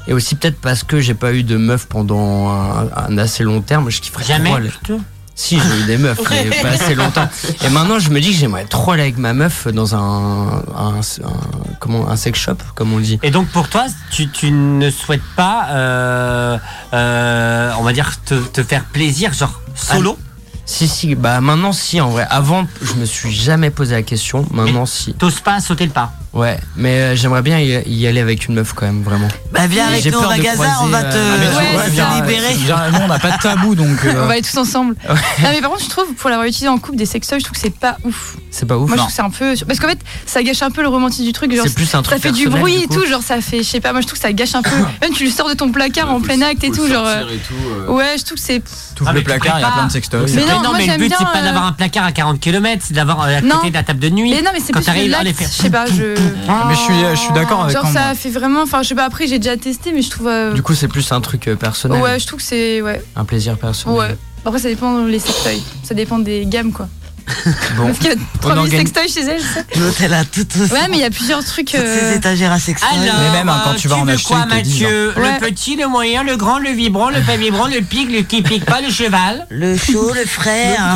S10: Et aussi peut-être parce que j'ai pas eu de meuf pendant un, un assez long terme, je kifferais
S3: Jamais,
S10: trop aller-
S3: plutôt.
S10: si, j'ai eu des meufs, mais pas assez longtemps. Et maintenant, je me dis que j'aimerais trop aller avec ma meuf dans un, un, un- comment, un sex shop, comme on dit.
S3: Et donc pour toi, tu, tu ne souhaites pas, euh, euh, on va dire, te, te faire plaisir, genre solo
S10: Ah, Si, si, bah maintenant, si, en vrai. Avant, je me suis jamais posé la question. Maintenant, si.
S3: T'oses pas sauter le pas
S10: Ouais, mais euh, j'aimerais bien y, y aller avec une meuf quand même, vraiment.
S2: Bah, viens
S10: Et
S2: avec
S10: j'ai
S2: nous au
S10: peur de
S2: magasin,
S10: croiser,
S2: on va te-
S10: euh,
S2: Ouais,
S10: ouais,
S2: c'est
S10: viens,
S2: ça,
S10: euh,
S2: libéré.
S7: Généralement, on n'a pas de tabou donc. euh,
S4: On va aller tous ensemble. non, mais par contre, je trouve, pour l'avoir utilisé en couple des sextoys, je trouve que c'est pas ouf.
S10: C'est pas ouf.
S4: Moi, je
S10: Non.
S4: trouve que c'est un peu. Parce qu'en fait, ça gâche un peu le romantisme du truc. Genre,
S10: C'est plus un truc
S4: ça fait du
S10: personnel,
S4: bruit
S10: du
S4: et
S10: coup.
S4: tout. Genre, ça fait. Je sais pas, moi, je trouve que ça gâche un peu. Même tu le sors de ton placard en plein acte et tout. Genre. euh, Ouais, je trouve que c'est.
S7: T'ouvres
S3: Ah,
S7: le placard, il y a plein de sextoys.
S3: Mais
S4: Mais
S3: non,
S4: non, moi,
S3: mais le
S4: j'aime
S3: but c'est
S4: bien,
S3: pas
S4: euh,
S3: d'avoir un placard à 40 km, c'est d'avoir euh, à
S4: Non.
S3: côté de la table de nuit.
S4: Mais non, mais c'est
S3: quand
S4: plus de
S3: t'arrives à les
S4: l'acte,
S3: faire.
S4: Je sais pas, je.
S7: Mais je suis, euh, je suis d'accord avec
S4: Genre,
S7: Ambre.
S4: ça fait vraiment. Enfin, je sais pas, après, j'ai déjà testé, mais je trouve. euh,
S10: Du coup, c'est plus un truc euh, personnel.
S4: Ouais, je trouve que c'est. Ouais.
S10: Un plaisir personnel.
S4: Ouais. Après, ça dépend les sextoys. Ça dépend des gammes, quoi.
S10: Bon.
S4: Parce qu'il y a
S10: On
S4: 3000
S10: organise-
S4: sextoys chez elle, je sais.
S2: L'hôtel a tout
S4: Ouais, mais il y a plusieurs trucs. euh,
S2: Toutes ces étagères à sextoys.
S3: Alors,
S2: Mais même, hein, quand
S3: euh,
S2: tu vas en
S3: veux
S2: acheter,
S3: quoi,
S2: ils te disent,
S3: Mathieu
S2: hein. Ouais.
S3: Le petit, le moyen, le grand, le vibrant, le pas vibrant, le pique, le qui pique pas, le cheval.
S2: Le chaud, le frais. hein.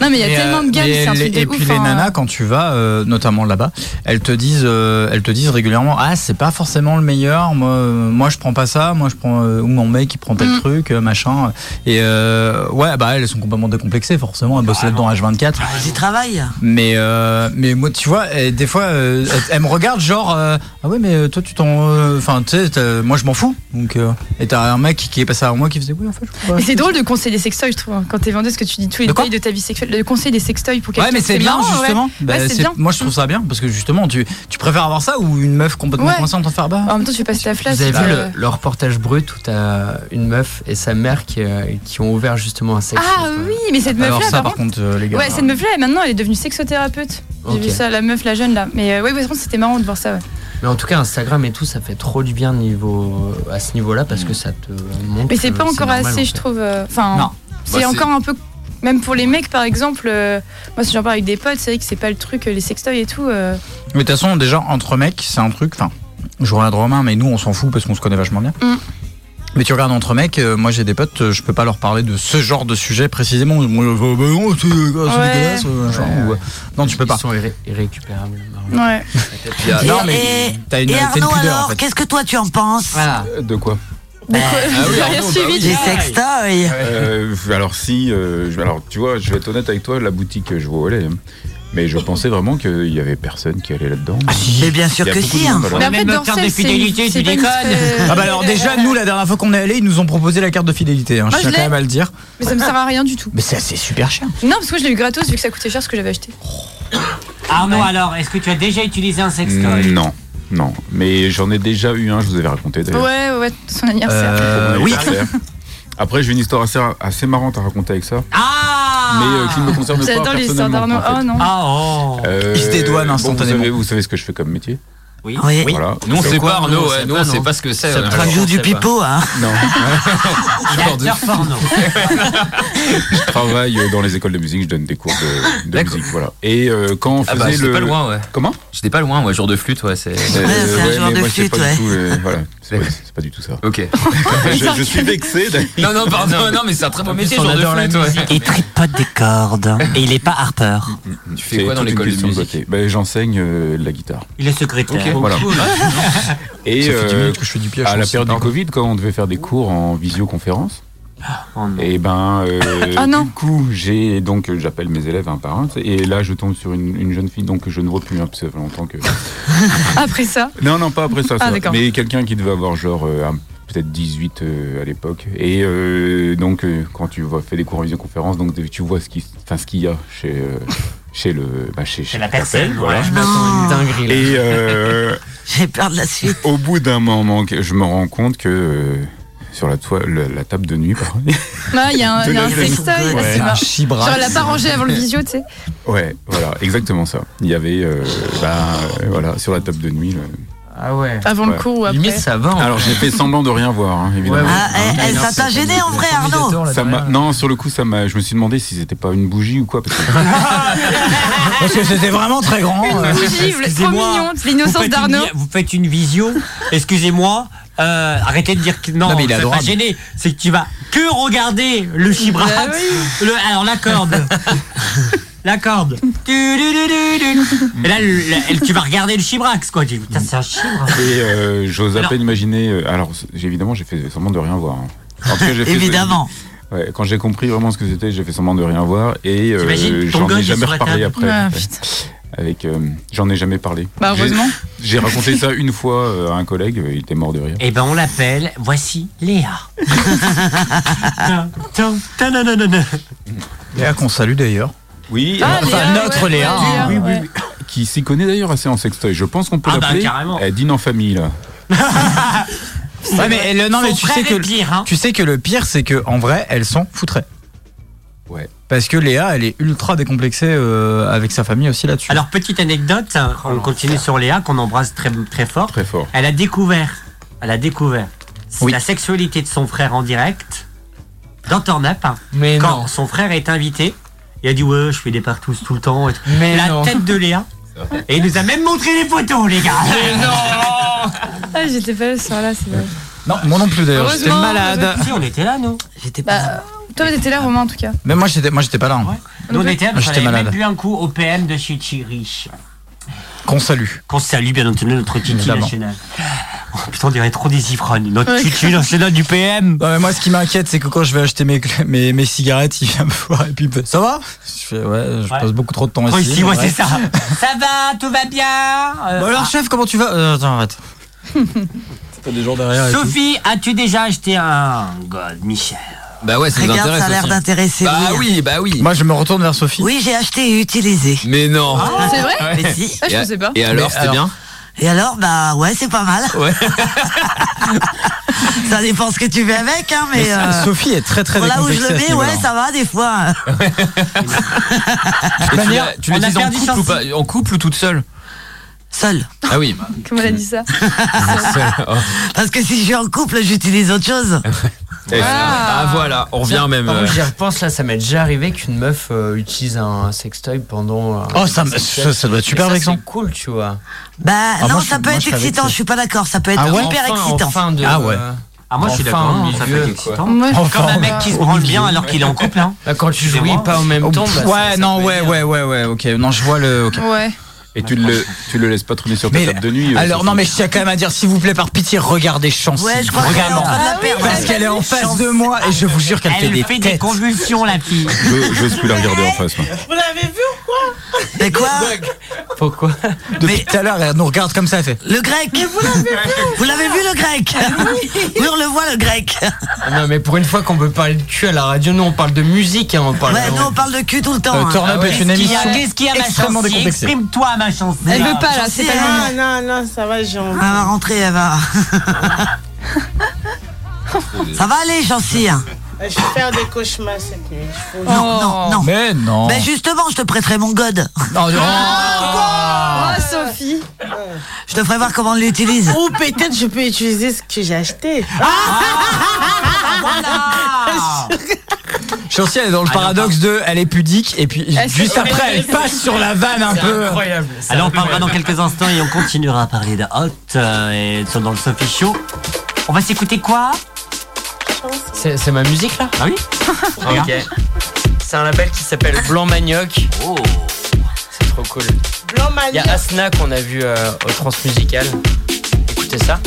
S4: Non, mais il y a
S7: Et,
S4: tellement de
S7: euh,
S4: gammes,
S7: et
S4: c'est un
S7: les-
S4: truc de
S7: Et
S4: ouf.
S7: puis les
S4: hein.
S7: nanas, quand tu vas, euh, notamment là-bas, elles te disent, euh, elles te disent régulièrement, ah c'est pas forcément le meilleur. Moi, euh, moi je prends pas ça. Moi je prends euh, ou mon mec il prend tel
S4: Mm.
S7: truc, euh, machin. Et euh, ouais, bah elles sont complètement décomplexées forcément.
S4: Ah
S7: Elles bossent là-dedans H24.
S2: J'y travaille.
S7: Mais euh, mais moi tu vois, euh, des fois euh, elles, elles me regardent genre, euh, ah ouais mais euh, toi tu t'en, euh, enfin tu sais, t'as- moi je m'en fous. Donc euh, et t'as un mec qui est passé à moi qui faisait oui en fait. je comprends pas.
S4: Mais c'est drôle de conseiller des sextoys, je trouve. hein. Quand t'es vendeuse, que tu dis tous les
S7: De quoi
S4: détails de ta vie sexuelle, de conseiller des sextoys pour quelqu'un.
S7: Ouais, mais c'est bien,
S4: marrant, ouais.
S7: justement. Bah,
S4: Ouais, c'est
S7: c'est-
S4: bien.
S7: Moi, je trouve ça bien parce que justement, tu, tu préfères avoir ça ou une meuf complètement
S4: Ouais.
S7: coincée en train de faire bah.
S4: En même temps, tu fais passer ta flash.
S10: Vous avez vu
S4: euh,
S10: le, le reportage brut où t'as une meuf et sa mère qui, euh, qui ont ouvert justement un sex
S4: Ah oui, mais cette meuf-là,
S7: Alors, ça,
S4: par,
S7: par
S4: contre.
S7: contre, euh, les gars.
S4: Ouais, cette meuf-là, maintenant, elle est devenue sexothérapeute. J'ai
S10: Ok.
S4: vu ça, la meuf, la jeune, là. Mais euh, ouais, par contre, c'était marrant de voir ça. ouais.
S10: Mais en tout cas, Instagram et tout, ça fait trop du bien niveau, à ce niveau-là parce que ça te montre.
S4: Mais c'est pas
S10: que
S4: encore
S10: euh, normal, en
S4: assez,
S10: fait.
S4: je trouve. euh, Enfin,
S10: Non. Bah,
S4: c'est
S10: c'est-
S4: encore un peu. Même pour les mecs, par exemple, euh, moi, si j'en parle avec des potes, c'est vrai que c'est pas le truc, euh, les sextoys et tout. euh,
S7: Mais de toute façon, déjà, entre mecs, c'est un truc. Enfin, je regarde Romain, mais nous, on s'en fout parce qu'on se connaît vachement bien.
S4: Mm.
S7: Mais tu regardes entre mecs, euh, moi j'ai des potes, euh, je peux pas leur parler de ce genre de sujet précisément. Moi, je fais, bah non, c'est ah, c'est
S4: Ouais.
S7: dégueulasse, euh, machin, ou, euh, Non, tu peux pas. Ils
S10: sont irrécupérables.
S4: Ouais.
S2: Et-
S7: Non, mais
S2: et-
S7: t'as une,
S2: et
S7: t'as une
S2: Arnaud,
S7: pudeur en
S2: alors,
S7: fait. Euh,
S2: qu'est-ce que toi tu en penses
S5: Euh, De quoi
S2: Bah,
S5: Ah oui,
S2: j'ai
S5: Arnaud,
S2: rien
S5: bah
S2: suivi
S5: oui.
S2: du Des travail. sextoys.
S5: Euh, alors si, euh, je- alors tu vois, je vais être honnête avec toi, la boutique, euh, je vois où elle est. Mais je pensais vraiment qu'il y avait personne qui allait là-dedans.
S2: Mais bien sûr
S5: Il y a
S2: que
S5: beaucoup
S2: Ah, si,
S5: de monde,
S2: hein.
S5: alors.
S2: Mais en fait, dans
S3: celle, c'est- c'est pas une fête.
S7: Ah bah alors déjà nous la dernière fois qu'on est allé ils nous ont proposé la carte de fidélité. hein,
S4: Moi,
S7: je
S4: je
S7: tiens quand
S4: l'ai.
S7: même à le dire.
S4: Mais ça me sert à rien du tout.
S7: Mais ça c'est super cher.
S4: Non, parce que moi, je l'ai eu gratos vu que ça coûtait cher ce que j'avais acheté.
S3: Arnaud, alors, est-ce que tu as déjà utilisé un sextoy
S5: Euh, Non, non. Mais j'en ai déjà eu un, je vous avais raconté
S4: Ouais,
S5: d'ailleurs.
S4: ouais, ouais, son anniversaire.
S5: Pour mon anniversaire. Euh, Après, j'ai une histoire assez, assez marrante à raconter avec ça. mais euh, qui ne me concerne pas.
S4: Ah J'adore les histoires
S5: personnellement,
S4: d'Arnaud.
S5: en fait.
S4: Oh non.
S11: Ah,
S5: Euh,
S7: Il se dédouane
S5: bon,
S7: instantanément.
S5: vous, savez, vous savez ce que je fais comme métier
S3: Oui.
S2: Oui.
S5: Voilà.
S11: Nous, on
S5: C'est
S11: sait
S5: quoi,
S11: pas, Arnaud,
S5: on
S11: ouais,
S5: sait
S11: nous, on sait pas ce que c'est,
S5: Ça
S11: on
S5: te
S11: a-
S5: rajoute
S11: on
S5: du
S11: sait pas.
S2: pipeau, hein
S5: Non.
S3: Il adore porno.
S5: je travaille euh, dans les écoles de musique, je donne des cours de, de musique, voilà. Et euh, quand on
S11: Ah
S5: faisait
S11: bah, j'étais
S5: le
S11: pas loin, ouais.
S5: Comment
S11: J'étais pas loin, ouais, jour de flûte, ouais. C'est
S5: Euh, ouais, mais moi, c'est pas du tout, euh, voilà, c'est pas,
S11: D'accord.
S5: c'est pas du tout ça.
S11: Ok.
S5: je, je suis vexé. d'ailleurs.
S11: Non, non, pardon, non, mais c'est un très bon métier, jour de flûte, ouais.
S3: Il tripote des cordes. Et il est pas Harper.
S5: Tu
S11: fais quoi dans l'école de musique
S5: J'enseigne euh, la guitare.
S3: Il est secrétaire. Oh,
S5: Ok, voilà. Et
S7: Ça fait dix
S5: euh,
S7: minutes que je fais du pied, je
S5: à la
S7: pense,
S5: période du
S7: pardon.
S5: Covid, quand on devait faire des cours en visioconférence,
S3: Oh,
S5: et ben, euh,
S4: Ah non.
S5: du coup, j'ai donc euh, j'appelle mes élèves un par un, et là je tombe sur une, une jeune fille donc que je ne vois plus, hein, parce que ça fait longtemps que.
S4: Après ça.
S5: Non, non, pas après ça.
S4: Ah,
S5: ça.
S4: d'accord.
S5: mais quelqu'un qui devait avoir genre euh, un- peut-être 18 euh, à l'époque. Et euh, donc, euh, quand tu vois, fais des cours en visioconférence, donc tu vois ce qui- enfin, ce qu'il y a chez. euh, chez le bah, chez, chez
S3: la
S5: personne voilà
S3: Je m'attends à une dinguerie, là.
S5: et j'ai
S2: peur de la suite
S5: au bout d'un moment que je me rends compte que euh, sur la toile la, la table de nuit pardon.
S4: Ouais, il y a un, il y a un
S5: De la-
S4: sextoy.
S5: Ouais.
S4: c'est marrant.
S5: Un chibrax.
S4: Genre, elle l'a pas rangé avant le visio, tu sais.
S5: ouais voilà exactement ça il y avait euh, bah, euh, voilà sur la table de nuit le-
S7: Ah ouais.
S4: Avant le cours ou après. Limite, ça
S7: hein.
S4: va, en
S5: Alors j'ai fait semblant de rien voir, hein, évidemment.
S2: Ah, eh, eh, ça t'a gêné en vrai, Arnaud
S5: Ça m'a- non, sur le coup, ça m'a. Je me suis demandé si c'était pas une bougie ou quoi. Parce que,
S7: Parce que c'était vraiment très grand.
S3: euh,
S4: bougie, vous l'êtes trop
S3: excusez-moi,
S4: mignons, c'est
S3: vous
S4: l'innocence
S3: faites une
S4: d'Arnaud.
S3: vi- Vous faites une visio, excusez-moi. euh, arrêtez de dire que non,
S7: Non, mais il est
S3: c'est pas
S7: adorable.
S3: gêné. C'est que tu vas que regarder le chibrax.
S4: Bah oui.
S3: le, alors la corde. la corde. Tu, du, du, du, du. Et là, le- la- elle- tu vas regarder le chibrax, quoi. Tu dis, Putain, c'est un chibrax.
S5: et euh, j'ose à
S3: Alors-
S5: peine imaginer. euh, alors c'est- évidemment, j'ai fait semblant de rien voir. hein. En tout cas, j'ai fait-
S2: Évidemment.
S5: Ouais, quand j'ai compris vraiment ce que c'était, j'ai fait semblant de rien voir et euh,
S3: T'imagines, ton
S5: j'en
S3: gosse,
S5: ai
S3: il
S5: jamais
S3: se
S5: reparlé
S3: retape.
S5: après.
S3: Ah,
S5: en fait. Avec, euh, j'en ai jamais parlé.
S3: Bah,
S5: J'ai-
S3: heureusement.
S5: J'ai raconté ça une fois euh, à un collègue, il était mort de rire.
S3: Eh ben, on l'appelle. Voici Léa. Tin, tin, tin, nan, nan, nan, nan.
S7: Léa qu'on salue d'ailleurs.
S5: Oui.
S7: Ah, Enfin, Léa, notre ouais, Léa, ouais, hein.
S5: Oui,
S7: Léa,
S5: oui,
S7: ouais.
S5: oui. Qui s'y connaît d'ailleurs assez en sextoy. Je pense qu'on peut
S3: Ah bah,
S5: l'appeler.
S3: carrément.
S5: Elle dîne en famille là.
S7: Ouais, mais le- non,
S3: Son
S7: mais tu
S3: frère
S7: sais que
S3: est pire, hein.
S7: tu sais que le pire c'est que en vrai elles s'en foutraient.
S5: Ouais.
S7: Parce que Léa elle est ultra décomplexée euh, avec sa famille aussi là-dessus.
S3: Alors, petite anecdote, hein, on continue sur Léa, qu'on embrasse très, très fort.
S5: Très fort.
S3: Elle a découvert, elle a découvert la sexualité de son frère en direct dans Turn Up. hein,
S10: Mais
S3: quand
S10: non.
S3: son frère est invité, il a dit Ouais, je fais des partous tout le temps. et tout.
S10: Mais
S3: la
S10: non.
S3: tête de Léa. Et il nous a même montré les photos, les gars.
S4: Ah, j'étais pas là ce soir-là, c'est vrai.
S7: Non, moi non plus d'ailleurs, j'étais
S4: Heureusement,
S7: malade.
S4: heureusement. Si,
S3: on était là nous.
S2: J'étais
S4: pas Bah, Toi, t'étais là, Romain, en tout cas.
S7: Mais moi j'étais moi j'étais pas là. hein.
S3: Nous, on était là parce qu'on
S7: j'étais
S3: avait
S7: malade.
S3: même bu un coup au PM de chez Chirich.
S7: Qu'on salue.
S3: Qu'on salue bien entendu notre Titi
S7: Évidemment.
S3: national. Oh, putain, on dirait trop des ivrognes. Notre Titi national du PM.
S7: Non, mais moi, ce qui m'inquiète, c'est que quand je vais acheter mes, cl- mes, mes cigarettes, il vient me voir et puis il me fait Ça va Je fais Ouais, je
S3: Ouais.
S7: passe beaucoup trop de temps
S3: Oh,
S7: ici.
S3: ici, ouais,
S7: mais
S3: c'est
S7: bref.
S3: ça. Ça va, tout va bien. Euh,
S7: Bon, alors, chef, comment tu vas Euh, Attends, arrête. T'as des gens derrière. Ah, et tout.
S3: Sophie, as-tu déjà acheté un God, Michel
S11: Bah ouais, ça nous
S2: Regarde,
S11: intéresse.
S2: ça a l'air
S11: aussi.
S2: d'intéresser,
S11: Bah
S2: oui.
S11: oui, bah oui.
S7: Moi, je me retourne vers Sophie.
S2: Oui, j'ai acheté et utilisé.
S11: Mais non.
S4: Ah, c'est vrai
S2: Mais si.
S4: Ah, je pensais pas.
S11: Et alors,
S2: Mais
S11: c'était
S2: alors-
S11: bien
S2: Et alors, bah ouais, c'est pas mal.
S11: Ouais.
S2: ça dépend ce que tu fais avec, hein, mais.
S7: Mais ça,
S2: euh,
S7: Sophie est très, très
S2: pour Là où je le
S7: décomplexée à ce
S2: mets, ouais,
S7: niveau-là.
S2: ça va des fois.
S11: Et tu
S7: manière,
S11: l'as- Tu
S3: on a
S11: l'as dit en
S3: perdu
S11: couple ou pas En couple ou toute seule
S2: Seul.
S11: Ah oui. bah,
S4: Comment elle a dit ça
S11: seule. Oh.
S2: Parce que si je suis en couple, j'utilise autre chose.
S11: Eh, Ah voilà, on revient même.
S10: Par
S11: euh,
S10: contre, J'y repense là, ça m'est déjà arrivé qu'une meuf euh, utilise un sextoy pendant. un-
S7: Oh, ça
S10: un
S7: me-
S10: sextoil.
S7: ça- ça doit être
S10: Et
S7: super
S10: ça,
S7: vexant.
S10: C'est cool, tu vois.
S2: Bah
S7: Ah,
S2: non,
S7: moi, je-
S2: ça peut
S7: moi,
S2: être
S7: je savais
S2: excitant,
S7: que-
S2: je suis pas d'accord. Ça peut être
S7: Ah ouais
S2: hyper
S10: Enfin, en
S2: excitant.
S10: fin de-
S7: Ah ouais.
S3: Ah, moi, je suis
S10: Enfin,
S3: d'accord.
S10: au
S3: hein, ça peut
S10: milieu, quoi.
S3: être excitant.
S4: Moi, je-
S3: Comme un mec qui se branle bien alors qu'il est en couple. Hein.
S10: Ah, Bah, quand tu jouis
S3: Excusez-moi. Oh.
S10: pas en même temps. bah, ça-
S7: Oh, ouais,
S10: ça
S7: non,
S10: peut
S7: ouais,
S10: être
S7: ouais, ouais, ouais, ok. Non, je vois le. ok.
S4: Ouais.
S5: Et tu le, tu le laisses pas traîner sur ta
S7: Mais-
S5: table de nuit. euh,
S7: Alors,
S5: Sophie.
S7: non, mais je tiens quand même à dire, s'il vous plaît, par pitié, regardez Chancy.
S2: Ouais, je crois qu'elle est en train de la perdre.
S7: Parce qu'elle est en face de moi et je vous jure qu'elle fait
S3: Elle
S7: des
S3: fait des
S7: têtes.
S3: convulsions, la fille.
S5: Je- J'ose plus la regarder en face. moi.
S6: Vous l'avez vu
S2: Mais quoi
S7: Pourquoi Depuis tout à l'heure, elle nous regarde comme ça, elle fait.
S2: Le grec vous l'avez vu le grec Oui, on le voit le grec
S10: Ah Non, mais pour une fois qu'on peut parler de cul à la radio, nous on parle de musique, hein, on parle
S2: Ouais,
S10: de...
S2: nous on parle de cul tout le temps
S10: Euh,
S2: hein.
S10: Turn Up Ah ouais. est une
S2: Qu'est-ce qu'il y a-
S10: émission
S2: Qu'est-ce qu'il y a ma
S10: extrêmement
S2: chanson
S10: décomplexée.
S3: Exprime-toi ma chanson
S2: Elle veut pas, là, hein. c'est pas le
S6: Non, non, non, ça va, j'ai envie.
S2: Elle va rentrer, elle va... Ça va aller, Chancy hein
S6: Euh, Je vais faire des cauchemars cette nuit. je vous le
S2: Non,
S6: jure.
S2: non, non.
S7: Mais non.
S2: Mais oh, justement, je te prêterai mon god.
S7: Non, non.
S6: Ah,
S4: Sophie
S2: Je te ferai voir comment on l'utilise. Ah.
S6: Ou peut-être je peux utiliser ce que j'ai acheté.
S7: Chancy, elle est dans
S3: Ah,
S7: le paradoxe de elle est pudique et puis
S6: Elle
S7: juste
S6: se-
S7: après elle passe sur la vanne un
S3: C'est
S7: peu.
S3: incroyable. Alors on parlera dans quelques instants et on continuera à parler de Hot euh, et de- dans le Sophie Show. On va s'écouter quoi
S10: C'est c'est ma musique là
S3: Ah oui
S10: Ok. C'est un label qui s'appelle Blanc Manioc.
S3: Oh
S10: C'est trop cool.
S6: Blanc
S10: Il y a Asna qu'on a vu euh, au Transmusical. Écoutez ça.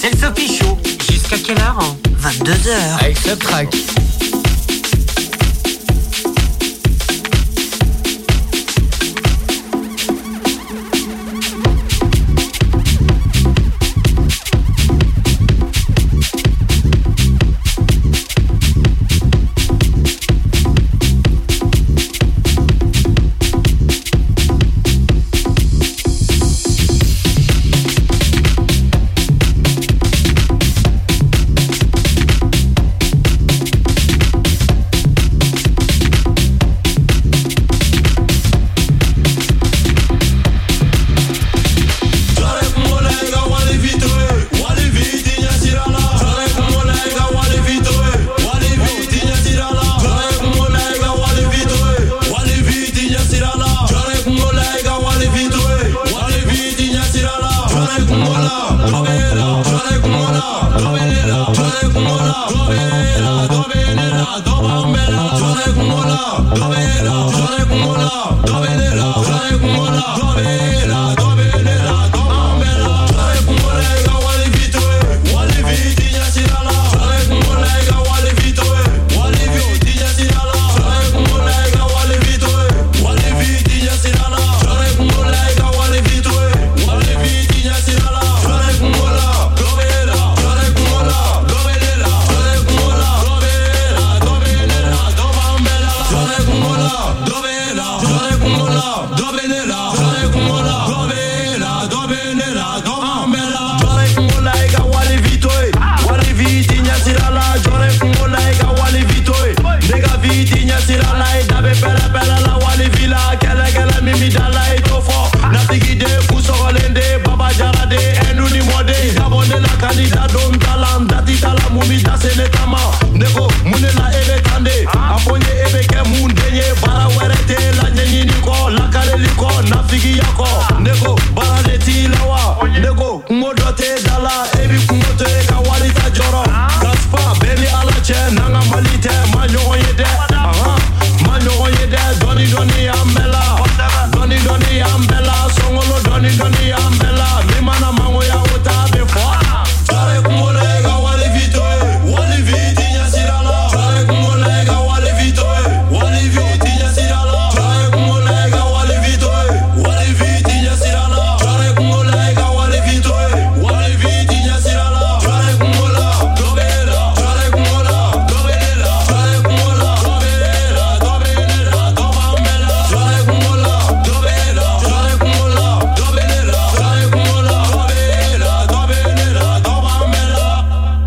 S3: C'est le Sophie Show. Jusqu'à quelle heure hein
S2: 22h.
S10: Avec ce track.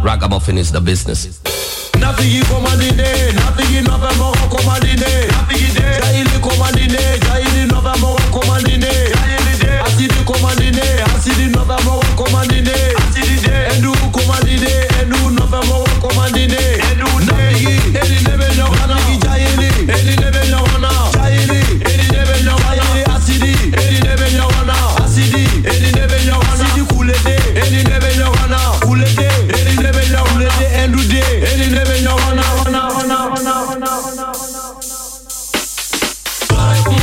S21: Ragamuffin is the business.
S8: Rana,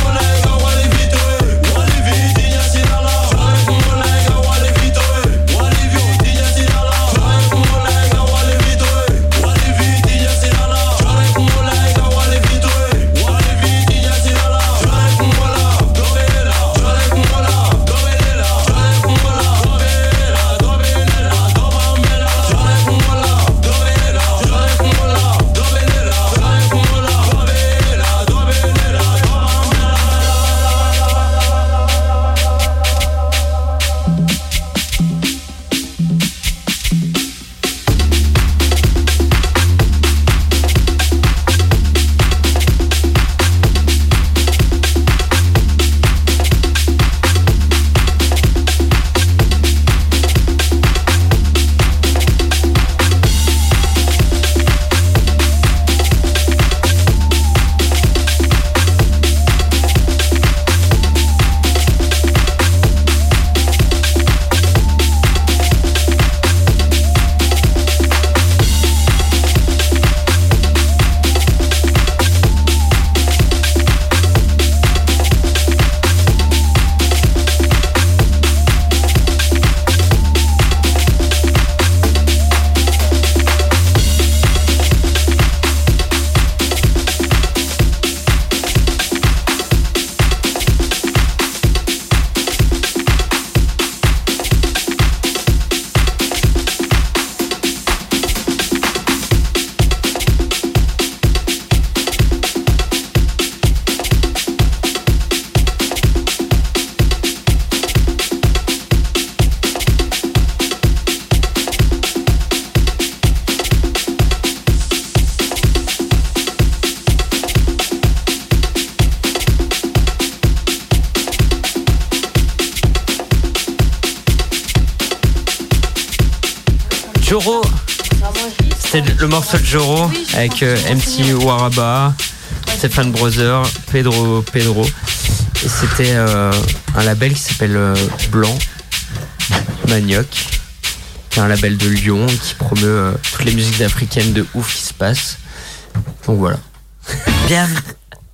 S8: rana, rana, rana, rana, rana, rana.
S10: Joro. C'était le morceau de Joro avec euh, MC Waraba, Stéphane Brother, Pedro Pedro. Et c'était euh, un label qui s'appelle euh, Blanc Manioc, qui est un label de Lyon et qui promeut euh, toutes les musiques africaines de ouf qui se passent. Donc voilà.
S2: Bien.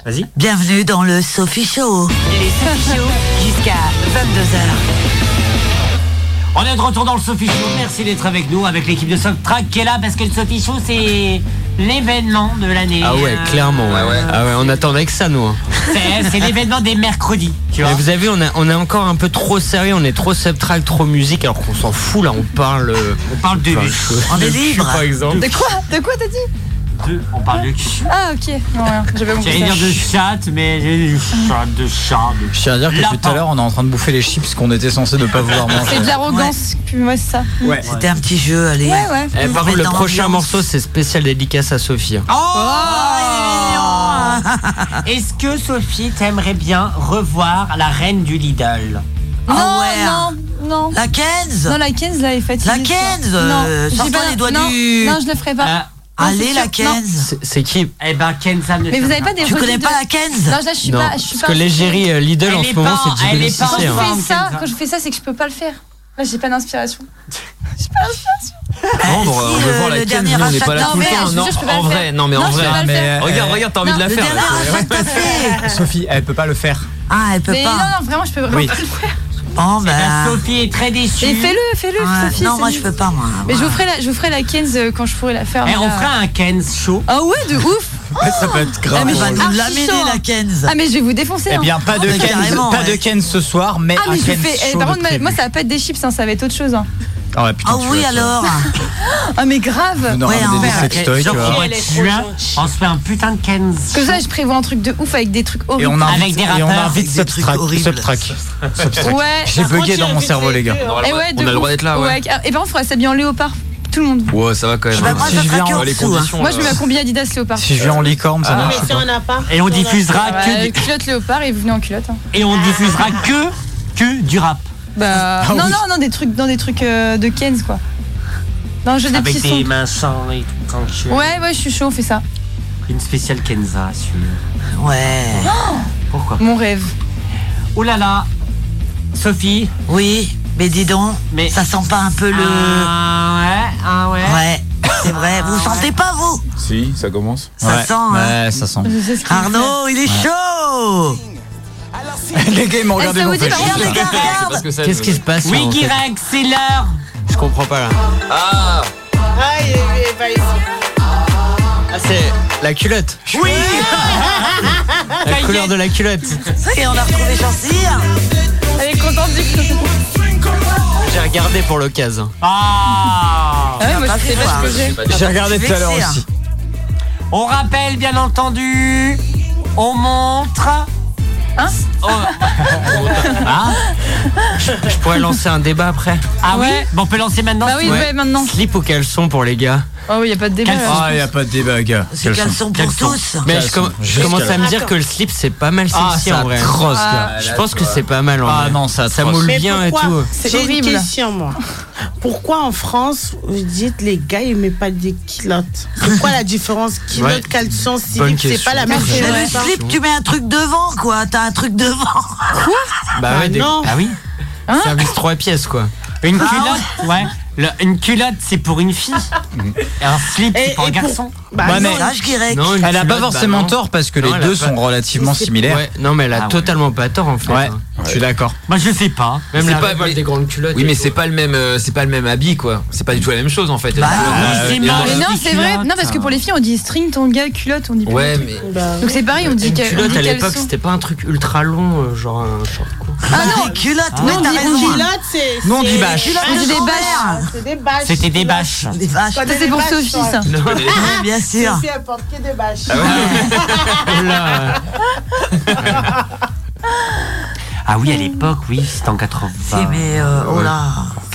S10: Vas-y.
S2: Bienvenue dans le Sophie Show.
S1: Les Sophie Show jusqu'à 22h.
S3: On est de retour dans le Sophie Show. Merci d'être avec nous, avec l'équipe de Soundtrack qui est là, parce que le Sophie Show, c'est l'événement de l'année.
S10: Ah ouais,
S3: Euh,
S10: clairement. ouais. Ah ouais, on attendait que ça, nous. hein.
S3: c'est- C'est l'événement des mercredis. Tu vois.
S10: Mais vous avez vu, on, a- on est encore un peu trop sérieux, on est trop subtract, trop musique, alors qu'on s'en fout là, on parle. euh, On
S3: parle de lui.
S4: On est
S3: libre.
S10: Par exemple.
S4: De quoi De quoi t'as dit
S3: On parle de cul.
S4: Ah ok. Non, rien, j'avais compris
S3: J'allais
S4: ça.
S3: dire de chatte, mais j'ai dit chatte, de chat. de-
S7: Je tiens à dire que
S3: Lapin.
S7: tout à l'heure, on est en train de bouffer les chips qu'on était censé ne pas vouloir manger.
S4: C'est de l'arrogance. puis Moi c'est ça.
S2: C'était un petit jeu, allez.
S4: Ouais, ouais.
S10: Eh, par
S2: Mais
S10: contre, le
S2: dans
S10: prochain
S2: l'ambiance.
S10: morceau, c'est spécial dédicace à Sophie. hein.
S3: Oh, il est mignon. Est-ce que Sophie t'aimerais bien revoir la reine du Lidl
S4: Non, non, non.
S2: La 15
S4: Non, la 15, là, elle est fatiguée.
S2: La 15,
S4: Non,
S2: euh,
S4: j'ai
S2: sors-toi
S4: pas-
S2: les doigts
S4: non,
S2: du-
S4: Non, je le ferai
S3: Ah.
S4: pas. Non, Ah, c'est sûr, non.
S10: C'est qui
S3: Eh ben, Kenza ne
S4: Mais vous
S3: t'aime
S4: avez pas des
S3: Tu connais
S4: registres
S3: pas
S4: de-
S3: la 15?
S4: Non, là, je suis
S10: Non,
S4: pas. Je suis
S10: parce
S4: pas
S10: que l'égérie euh, Lidl en
S3: Elle
S10: ce
S3: est
S10: moment,
S3: pas-
S10: c'est
S3: elle
S10: Djibril
S3: est pas
S10: Cissé.
S4: Quand
S10: hein.
S4: je fais ça, quand je fais ça, c'est que je peux pas le faire. Là, j'ai pas d'inspiration. J'ai pas d'inspiration.
S11: Non, on va- euh, on va voir la quinze, nous, on n'est pas là tout le
S4: mais je
S11: temps.
S4: te
S11: Non,
S4: jure, je peux pas
S11: en
S4: le
S11: vrai,
S4: faire.
S11: non, mais
S4: Non,
S11: en
S4: je peux
S11: vrai.
S4: pas le faire.
S11: Regarde, regarde, t'as envie de la faire.
S7: Sophie, elle peut pas le faire.
S2: Ah, elle peut
S4: Mais non,
S2: pas.
S4: non, vraiment, je peux vraiment
S7: Oui.
S4: pas le faire. Oh,
S2: Bon,
S4: bah,
S3: Ah,
S2: ben.
S3: Sophie est très déçue.
S4: Et fais-le, fais-le,
S2: Ouais,
S4: Sophie.
S2: non,
S4: c'est
S2: moi
S4: nul.
S2: je peux pas, moi.
S4: Mais je vous ferai la, je vous ferai la 15 euh, quand je pourrai la faire.
S3: Eh,
S4: mais
S3: on
S4: là-
S3: fera un Ken's show.
S4: Ah ouais, de ouf.
S7: Ça peut être grave.
S4: Ah, mais je
S7: drôle.
S4: suis
S2: va nous
S4: archi
S2: l'amener,
S4: chaud,
S2: la
S4: hein.
S2: 15.
S4: Ah mais je vais vous défoncer.
S7: Eh
S4: hein.
S7: bien, pas de
S2: mais
S7: Ken,
S2: carrément,
S7: pas de
S2: ouais.
S7: Ken ce soir, mais
S4: Ah mais
S7: un
S4: je
S7: Ken
S4: fais. eh,
S7: show
S4: par
S7: de
S4: contre, ma-
S7: prévu.
S4: moi ça va pas être des chips, hein, ça va être autre chose. hein.
S7: Ah ouais, putain,
S2: Ah
S7: tu
S2: oui,
S7: vois, tu vois.
S2: alors.
S4: Ah mais grave.
S7: On aura
S2: Ouais, en
S7: des
S2: fait,
S7: sextoys, tu
S3: Genre,
S7: vois.
S3: au mois de juin, on se fait un putain de Ken's
S4: Comme
S3: show.
S4: ça, je prévois un truc de ouf avec des trucs
S7: Et
S4: horribles.
S7: on
S3: Avec
S7: invite,
S3: des
S7: et on
S3: rappeurs,
S7: invite
S2: avec des trucs
S7: Subtrack.
S2: horribles.
S7: Subtrack. Subtrack.
S4: Ouais.
S7: J'ai bugué dans mon cerveau, les gars.
S11: On a
S4: Eh
S11: le droit-
S4: ouais, de
S11: on a le droit
S4: ouf.
S11: d'être là, ouais.
S4: Ouais, Et par contre, faudrait s'habiller en léopard, tout le monde.
S11: Ouais, ça va quand même.
S2: Bah, moi,
S7: Si
S2: ça
S7: je
S2: sera
S7: viens,
S2: que
S7: on va
S2: en
S11: les
S2: dessous. hein.
S11: conditions. euh,
S4: Moi,
S11: là.
S4: je mets la combi Adidas léopard.
S7: Si je viens en licorne, ça
S6: Ah,
S7: marche.
S6: mais si on n'a pas.
S3: Et on
S6: si n'a
S3: diffusera
S6: pas.
S3: que du-
S4: Ouais, culotte léopard et vous venez en culotte. hein.
S3: Et on diffusera que, que du rap.
S4: Bah
S7: Ah
S4: non,
S7: oui.
S4: non, non, des trucs, dans des trucs euh, de Kenz quoi. Non, je des
S3: Avec
S4: petits
S3: des
S4: sons.
S3: mains sans et tout. Quand tu
S4: Ouais, ouais, je suis chaud, on fait ça.
S3: Une spéciale Kenza, si tu veux.
S2: Ouais.
S3: Pourquoi
S4: Mon rêve.
S3: Oh là là Sophie
S2: Oui, mais dis donc,
S3: Mais-
S2: ça sent pas un peu le.
S3: Ah ouais, ah ouais. Ah
S2: Ouais, c'est vrai. Vous sentez pas, vous
S5: Si, ça commence.
S2: Ça
S7: ouais.
S2: sent, hein.
S7: Ouais, ça sent.
S4: Je sais ce qu'il fait.
S2: Arnaud, il est chaud
S7: les gars, ils m'ont
S4: Eh,
S7: regardé
S4: ça
S7: mon
S4: vous dit, par contre, les gars,
S11: C'est
S4: regarde
S11: parce que ça-
S10: Qu'est-ce qui se passe là,
S3: Oui,
S10: en fait
S3: Guirec, c'est l'heure
S10: Je comprends pas là.
S11: Ah,
S6: Ah, il est- il va ici.
S10: c'est la culotte.
S3: Oui
S10: La couleur de la culotte.
S2: Ça y est, on a retrouvé Chancy.
S4: Elle est contente du coup.
S10: J'ai regardé pour l'occasion.
S3: Ah
S4: Ah ouais, moi,
S2: pas
S4: je sais
S2: fait
S4: pas
S2: voir.
S4: ce que j'ai.
S7: J'ai regardé
S2: Je suis
S7: tout à l'heure
S2: vexée,
S7: aussi.
S4: hein.
S3: hein. On rappelle, bien entendu, on montre...
S4: Hein
S3: Oh. Hein
S10: Je pourrais lancer un débat après.
S3: Ah oui,
S4: Ouais.
S3: Bon, On peut lancer maintenant
S4: Bah oui,
S3: si-
S4: ouais, maintenant.
S10: Slip ou caleçon pour les gars
S4: Oh, oui, y a pas de débat.
S3: Quel
S4: là.
S7: Ah, y a pas de débat, gars.
S2: C'est
S7: Quels
S2: caleçon pour
S7: Quels sont
S2: tous.
S10: Mais
S7: Caleçon,
S10: je, com- je
S7: juste
S10: commence à me
S6: caleçon.
S10: dire que le slip c'est pas mal
S7: Ah,
S10: sexy
S7: c'est
S10: en vrai.
S7: atroce,
S4: Ah.
S7: gars.
S10: Je pense que c'est pas mal en
S7: Ah
S10: vrai.
S7: non, c'est
S10: Ça
S7: atroce.
S10: moule
S6: Mais
S10: bien et
S6: pourquoi
S10: tout.
S4: C'est
S6: J'ai une
S4: horrible.
S6: question, moi. Pourquoi en France, vous dites les gars, ils mettent pas des culottes C'est quoi la différence Culotte,
S10: Ouais.
S6: caleçon,
S10: Bonne
S6: slip, c'est
S10: question.
S6: pas la même
S4: Mais
S6: chose. hein.
S2: Mais
S4: Ouais.
S2: le slip, tu mets un truc devant, quoi. T'as un truc devant.
S10: Bah ouais, des-
S6: non.
S10: Ah oui
S4: Hein
S10: Service 3 pièces quoi. Ah
S3: Une culotte, ouais. Le- une culotte, c'est pour une fille. Et un slip,
S6: Et-
S3: c'est pour
S6: et
S3: un
S6: pour-
S3: garçon.
S6: Bah,
S7: Ouais,
S6: non,
S7: mais-
S2: Ça, je dirais. que-
S10: Non, une
S7: Elle a pas
S10: culotte, bah
S7: forcément
S10: non.
S7: tort parce que
S10: Non,
S7: les
S10: elle a
S7: deux
S10: pas-
S7: sont relativement similaires.
S10: Ouais, non mais elle a
S3: Ah ouais.
S10: totalement pas tort en fait.
S7: Ouais,
S10: hein.
S7: je suis d'accord.
S3: Moi, je sais pas.
S10: Même
S11: C'est
S10: la
S11: pas-
S10: révolte
S11: mais-
S10: des grandes culottes.
S11: oui,
S10: et
S11: mais
S10: tout.
S11: c'est pas le même, euh, c'est pas le même habit, quoi. C'est pas du tout la même chose, en fait. Euh,
S2: Bah,
S3: oui, c'est
S11: et-
S3: marrant.
S4: Ah, Mais non,
S3: Des
S4: c'est vrai. Non, parce que
S3: culottes.
S4: pour les filles, on dit string, tanga, culotte, on dit plus.
S11: hein. Ouais, mais
S6: bah,
S4: Donc c'est pareil, on dit
S10: Une
S4: que- on
S10: culotte
S4: dit
S10: à l'époque
S4: caleçon.
S10: c'était pas un truc ultra long, euh, genre un short court.
S4: Ah non,
S2: Des culottes,
S3: Ah.
S2: mais
S4: Non,
S2: t'as
S4: on dit- on
S2: raison.
S4: dit-
S6: Culotte, c'est.
S7: Nous, on
S6: c'est-
S7: dit bâche.
S2: Culottes
S4: on
S2: de
S4: dit des
S2: grand-mère.
S6: C'est des bâches.
S3: C'était des bâches.
S2: Des vaches.
S4: Bah, ça c'est pour Sophie ça.
S2: Ouais, Bien sûr.
S6: C'est porter des bâches.
S10: Ah
S3: Ah oui, à l'époque, oui, c'était en 80.
S2: C'est mais euh, oh là.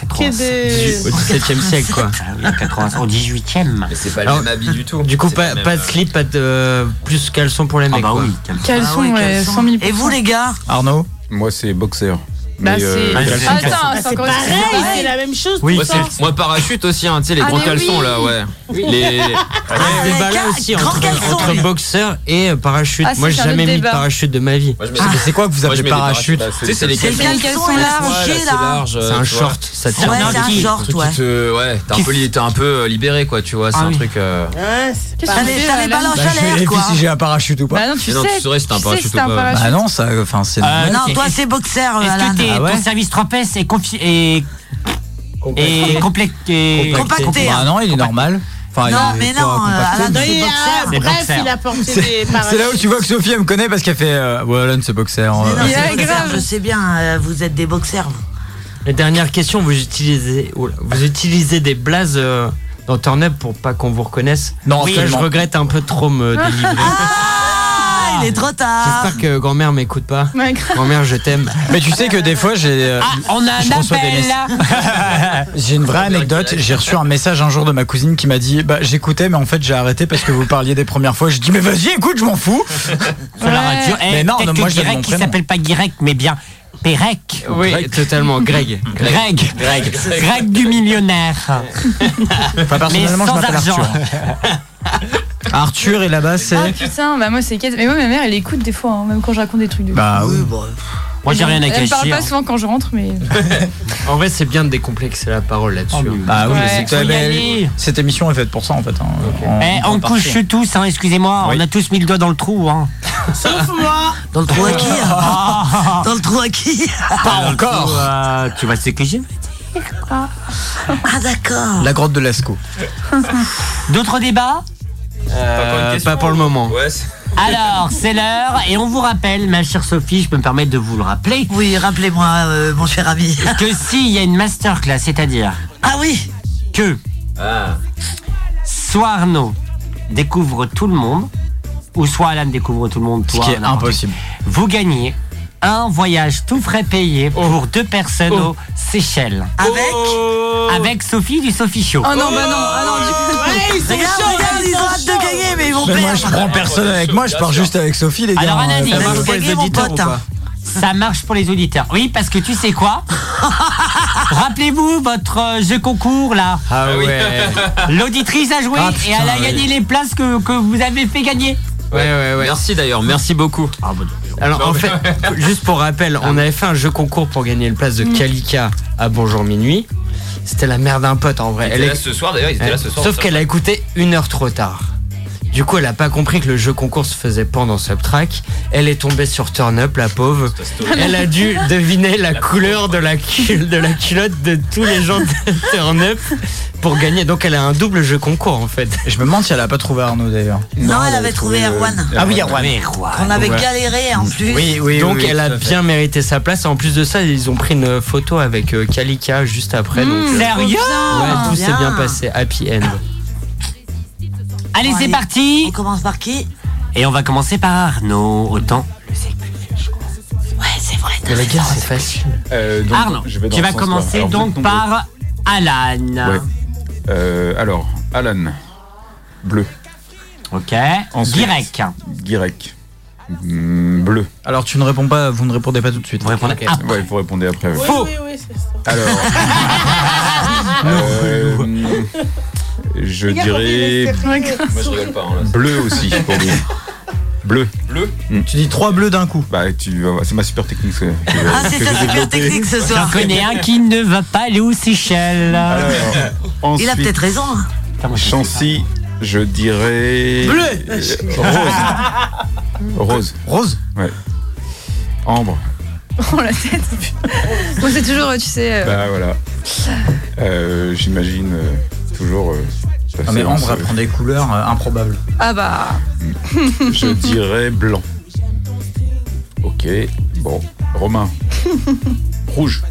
S3: 87.
S10: Ah Au 17 e siècle quoi.
S3: Ah oui, en 80, au 18e.
S11: mais c'est pas
S10: Alors,
S11: le même habit du tout.
S10: Du coup,
S11: C'est
S10: pas,
S11: le même,
S10: pas de
S11: euh,
S10: slip, pas de euh, plus caleçon pour les
S3: Ah
S10: mecs.
S3: bah
S10: quoi.
S3: oui, quel-
S2: Ah
S4: Caleçon,
S2: oui,
S4: ouais,
S2: caleçon.
S4: 100 000
S2: Et vous les gars
S7: Arnaud
S5: Moi, c'est boxeur.
S4: Bah,
S11: Mais,
S4: c'est-
S11: euh,
S4: Ah,
S11: calcul-
S4: attends,
S11: calcul-
S4: c'est
S6: C'est
S4: encore-
S6: pareil,
S4: c'est pareil.
S6: c'est la même chose.
S11: Oui.
S6: tout
S11: Moi,
S6: le temps.
S11: c'est- moi, parachute aussi, hein, tu sais, les
S6: Ah,
S11: gros
S6: mais
S11: caleçons,
S6: oui.
S11: là, ouais.
S6: Oui.
S11: Les...
S10: Ah, ce débat-là aussi entre, entre boxeur et euh, parachute.
S4: Ah,
S10: Moi,
S4: c'est
S10: j'ai
S4: un
S10: jamais
S4: autre
S10: mis de
S4: débat.
S10: parachute de ma vie.
S11: Ah.
S7: C'est quoi que vous
S11: Moi, je
S7: appelez
S11: mets des
S7: parachute
S11: parachutes, là, Tu sais, c'est les
S10: C'est
S11: caleçons.
S10: les caleçons
S11: Ouais, là,
S10: largés,
S11: c'est
S10: là.
S11: large,
S10: C'est
S11: euh,
S10: un
S11: tu vois.
S10: short, ça tire Ouais, bien. c'est un
S11: Petite,
S10: short,
S11: petite,
S10: ouais.
S11: euh, Ouais, t'es un peu li- t'es un peu euh, libéré, quoi, tu vois, c'est
S10: Ah
S11: un
S10: oui.
S11: truc. euh,
S6: Ouais, c'est
S4: Qu'est-ce
S6: pareil.
S4: que tu fais, là,
S7: Bah, je vérifie si j'ai un parachute ou pas.
S4: Bah non, tu Mais non, sais, tu saurais si t'as un tu sais parachute si ou t'as un pas. parachute.
S7: Bah non, ça, enfin, c'est.
S3: Ah,
S7: normal.
S3: ok. Est-ce- Est-ce que t'es- ton service 3PS est confi- est- est complexe est- hein.
S7: Bah non, il est normal. Enfin,
S3: Non,
S7: il est
S3: mais
S7: pas
S3: non, euh,
S7: compacté.
S3: Alan,
S6: Et, ah,
S7: C'est
S6: bref,
S7: boxeur.
S6: il a porté
S7: C'est-
S6: des
S7: C'est
S6: parachutes.
S7: là où tu vois que Sophie elle me connaît parce qu'elle fait euh, ouais Alan c'est boxeur. euh,
S2: Non, c'est boxeur, Je sais bien, euh, vous êtes des boxeurs. vous.
S10: La dernière question, vous utilisez, oh là, vous utilisez des blazes euh, dans Turn Up pour pas qu'on vous reconnaisse
S7: Non,
S10: oui, je
S7: tellement.
S10: regrette un peu trop me délivrer.
S2: Ah, il est trop tard.
S10: Euh, J'espère que grand-mère m'écoute pas.
S4: Ouais, grave.
S10: Grand-mère, je t'aime.
S7: Mais tu sais que des fois, j'ai. euh,
S3: on a
S7: je
S3: un
S7: reçois des
S3: appel,
S7: mess-
S3: là.
S7: J'ai une vraie anecdote. J'ai reçu un message un jour de ma cousine qui m'a dit Bah, j'écoutais, mais en fait, j'ai arrêté parce que vous parliez des premières fois. Je dis Mais vas-y, écoute, je m'en fous.
S3: Sur la radio. Eh,
S7: Mais non,
S3: peut-être
S7: non,
S3: que
S7: moi, je donne
S3: Guirec,
S7: mon
S3: qui
S7: prénom.
S3: s'appelle pas Guirec, mais bien Pérec.
S10: Oui, totalement. Greg.
S3: Greg.
S10: Greg.
S3: Greg du millionnaire.
S7: Enfin, personnellement,
S3: mais
S7: je
S3: sans
S7: m'appelle
S3: argent.
S7: Arthur. Arthur, et là-bas, c'est.
S4: Ah putain, bah moi c'est caisse. Mais moi ma mère elle écoute des fois, hein, même quand je raconte des trucs de.
S7: Bah oui.
S10: Moi, j'ai rien à
S4: Elle me parle
S10: cacher,
S4: pas
S10: hein.
S4: souvent quand je rentre, mais.
S10: En vrai, c'est bien de décomplexer la parole là-dessus.
S7: Bah oui,
S10: Ouais.
S7: mais c'est-
S10: Faut y
S7: mais
S10: aller.
S7: cette émission est faite pour ça en fait. hein. En-
S3: Eh,
S7: en
S3: on
S7: partie.
S3: couche tous, hein, excusez-moi, on a tous mis le doigt dans le trou. Hein.
S6: Sauf moi.
S2: Dans le trou à qui hein
S3: Dans
S2: le trou à qui
S3: Pas
S7: Ah,
S3: encore Tu vas s'écrire
S2: Ah d'accord.
S7: La grotte de Lascaux.
S3: D'autres débats
S10: Euh, pas pour le moment.
S3: Alors, c'est l'heure et on vous rappelle, ma chère Sophie, je peux me permettre de vous le rappeler.
S2: Oui, rappelez-moi, euh, mon cher ami.
S3: que s'il y a une masterclass, c'est-à-dire.
S2: Ah oui
S3: Que
S7: Ah.
S3: soit Arnaud découvre tout le monde, ou soit Alan découvre tout le monde, toi.
S7: Ce qui est
S3: n'importe
S7: impossible.
S3: qui. Vous gagnez un voyage tout frais payé
S7: Oh.
S3: pour deux personnes aux Seychelles.
S10: Ah.
S2: Avec
S3: Avec Sophie du Sophie Show.
S4: Oh non, bah non, ah non, du coup.
S6: Ouais, ils sont
S2: Regarde,
S6: chauds,
S2: regarde, ils ont hâte de gagner, mais ils vont
S7: Mais moi,
S2: perdre.
S7: je prends personne avec moi, je pars juste avec Sophie, les gars.
S3: Alors, Anani,
S7: Euh,
S3: ça marche
S7: euh,
S3: pour les auditeurs ou pas hein. Ça marche pour les auditeurs. Oui, parce que tu sais quoi Rappelez-vous votre euh, jeu concours là.
S7: Ah ouais.
S3: L'auditrice a joué
S11: Ah, putain,
S3: et elle a
S11: oui.
S3: gagné les places que, que vous avez fait gagner.
S11: Ouais, ouais, ouais. Merci d'ailleurs, merci beaucoup.
S10: Alors en fait, juste pour rappel, on avait fait un jeu concours pour gagner une place de
S7: Mm.
S10: Kalika à Bonjour Minuit. C'était la mère d'un pote en vrai.
S11: Ils étaient là ce soir, d'ailleurs, ils étaient là ce soir.
S10: Sauf qu'elle a écouté une heure trop tard. Du coup, elle a pas compris que le jeu concours se faisait pendant Subtrack. Elle est tombée sur Turn Up, la pauvre.
S7: Ah
S10: Elle a dû deviner la, couleur de la, cul- de la culotte de tous les gens de Turn Up pour gagner. Donc, elle a un double jeu concours en fait.
S7: Je me demande si elle a pas trouvé Arnaud d'ailleurs.
S2: Non, elle avait trouvé Erwan.
S7: Ah oui, Erwan.
S2: On
S10: euh,
S2: avait
S10: Ouais.
S2: galéré en plus.
S7: Oui, oui,
S10: donc
S7: oui,
S10: elle a
S7: tout à fait.
S10: bien mérité sa place. En plus de ça, ils ont pris une photo avec euh, Kalika juste après. donc, euh,
S3: Sérieux
S10: ouais, tout s'est
S2: Mmh, bien.
S10: bien passé. Happy end.
S3: Allez,
S2: Bon,
S3: c'est
S2: allez.
S3: parti
S2: On commence par qui
S3: Et on va commencer par Arnaud. Autant.
S2: Ouais, c'est vrai.
S10: Mais la guerre, c'est facile.
S5: Euh, donc,
S3: Arnaud,
S5: je vais dans
S3: tu
S5: le
S3: vas
S5: sens, quoi.
S3: commencer
S5: Alors, vous êtes
S3: donc
S5: nombreux.
S3: par Alan.
S5: Ouais. Euh, alors, Alan. Bleu.
S3: Ok.
S5: Ensuite.
S3: Guirec.
S5: Guirec. Mm, bleu.
S7: Alors tu ne réponds pas, vous ne répondez pas tout de suite.
S3: Ok.
S5: Ouais, vous répondez après. ouais.
S6: Oui,
S3: Faux.
S6: oui, oui, c'est ça.
S5: Alors. euh, je dirais
S11: Moi, je rigole pas. hein, là.
S5: bleu aussi pour lui. Bleu. Mm.
S11: Bleu
S7: Tu dis trois bleus d'un coup.
S5: Bah, tu vas voir, c'est ma super technique. que- que-
S2: Ah, c'est
S5: que
S2: sa
S5: j'ai
S2: super
S5: développée.
S2: technique ce
S3: J'en
S2: soir.
S3: connais un qui ne va pas aller aux Seychelles.
S5: Alors,
S2: Il a
S5: ensuite,
S2: peut-être raison. hein.
S3: Putain, moi, je sais pas.
S5: Chancy, je dirais.
S6: Bleu.
S5: Rose. Rose.
S7: Rose
S5: Ouais. Ambre.
S4: Oh la tête. Moi c'est toujours, euh, tu sais. euh,
S5: Bah voilà. Euh, J'imagine euh, toujours. euh, ta
S7: Ah, mais
S5: séance,
S7: Ambre
S5: euh,
S7: elle prend des couleurs euh, improbables.
S4: Ah bah.
S5: Je dirais blanc. Ok, bon. Romain. Rouge.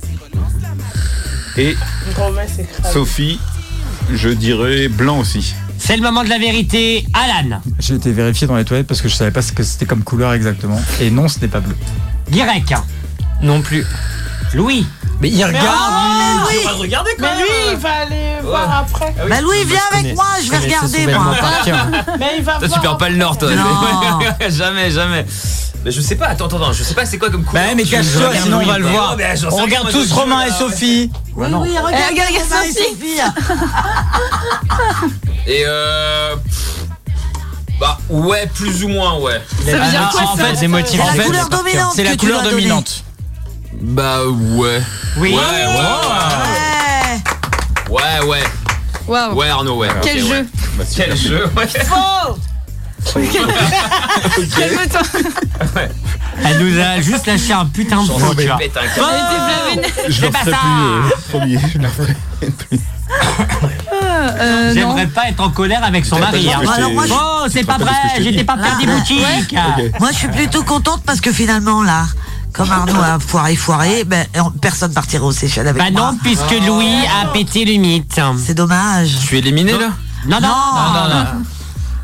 S5: Et
S6: Romain, c'est grave.
S5: Sophie, je dirais blanc aussi.
S3: C'est le moment de la vérité. Alan.
S7: J'ai été vérifié dans les toilettes parce que je savais pas ce que c'était comme couleur exactement. Et non, ce n'est pas bleu.
S3: Guirec.
S10: Non plus.
S3: Louis. Ah,
S7: Mais il regarde
S6: Oui,
S11: Regardez
S6: Ah, mais
S7: euh.
S6: lui, il va aller voir après.
S2: Bah Louis, viens avec moi, je vais regarder moi.
S6: Mais il va
S11: Toi, tu
S6: voir
S11: perds pas le nord, toi.
S2: Non.
S11: jamais, jamais.
S22: Mais je sais pas, attends, attends, attends, je sais pas c'est quoi comme couleur.
S7: Bah, mais cache-toi, sinon on va le
S11: Oh,
S7: voir. On regarde tous Romain et Sophie.
S22: Oui, oui,
S2: regarde,
S22: regarde,
S2: Romain et
S22: Sophie. Et euh. Bah, ouais, plus ou moins, ouais.
S2: Ça veut dire quoi,
S7: Ah, en
S2: ça
S7: fait,
S2: C'est la
S7: en fait,
S2: couleur dominante
S7: C'est la
S2: que tu
S7: couleur
S2: dois donner.
S7: dominante.
S11: Bah ouais.
S7: Oui.
S11: Ouais, ouais.
S2: Oh.
S11: Ouais, ouais.
S4: Waouh.
S11: Ouais, Arnaud, ouais.
S4: Quel
S11: Ok, ouais.
S4: jeu.
S11: Bah, super.
S22: Quel jeu, ouais.
S4: Faux Calme-toi
S3: Elle nous a juste lâché un putain de
S22: Chanson
S3: fou,
S22: qui
S3: tu vois.
S22: pète un câble.
S9: Ah.
S3: Bon,
S22: Elle était
S3: c'est
S22: blâmée. Je le
S3: pas
S22: referai
S3: ça.
S2: hein,
S5: Promis, je la ferai.
S4: Euh, non.
S3: J'aimerais pas être en colère avec son
S2: Peut-être
S3: mari.
S2: parce
S3: hein.
S2: que je t'ai-
S3: Bon, c'est pas
S2: peut-être parce que
S3: vrai,
S2: je t'ai
S3: j'étais
S2: dit.
S3: pas faire des boutiques.
S2: Moi, je suis plutôt contente parce que finalement, là, comme Arnaud a foiré, foiré, ben, on- personne partira aux Seychelles avec
S3: Bah
S2: moi.
S3: non, puisque Louis a pété le mythe.
S2: Ah. C'est dommage.
S7: Tu es éliminé là
S3: Non, non,
S2: Non.
S3: non, non.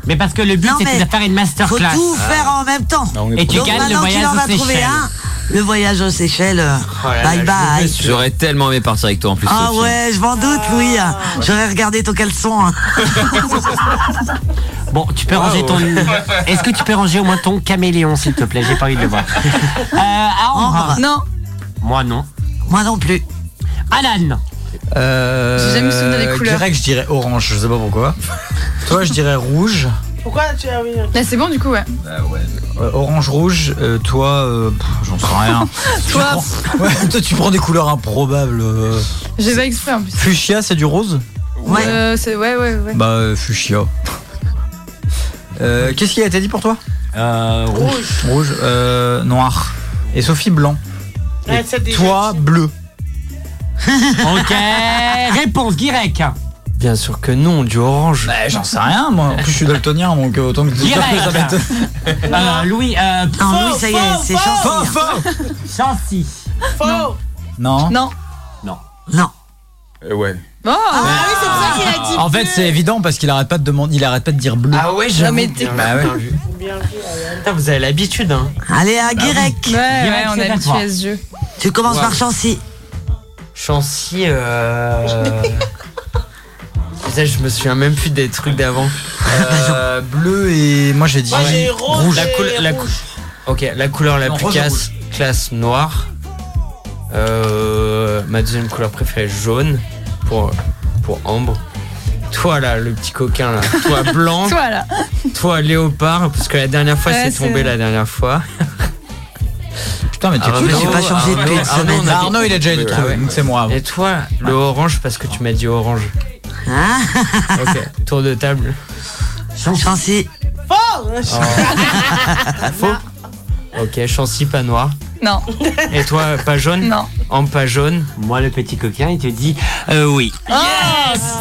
S3: Mais parce que le but
S2: Non,
S3: c'était
S2: mais
S3: de faire une
S2: Faut
S3: masterclass.
S2: tout faire en même temps.
S3: Bah, on est Et tu
S2: Donc
S3: gagnes le
S2: maintenant qu'il
S3: voyage
S2: en
S3: aux
S2: a trouvé
S3: Seychelles.
S2: un, le voyage aux Seychelles, euh,
S11: Oh
S2: bye bye.
S11: J'aurais tellement aimé partir avec toi en plus.
S2: Ah
S11: Sophie.
S2: ouais, je m'en doute, Louis. hein. J'aurais regardé ton caleçon. hein.
S3: Bon, tu peux ranger ton. Est-ce que tu peux ranger au moins ton caméléon, s'il te plaît J'ai pas envie de le voir. Euh, à Ambre.
S4: Non.
S3: Moi non.
S2: Moi non plus.
S3: Alan.
S7: Euh,
S4: J'ai jamais souvenir des
S7: Je
S4: couleurs.
S7: dirais que je dirais orange, je sais pas pourquoi. Toi, je dirais rouge.
S6: Pourquoi tu as
S4: Là, Bah, c'est bon, du coup, ouais.
S7: Euh, orange, rouge. euh, toi, euh, pff, j'en sais rien.
S4: Toi,
S7: Tu prends- Ouais, toi, tu prends des couleurs improbables. euh.
S4: j'ai pas exprès hein. en plus.
S7: Fuchsia, c'est du rose
S4: Ouais. Euh, c'est- ouais, ouais, ouais.
S7: Bah, euh, fuchsia. Euh, Qu'est-ce qui a été dit pour toi
S6: Rouge.
S7: Rouge, euh, noir. Et Sophie, blanc.
S6: Ouais, ça, déjà,
S7: Toi, bleu.
S3: Ok. Réponse directe.
S10: Bien sûr que non, du orange.
S7: Bah, j'en sais rien, moi. En plus, je suis daltonien, donc euh, autant que je dise pas que ça va être.
S3: Euh, Louis. Euh,
S2: Non, Louis, ça y est, c'est hein.
S7: Faux,
S2: chanson.
S7: faux
S3: Chancy.
S6: Faux.
S7: Non. Euh,
S4: Non.
S3: Non.
S2: Non.
S5: ouais.
S4: Oh
S6: Ah oui, c'est pour ça qu'il a dit.
S7: En fait, c'est évident parce qu'il arrête pas de demander, il arrête pas de dire bleu.
S10: Ah ouais, j'avoue.
S7: jamais
S10: Bien
S7: Bah ouais.
S10: vu. Putain, vous avez l'habitude, hein.
S2: Allez, à Guirec.
S4: Ouais, ouais,
S10: Direct,
S4: on
S10: c'est
S4: a habitué
S10: d'accord.
S4: à ce jeu.
S2: Tu commences
S10: Ouais.
S2: par Chancy.
S10: Chancy, euh... Putain, je me souviens même plus des trucs d'avant. Euh,
S7: Bleu et moi j'ai dit
S6: Moi, j'ai rose
S7: rouge.
S10: La
S6: et
S10: cou- la cou-
S6: rouge.
S10: ok, la couleur la
S7: Non,
S10: plus
S7: rose ou
S10: classe, classe noire. Euh, ma deuxième couleur préférée jaune pour pour ambre. Toi là, le petit coquin là. Toi blanc.
S4: Toi, là.
S10: toi léopard, parce que la dernière fois
S4: Ouais,
S10: c'est tombé
S4: c'est-
S10: la dernière fois.
S7: Putain, mais t'es
S10: Arnaud,
S7: cool.
S2: j'ai pas changé depuis une
S10: Arnaud,
S2: semaine.
S10: on a-
S7: Arnaud, il a déjà été
S10: Ah
S7: trouvé,
S10: ouais.
S7: donc c'est moi. avant.
S10: Et toi, le orange parce que tu m'as dit orange.
S2: Ah,
S10: Ok, tour de table.
S2: Chancy.
S9: Oh.
S6: Faux.
S10: Faux Ok, Chancy, pas noir.
S4: Non.
S10: Et toi, pas jaune
S4: Non.
S10: Ambre, pas jaune.
S3: Moi, le petit coquin, il te dit euh, oui.
S4: Oh,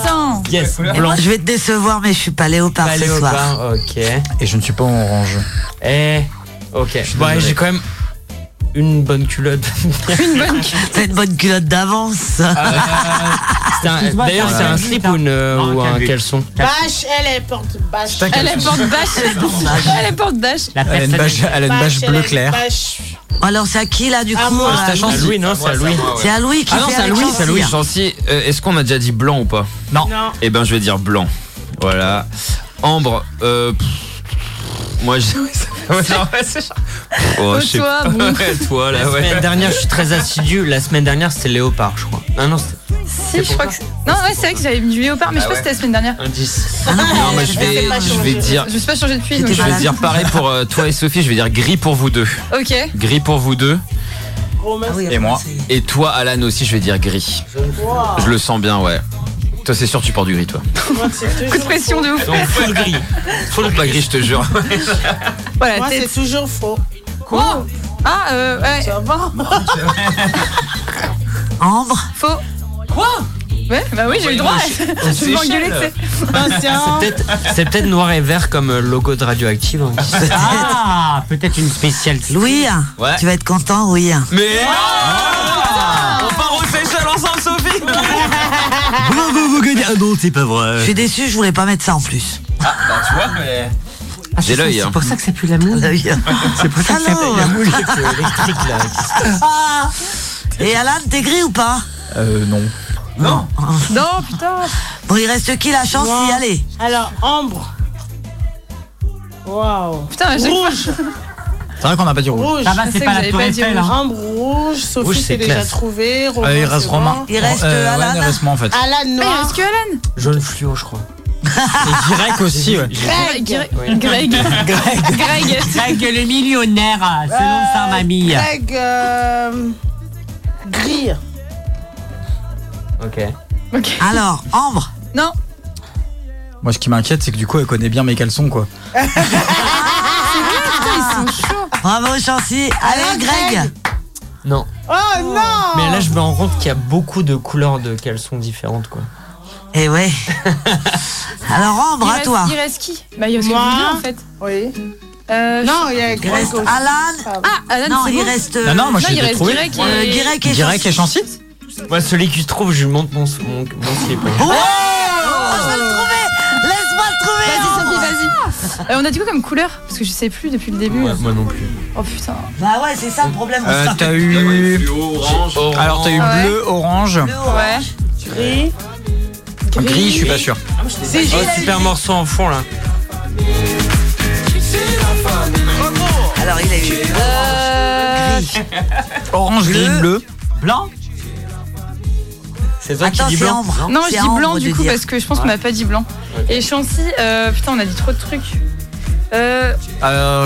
S4: sang
S10: Yes, blanc.
S2: Je vais te décevoir, mais je suis pas léopard
S10: Pas
S2: ce soir.
S10: léopard, ok.
S7: Et je ne suis pas en orange.
S10: Eh, ok. Ouais, j'ai quand même une bonne culotte. Euh,
S4: Une bonne cu-
S2: T'as une bonne culotte d'avance.
S10: Ah. C'est un-
S3: Excuse-moi,
S10: D'ailleurs,
S3: t'as
S10: c'est
S3: un
S10: un
S3: slip,
S10: slip
S3: hein.
S10: ou, une, euh,
S3: Non,
S10: ou
S3: un
S10: un
S3: calvut.
S10: caleçon
S6: Bâche, elle est porte bâche.
S7: T'inquiète,
S4: Elle est porte bâche. Elle est porte bâche.
S3: La
S7: Elle a une
S3: personne.
S7: bâche, elle a une bâche
S6: elle
S7: bleu
S6: est
S7: clair.
S6: bâche.
S2: Alors, c'est à qui là du coup
S6: À moi.
S2: euh,
S10: C'est à Chancy. Louis, non, c'est à Louis.
S2: C'est à Louis qui
S11: Ah non,
S2: fait
S11: c'est à
S2: avec
S11: Louis,
S2: Chancy,
S11: c'est à Louis.
S2: hein.
S11: Chancy, euh, est-ce qu'on a déjà dit blanc ou pas
S6: Non.
S11: Eh ben, je vais dire blanc. Voilà. Ambre, euh. pff, Moi, je. Ouais, non, ouais, c'est ça. Oh,
S4: Oh,
S11: je sais
S4: toi,
S11: pas.
S4: bon.
S11: Ouais, toi,
S10: La
S11: là, ouais.
S10: semaine dernière, je suis très assidu. La semaine dernière, c'était léopard, je crois. Ah non, c'était
S4: Si, je crois que c'est. Non, ouais, c'est vrai que j'avais mis du léopard, mais je
S11: Ah
S4: sais pas si c'était
S11: ouais.
S4: la semaine dernière.
S10: indice.
S2: Ah, non,
S11: Non, mais je vais,
S6: pas
S11: je
S6: changé.
S11: vais dire.
S4: Je me suis pas changé depuis.
S2: C'était
S4: donc
S11: Je vais
S2: malade.
S11: dire pareil pour euh, toi et Sophie, je vais dire gris pour vous deux.
S2: Oh,
S4: je- Ok.
S11: Gris pour vous deux.
S6: Romain,
S2: Ah oui,
S7: Et moi.
S2: c'est-
S11: Et toi, Alan aussi, je vais dire gris.
S6: wow.
S11: Je le sens bien, ouais. Toi, c'est sûr, tu portes du gris, toi.
S6: Moi, c'est toujours
S4: Coup de pression
S6: faux.
S4: de ouf.
S11: Full gris. Full pas gris, je te jure.
S4: Voilà,
S6: Moi,
S4: tête.
S6: c'est toujours faux.
S4: Quoi Ah, euh, ouais,
S6: Ça va
S2: Ambre.
S4: faux. Quoi Ouais, bah oui, j'ai eu
S9: Oh,
S4: le droit. Je vais m'engueuler, tu sais.
S9: Ah,
S6: Patient.
S10: Peut-être- C'est peut-être noir et vert comme euh, logo de Radioactive. hein.
S3: Ah, peut-être une spéciale.
S2: Louis, hein.
S11: Ouais.
S2: tu vas être content, Louis. hein.
S11: Mais
S9: Ah,
S11: On part aux Seychelles ensemble, Sophie
S3: Ah non, c'est pas
S2: Je
S3: vrai.
S2: suis déçu, je voulais pas mettre ça en plus.
S9: Ah,
S11: Bah, tu vois, mais. J'ai l'œil,
S3: Ah,
S11: hein.
S3: C'est pour ça que ça pue la moule.
S2: hein.
S3: C'est pour ça que ça pue la
S2: Alors,
S3: moule.
S2: ah. Et Alan, t'es gris ou pas
S7: Euh, non.
S4: Non, putain.
S2: Bon, il reste qui la chance
S6: Moi.
S2: d'y aller
S6: Alors, ambre. Waouh.
S4: Putain, à chaque fois.
S7: C'est vrai qu'on n'a pas dit rouge.
S6: Rouge.
S2: Ah
S7: Ça
S2: bah,
S7: va, c'est
S6: Je
S7: pas
S6: sais
S7: la
S6: que
S7: tour
S6: j'avais dit
S7: Eiffel, hein.
S6: Rambe rouge, Sophie
S7: Rouge, c'est
S6: s'est déjà
S7: classe.
S6: trouvée. Romain,
S7: Euh, il reste
S6: c'est
S7: Romain.
S6: bon.
S7: Il reste, Euh, Alan. ouais, il reste moi, en fait.
S6: Alan
S4: Mais il
S6: noir.
S4: reste que Alan.
S7: Jaune fluo, je crois. Et Grec aussi, ouais.
S4: Greg. Greg.
S3: Ouais.
S4: Greg.
S3: Greg.
S4: Greg.
S3: Greg le millionnaire, hein,
S2: Ah,
S3: selon sa mamie.
S6: Greg. euh, Gris.
S3: Ok.
S2: Alors, Ambre
S4: Non.
S7: Moi, ce qui m'inquiète, c'est que du coup, elle connaît bien mes caleçons, quoi.
S2: ils sont chauds. Bravo, Chancy. Ah, Allez, Greg.
S10: Non.
S6: Oh non
S10: Mais là, je me rends compte qu'il y a beaucoup de couleurs de caleçons différentes, quoi.
S2: Eh ouais. Alors, Ambre,
S4: Il
S2: à
S4: reste-
S2: toi.
S4: Il reste qui Bah, il reste que
S6: Moi.
S4: vous deux, en fait.
S6: Oui.
S4: Euh,
S6: Non,
S4: je-
S6: il y a Greg
S2: reste
S6: aussi.
S2: Alan.
S4: Ah, Alan,
S2: Non,
S4: c'est
S2: il
S4: bon
S2: reste.
S7: Non, non, moi, je
S4: il
S7: l'ai
S4: reste
S7: trouvé.
S4: Guirec et-
S2: Euh, Guirec et
S7: Grec
S2: Chancy.
S7: et Chancy
S10: Moi, celui qui se trouve, je lui monte mon, mon, mon slip. ouais. Ah,
S2: Oh, je vais le trouver. Laisse-moi le
S4: Vas-y,
S2: trouver. hein.
S4: Sophie,
S2: Ambre.
S4: vas-y. Euh, on a dit quoi comme couleur Parce que je sais plus depuis le début.
S10: Ouais, moi non plus.
S4: Oh putain.
S2: Bah ouais, c'est ça le problème. on
S4: Ah,
S7: Euh,
S2: se
S7: T'as eu.
S22: orange.
S7: Alors, t'as eu
S4: Ouais.
S7: bleu, orange.
S4: Ouais.
S6: Gris.
S7: Gris, je suis pas sûr.
S6: C'est
S10: Oh,
S6: Gilles.
S10: super morceau en fond, là.
S2: Alors, il a eu
S4: Euh...
S7: Orange, gris,
S2: Bleu.
S7: bleu.
S3: Blanc
S10: C'est toi
S2: Attends,
S10: qui dis
S2: c'est
S10: blanc.
S2: Ambre.
S4: Non,
S2: C'est
S4: je dis
S2: Ambre
S4: blanc
S2: de
S4: du coup
S2: dire.
S4: parce que je pense qu'on n'a pas dit blanc. Et Chancy, euh, putain, on a dit trop de trucs. Euh,
S7: Euh,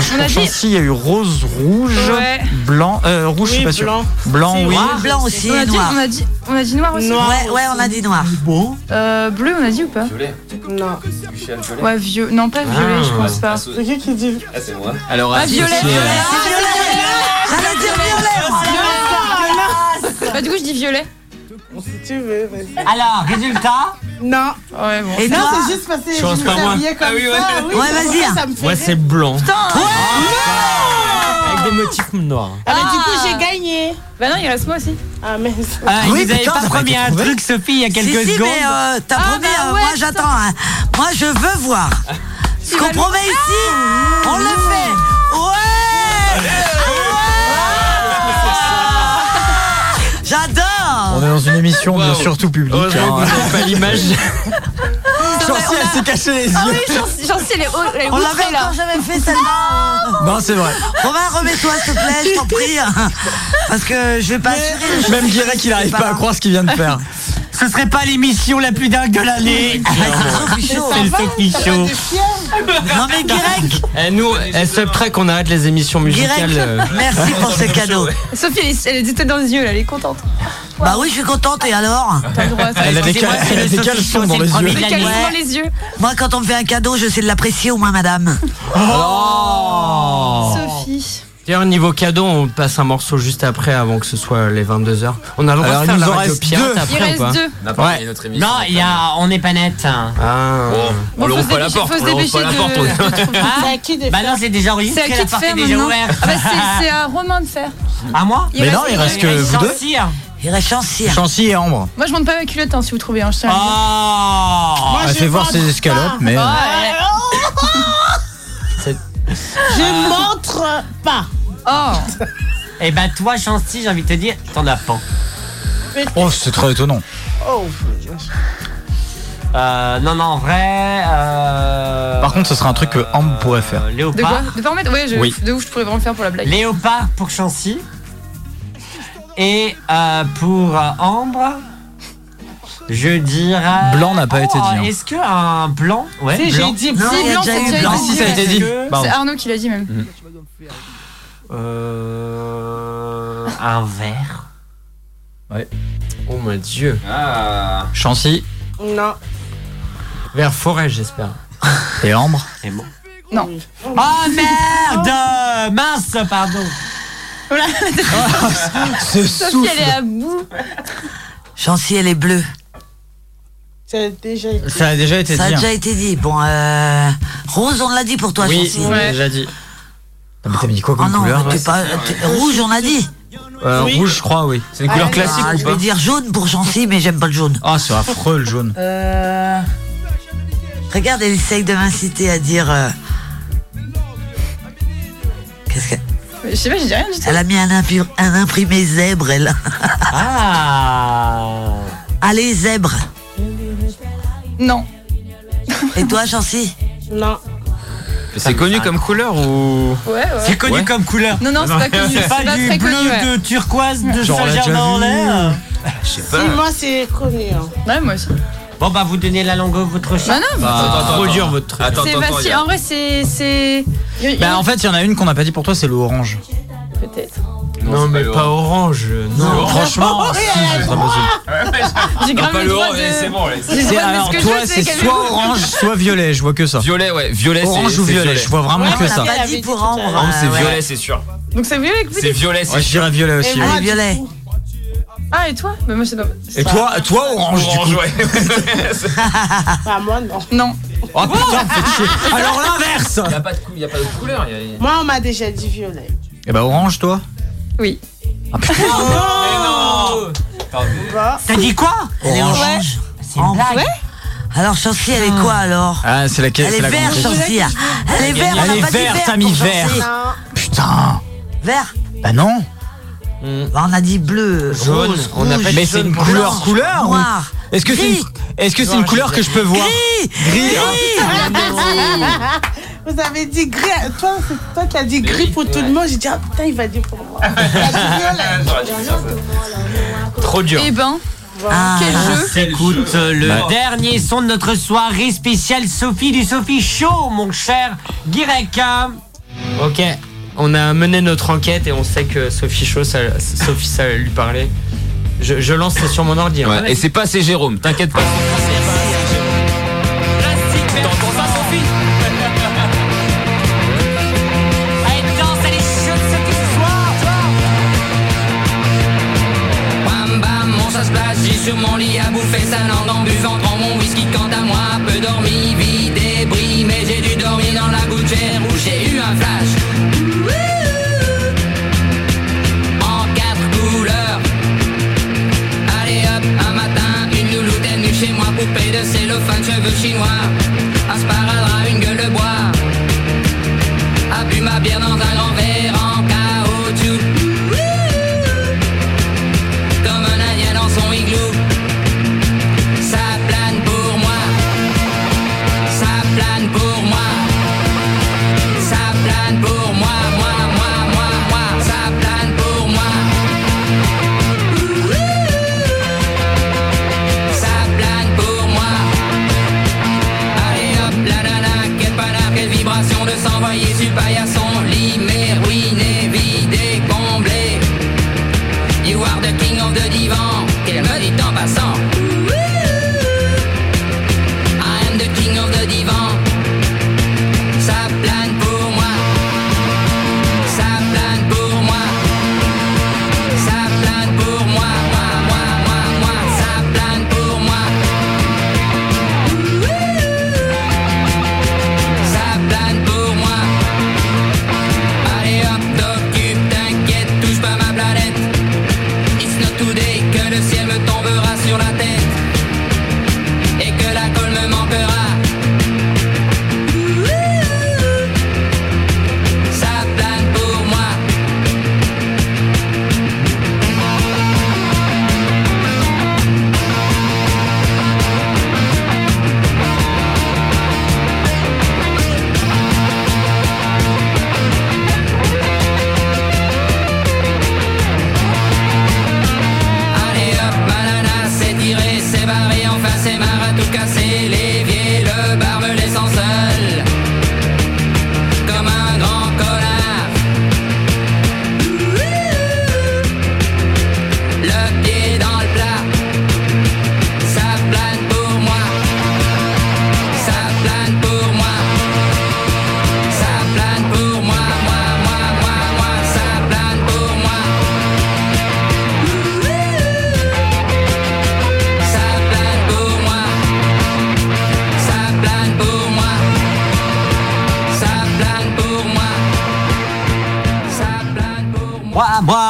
S4: On a
S7: pour
S4: dit-
S7: Chancy, il y a eu rose, rouge,
S4: Ouais.
S7: blanc. Euh, rouge, je suis
S6: Oui,
S7: pas sûr.
S6: blanc.
S7: Blanc,
S6: Si,
S7: oui.
S6: noir.
S2: Blanc aussi
S4: on, a
S2: et
S4: dit,
S2: noir.
S4: on, a dit, on a dit noir aussi.
S6: Noir.
S2: Ouais, ouais, on a dit noir.
S7: Bon.
S4: Euh, bleu, on a dit ou pas
S22: Violet.
S6: Non.
S4: Ouais, vieux. Non, pas violet,
S7: Ah.
S4: je pense pas.
S6: C'est qui qui dit
S22: Ah, c'est moi.
S7: Alors,
S4: Ah,
S7: associé
S4: violet,
S7: à-
S4: violet.
S2: C'est Ah, violet. J'allais dire violet, moi.
S4: Bah, du coup, je dis violet.
S6: Si tu veux, vas-y.
S3: Alors, Ah, résultat
S6: Non.
S4: Ouais, bon.
S2: Et
S6: Non,
S2: toi
S6: c'est juste parce que je
S10: pense
S6: me
S10: pas, moi.
S6: habillais comme
S10: Ah oui, Ah, ouais.
S6: ça. oui,
S2: Ouais,
S6: c'est pour
S2: vas-y.
S6: ça, ça me fait
S10: Moi,
S6: rire.
S10: c'est blanc.
S6: Ah
S10: Avec des motifs noirs.
S6: Ah, mais du coup, j'ai gagné.
S4: Bah, non, il reste moi aussi.
S6: Ah, mais.
S3: Ah,
S7: Oui,
S3: Vous avez
S7: putain,
S3: pas
S7: ça m'a
S3: promis
S7: été
S3: un
S7: trouvé.
S3: truc, Sophie, il y a
S2: Si,
S3: quelques
S2: si,
S3: secondes
S2: mais euh, t'as
S4: Ah,
S2: promis,
S4: bah
S2: euh,
S4: ouais,
S2: moi
S4: putain.
S2: j'attends. hein. Moi je veux voir. Ce qu'on
S4: vas le-
S2: promet
S4: Ah.
S2: ici, on le fait. Ouais Ouais J'adore
S7: On est dans une émission, bien sûr, tout public.
S10: Heureusement
S7: hein.
S10: que vous n'avez pas l'image.
S7: Chancy, elle s'est cachée les
S4: Ah
S7: yeux.
S4: oui, Chancy, Chancy, elle est, haut- elle est
S2: On
S4: outrée,
S2: l'avait
S4: là.
S2: encore jamais fait celle-là.
S7: Non, c'est vrai.
S2: Romain, remets-toi s'il te plaît, je t'en prie. Parce que je vais pas assurer. les choses.
S7: Même Guirec, il n'arrive pas à croire ce qu'il vient de faire.
S3: Ce serait pas l'émission la plus dingue de l'année
S2: Sophie Show.
S3: C'est le Sophie Show.
S2: Non mais Guirec,
S10: Eh, nous, elle se prête qu'on arrête les émissions musicales. euh.
S2: Guirec, merci pour ce cadeau.
S4: Sophie, elle est, elle est détendue dans les yeux, là, elle est contente.
S2: Bah oui, je suis contente et alors
S4: T'as le droit, ça.
S7: Elle a des
S3: Excusez-moi,
S7: cal-
S3: c'est
S7: elle a
S3: le
S7: des
S3: Sophie
S7: caleçons
S3: Show,
S7: dans
S3: c'est
S7: les
S3: premier
S7: yeux.
S4: Des
S3: de
S4: caleçons
S3: l'année.
S4: dans les yeux.
S2: Moi, quand on me fait un cadeau, je sais de l'apprécier au moins, madame.
S10: Oh.
S4: Sophie.
S10: D'ailleurs, niveau cadeau, on passe un morceau juste après, avant que ce soit les 22h. On a le droit
S7: Alors,
S10: de
S7: il
S10: faire
S7: nous
S10: la
S7: en
S10: radio
S7: reste
S10: pirate
S7: deux.
S4: Il
S10: après ou
S4: reste
S10: pas
S4: deux.
S22: On a pas
S7: Ouais.
S22: gagné notre émission.
S3: Non, il y a, on n'est pas net. hein.
S10: Ah.
S22: Oh,
S4: Bon,
S22: On leur ouvre
S4: faut se
S22: pas la
S4: dépêcher-
S22: porte.
S4: faut se
S22: On leur ouvre
S4: dépêcher
S22: pas la porte.
S4: de-
S22: on-
S4: de trouver.
S3: Ah,
S6: C'est à qui de
S3: Bah
S6: faire
S3: non, c'est déjà enregistré,
S4: C'est à qui
S3: la
S4: de
S3: porte est
S4: faire
S3: déjà
S4: maintenant
S3: ouverte.
S4: Ah bah, c'est- C'est à Romain de faire.
S3: À moi
S7: Mais non, il reste que vous deux.
S3: Chancy, hein.
S2: Il reste Ah, Chancy.
S7: Chancy et Ambre.
S4: Moi, je monte pas ma culotte hein, si vous trouvez un chien.
S3: Oh
S6: Moi,
S7: Elle
S6: je
S7: fait Ah, voir
S6: montre
S7: ses
S6: pas.
S7: escalopes, mais. euh, Ah.
S6: Je montre pas.
S4: Oh
S3: Et bah toi, Chancy, j'ai envie de te dire, t'en as pas.
S7: Oh, c'est très étonnant.
S6: Oh.
S3: Euh, non, non, en vrai. euh,
S7: Par contre, ce sera un truc que Ambre pourrait faire.
S4: De quoi
S3: Léopard.
S4: De pas en mettre Ouais, je,
S7: Oui.
S4: de ouf, je pourrais vraiment le faire pour la blague.
S3: Léopard pour Chancy. Et euh, pour euh, Ambre, je dirais. Oh,
S7: Blanc n'a pas été dit, hein.
S3: Est-ce que un blanc Ouais,
S6: Si,
S3: blanc.
S6: j'ai dit
S2: Non, il y a
S4: blanc,
S2: déjà
S4: c'est
S2: eu
S4: déjà
S2: blanc.
S4: eu.
S7: Si, ça a été dit.
S4: C'est
S3: Bah,
S7: Pardon.
S4: Arnaud qui l'a dit même.
S3: Euh, un vert.
S10: Oh mon dieu.
S22: Ah.
S7: Chancy
S6: Non.
S10: Vers forêt, j'espère.
S7: et Ambre.
S3: C'est bon.
S4: Non.
S3: Oh merde Mince, pardon.
S7: Ce
S4: Sophie, elle est à bout.
S2: Chancy, elle est bleue.
S6: Ça a déjà été.
S7: Ça a déjà été
S2: Ça a
S7: dit. hein.
S2: déjà été dit. Bon, euh, Rose, on l'a dit pour toi,
S10: Oui,
S2: Chancy.
S10: j'ai déjà dit.
S7: Ah, mais T'as mis quoi
S2: Oh
S7: comme
S2: non,
S7: couleur
S2: t'es pas, t'es- rouge, on a dit.
S7: Euh,
S6: Oui.
S7: Rouge, je crois, oui. C'est une
S6: couleur Ah, classique
S2: Ah, je vais dire jaune pour Chancy, mais j'aime pas le jaune.
S7: Ah, c'est affreux le jaune.
S2: Euh, Regarde, elle essaye de m'inciter à dire. euh, Qu'est-ce que...
S4: Je sais pas, j'ai dit rien du tout.
S2: Elle a mis un, impu- un imprimé zèbre, elle.
S3: Ah
S2: Allez, zèbre.
S4: Non.
S2: Et toi, Chancy
S6: Non.
S11: C'est connu comme couleur ou
S4: Ouais, ouais.
S3: C'est connu
S11: Ouais.
S3: comme couleur.
S4: Non, non, c'est pas connu.
S3: C'est pas
S4: C'est pas
S3: du
S4: très
S3: bleu
S4: connu, ouais.
S3: de turquoise de
S11: Genre, on l'a déjà
S3: Saint-Germain en
S11: vu.
S3: l'air.
S11: Je sais
S6: Si, moi, c'est connu. hein.
S4: Ouais, moi aussi.
S3: Bon, bah, vous donnez la langue à votre chat.
S4: Bah non, Bah,
S7: attends, attends, trop attends. dur, votre truc.
S11: Attends,
S4: C'est
S11: attends,
S4: facile.
S11: attends.
S4: En vrai, c'est. c'est- y- y-
S7: Bah en fait, il y en a une qu'on n'a pas dit pour toi, c'est le orange.
S4: Peut-être.
S11: Non, mais pas
S7: orange. Non, franchement.
S11: Oh,
S7: si,
S11: elle a
S7: j'ai
S11: le
S7: pas besoin.
S4: J'ai
S11: Non,
S4: grave
S11: pas
S4: le
S11: le
S4: droit
S11: orange, eh, c'est
S4: de.
S11: bon. allez.
S4: J'ai le
S7: C'est-
S4: droit de-
S7: alors,
S4: ce que je
S7: toi,
S4: veux,
S7: c'est
S4: c'est
S7: soit
S4: qu'elle-
S7: orange, soit violet. Je vois que ça.
S11: Violet, ouais, violet.
S7: Orange
S11: c'est-
S7: ou
S11: c'est
S7: violet, je vois vraiment
S2: Ouais,
S7: que
S2: on
S7: ça.
S2: l'a pas dit pour
S11: Orange,
S2: ambre.
S11: Ah, c'est
S2: euh, ouais.
S11: violet, c'est sûr.
S4: Donc c'est violet que vous
S11: C'est
S4: dites
S11: violet, c'est
S7: Ouais, je
S11: sûr.
S7: dirais violet aussi.
S2: Allez, violet.
S4: Ah, et toi Bah, moi, c'est pas.
S7: Et toi, toi orange, du coup.
S2: Bah,
S6: Enfin, moi, non.
S4: Non.
S7: Oh putain, me faites chier. Alors l'inverse.
S11: Il n'y a pas de cou- y a pas de couleur. y a- y a-
S6: Moi, on m'a déjà dit violet. Oh.
S7: Et bah orange, toi.
S4: Oui.
S7: Ah putain.
S3: T'as dit quoi
S2: Elle est
S7: Orange.
S2: orange.
S3: C'est une blague.
S2: Alors, Chancy, elle est quoi alors
S7: Ah, c'est laquelle
S2: Elle
S7: c'est
S2: est
S7: la
S2: verte,
S7: grande question.
S2: Chancy. Elle est
S7: Elle
S2: verte, on n'a
S7: est
S2: pas dit
S7: verte,
S2: vert
S7: t'as mis
S2: pour
S7: vert.
S2: Chancy.
S7: Putain.
S2: Vert
S7: Bah non.
S2: Bah, On a dit bleu,
S11: Jaune,
S2: rose,
S11: on n'a
S2: rouge,
S11: pas dit
S7: Hmm. Mais c'est une
S11: jaune,
S7: couleur
S2: blanc,
S7: couleur. ou-
S2: noir,
S7: Est-ce que c'est une-
S2: gris.
S7: est-ce que c'est une couleur que je peux voir
S2: Gris
S7: Gris.
S6: Vous avez dit gris. Toi, c'est toi qui as dit gris pour tout le monde. J'ai dit, ah putain, il va dire pour moi.
S11: Trop dur.
S4: Eh ben, quel jeu
S3: Ah, Écoute euh, le dernier son de notre soirée spéciale Sophie du Sophie Show, mon cher Guirec. hein.
S10: Ok. On a mené notre enquête et on sait que Sophie Chaud, ça, Sophie, ça lui parlait. Je, je lance c'est sur mon ordi. hein.
S11: Ouais, Et c'est pas Ah, c'est Jérôme, t'inquiète pas.
S3: T'entends ça, Sophie Allez, danse, elle est chaude, Sophie, ce soir, toi.
S20: Bam bam, mon chat se place, j'ai sur mon lit à bouffer sa langue en buvant, prends mon whisky quant à moi, peu dormi, vie débris, mais j'ai dû dormir dans la gouttière où j'ai eu un flash. En quatre couleurs. Allez hop, un matin, une louloute est venue chez moi, poupée de cellophane, cheveux chinois, un sparadrap, une gueule de bois. A bu ma bière dans un grand verre en caoutchouc. Comme un indien dans son igloo Ça plane pour moi Ça plane pour moi Ça plane pour moi Moi, moi, moi, moi Ça plane pour moi Ça plane pour moi Allez hop, la la la Quelle panard, quelle vibration de s'envoyer sur paillasson Limé, ruiné, vidé, comblé You are the king of the divan Qu'elle me dit en passant I am the king of the divan Ça plane pour moi Ça plane pour moi Ça plane pour moi Moi, moi, moi, moi Ça plane pour moi Ça plane pour moi Allez hop, t'occupe, t'inquiète Touche pas ma planète It's not today que le ciel me tombera sur la tête Et que la colle me manquera Ça plane pour moi Allez hop, banana, c'est tiré, c'est barré Enfin c'est marre à tout casser L'évier, le bar me laissant seul Comme un grand connard Le pied dans le plat Ça plane pour moi Ça plane pour moi Ça plane pour moi, moi, moi, moi, moi Ça plane pour moi Ça plane pour moi, ça plane pour moi, ça plane pour moi, ça plane pour moi.
S3: Moi, moi,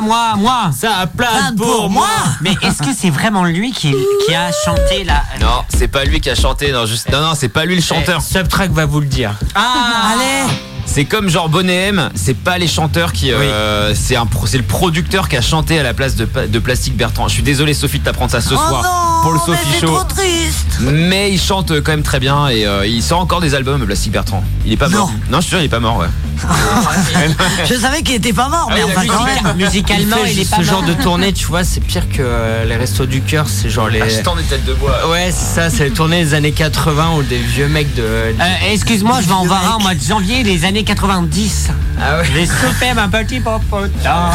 S3: moi, moi, moi.
S11: Ça
S2: Plane
S11: plane
S2: pour moi.
S3: Mais est-ce que c'est vraiment lui qui, qui a chanté la.
S11: Non, c'est pas lui qui a chanté, non, juste. Non, non, c'est pas lui le chanteur.
S10: Subtrack va vous le dire.
S3: Ah
S2: Allez
S11: C'est comme genre Bonnet M, c'est pas les chanteurs qui. euh, c'est un pro- c'est le producteur qui a chanté à la place de, Pa- de Plastique Bertrand. Je suis désolé, Sophie, de t'apprendre ça ce
S2: Oh
S11: soir
S2: non
S11: pour le
S2: mais
S11: Sophie
S2: c'est
S11: Show.
S2: trop triste
S11: Mais il chante quand même très bien et euh, il sort encore des albums, Plastique Bertrand. Il est pas mort. Non, je suis sûr, il est pas mort, ouais.
S2: Je savais qu'il était pas mort, mais
S10: Ah oui,
S2: enfin
S10: la
S2: quand
S10: musique-
S2: même.
S10: il fait ce genre de tournée, tu vois, c'est pire que euh, les restos du cœur, c'est genre les.
S11: Achetant Ah, des têtes de bois.
S10: Ouais, c'est ça, c'est les tournées des années 80 ou des vieux mecs de.
S3: Euh, Excuse-moi, je vais en voir un au mois de janvier des années 90.
S10: Ah ouais.
S3: Les soupèmes, un petit popotin.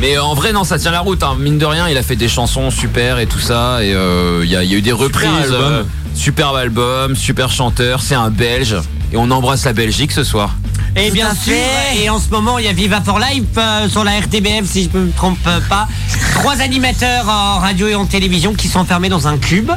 S11: Mais en vrai, non, ça tient la route. hein. Mine de rien, il a fait des chansons super et tout ça. Et euh, il y, a il y a eu des reprises.
S22: album.
S11: euh, superbe album, super chanteur. C'est un Belge. Et on embrasse la Belgique ce soir.
S3: Et Eh bien sûr, et en ce moment, il y a Viva for Life euh, sur la RTBF, si je ne me trompe euh, pas. Trois animateurs en radio et en télévision qui sont enfermés dans un cube.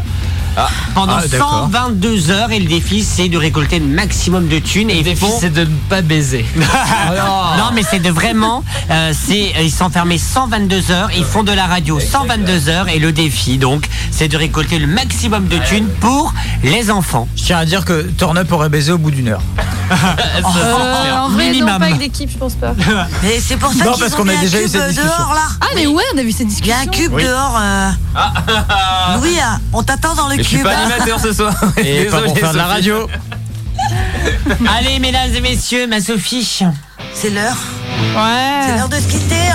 S3: Pendant
S10: Ah, d'accord.
S3: 122 heures et le défi c'est de récolter le maximum de thunes et le défi
S10: c'est de ne pas baiser.
S3: non mais c'est de vraiment euh, c'est ils sont fermés 122 heures ils font de la radio 122 heures et le défi donc c'est de récolter le maximum de thunes pour les enfants.
S7: Je tiens à dire que Turn Up aurait baisé au bout d'une heure.
S4: Euh, en vrai, non,
S7: Minimum.
S4: pas avec l'équipe, je pense pas.
S2: Mais c'est pour ça
S7: Non,
S2: qu'ils
S7: parce
S2: ont
S7: qu'on
S2: mis
S7: a
S2: un
S7: déjà eu
S2: cube
S7: cette discussion.
S2: dehors là.
S4: Ah mais ouais, on a vu cette
S2: Il y a un cube
S7: Oui.
S2: dehors. euh.
S9: Ah.
S2: Louis, hein, on t'attend dans le
S11: Mais je
S2: cube.
S11: suis pas animateur ce soir.
S7: Et pas pour faire de la radio.
S3: Allez mesdames et messieurs ma Sophie
S2: c'est l'heure.
S4: Ouais.
S2: C'est l'heure de se quitter.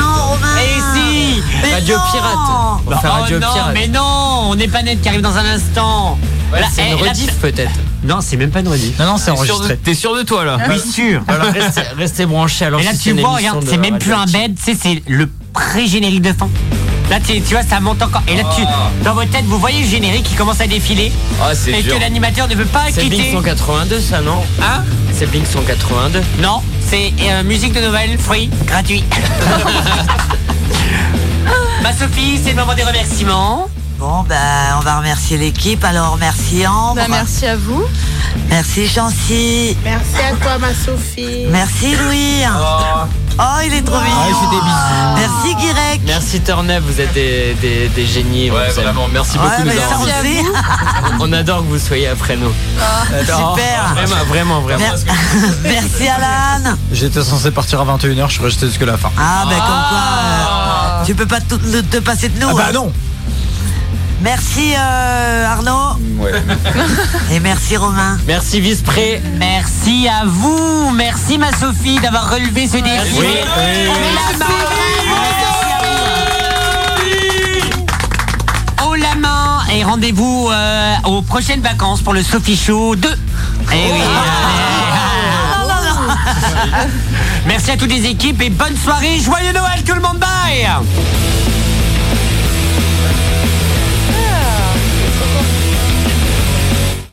S2: Non Romain.
S3: Et Eh si
S2: Mais
S3: Radio
S2: non.
S3: Pirate
S10: On va faire Radio
S3: non,
S10: Pirate.
S3: mais non, on n'est pas net qui arrive dans un instant.
S10: Ouais,
S3: La-
S10: c'est
S3: eh,
S10: une
S3: la-
S10: rediff peut-être.
S3: Non, c'est même pas une rediff.
S7: Non, non, c'est
S10: sûr
S7: enregistré.
S11: Ah, T'es sûr de toi là
S3: Oui, sûr.
S10: Voilà, restez, restez branchés alors.
S3: Et là,
S10: si
S3: tu
S10: une
S3: vois,
S10: émission
S3: regarde,
S10: de
S3: c'est même plus un
S10: radioactive.
S3: bed, tu sais, c'est le pré-générique de fin. Là, tu, tu vois, ça monte encore. Et là, tu,
S10: Ah.
S3: dans votre tête, vous voyez le générique qui commence à défiler.
S11: Ah, c'est
S3: et
S11: dur.
S3: que l'animateur ne veut pas
S10: C'est Blink
S3: quitter.
S10: 182, ça non
S3: Hein
S10: C'est Blink 182.
S3: Non, c'est euh, musique de Noël, fruits, gratuit. Ma Sophie, c'est le moment des remerciements.
S2: Bon bah on va remercier l'équipe. Alors merci Ambre.
S4: Bah, merci à vous.
S2: Merci Chancy.
S6: Merci à toi, ma Sophie.
S2: Merci Louis.
S11: Oh.
S2: Oh il est trop mignon.
S10: des bisous.
S2: Merci Guirec.
S10: Merci Turnup, vous êtes des, des, des génies. on
S11: Ouais,
S10: vous aime.
S11: vraiment. Merci beaucoup
S2: Ouais, bah,
S11: de
S2: mais
S11: nous
S2: ça,
S11: avoir.
S2: on
S4: Merci
S2: sait.
S10: On adore que vous soyez après nous.
S7: Attends.
S2: Super.
S10: Vraiment, vraiment, vraiment.
S2: Mer- Merci Alan.
S7: J'étais censé partir à 21h, je suis resté jusque la fin.
S2: Ah ben comme quoi, euh, tu peux pas tout- te, te passer de nous.
S7: Ah bah
S2: hein.
S7: non
S2: Merci euh, Arnaud
S5: Ouais.
S2: et merci Romain.
S10: Merci Vispré.
S3: Hein. Merci à vous, merci ma Sophie d'avoir relevé ce défi.
S10: Oui.
S3: Oh la main et rendez-vous euh, aux prochaines vacances pour le Sophie Show 2. Eh oui.
S10: Oh.
S3: Merci à toutes les équipes et bonne soirée, joyeux Noël tout le monde bye.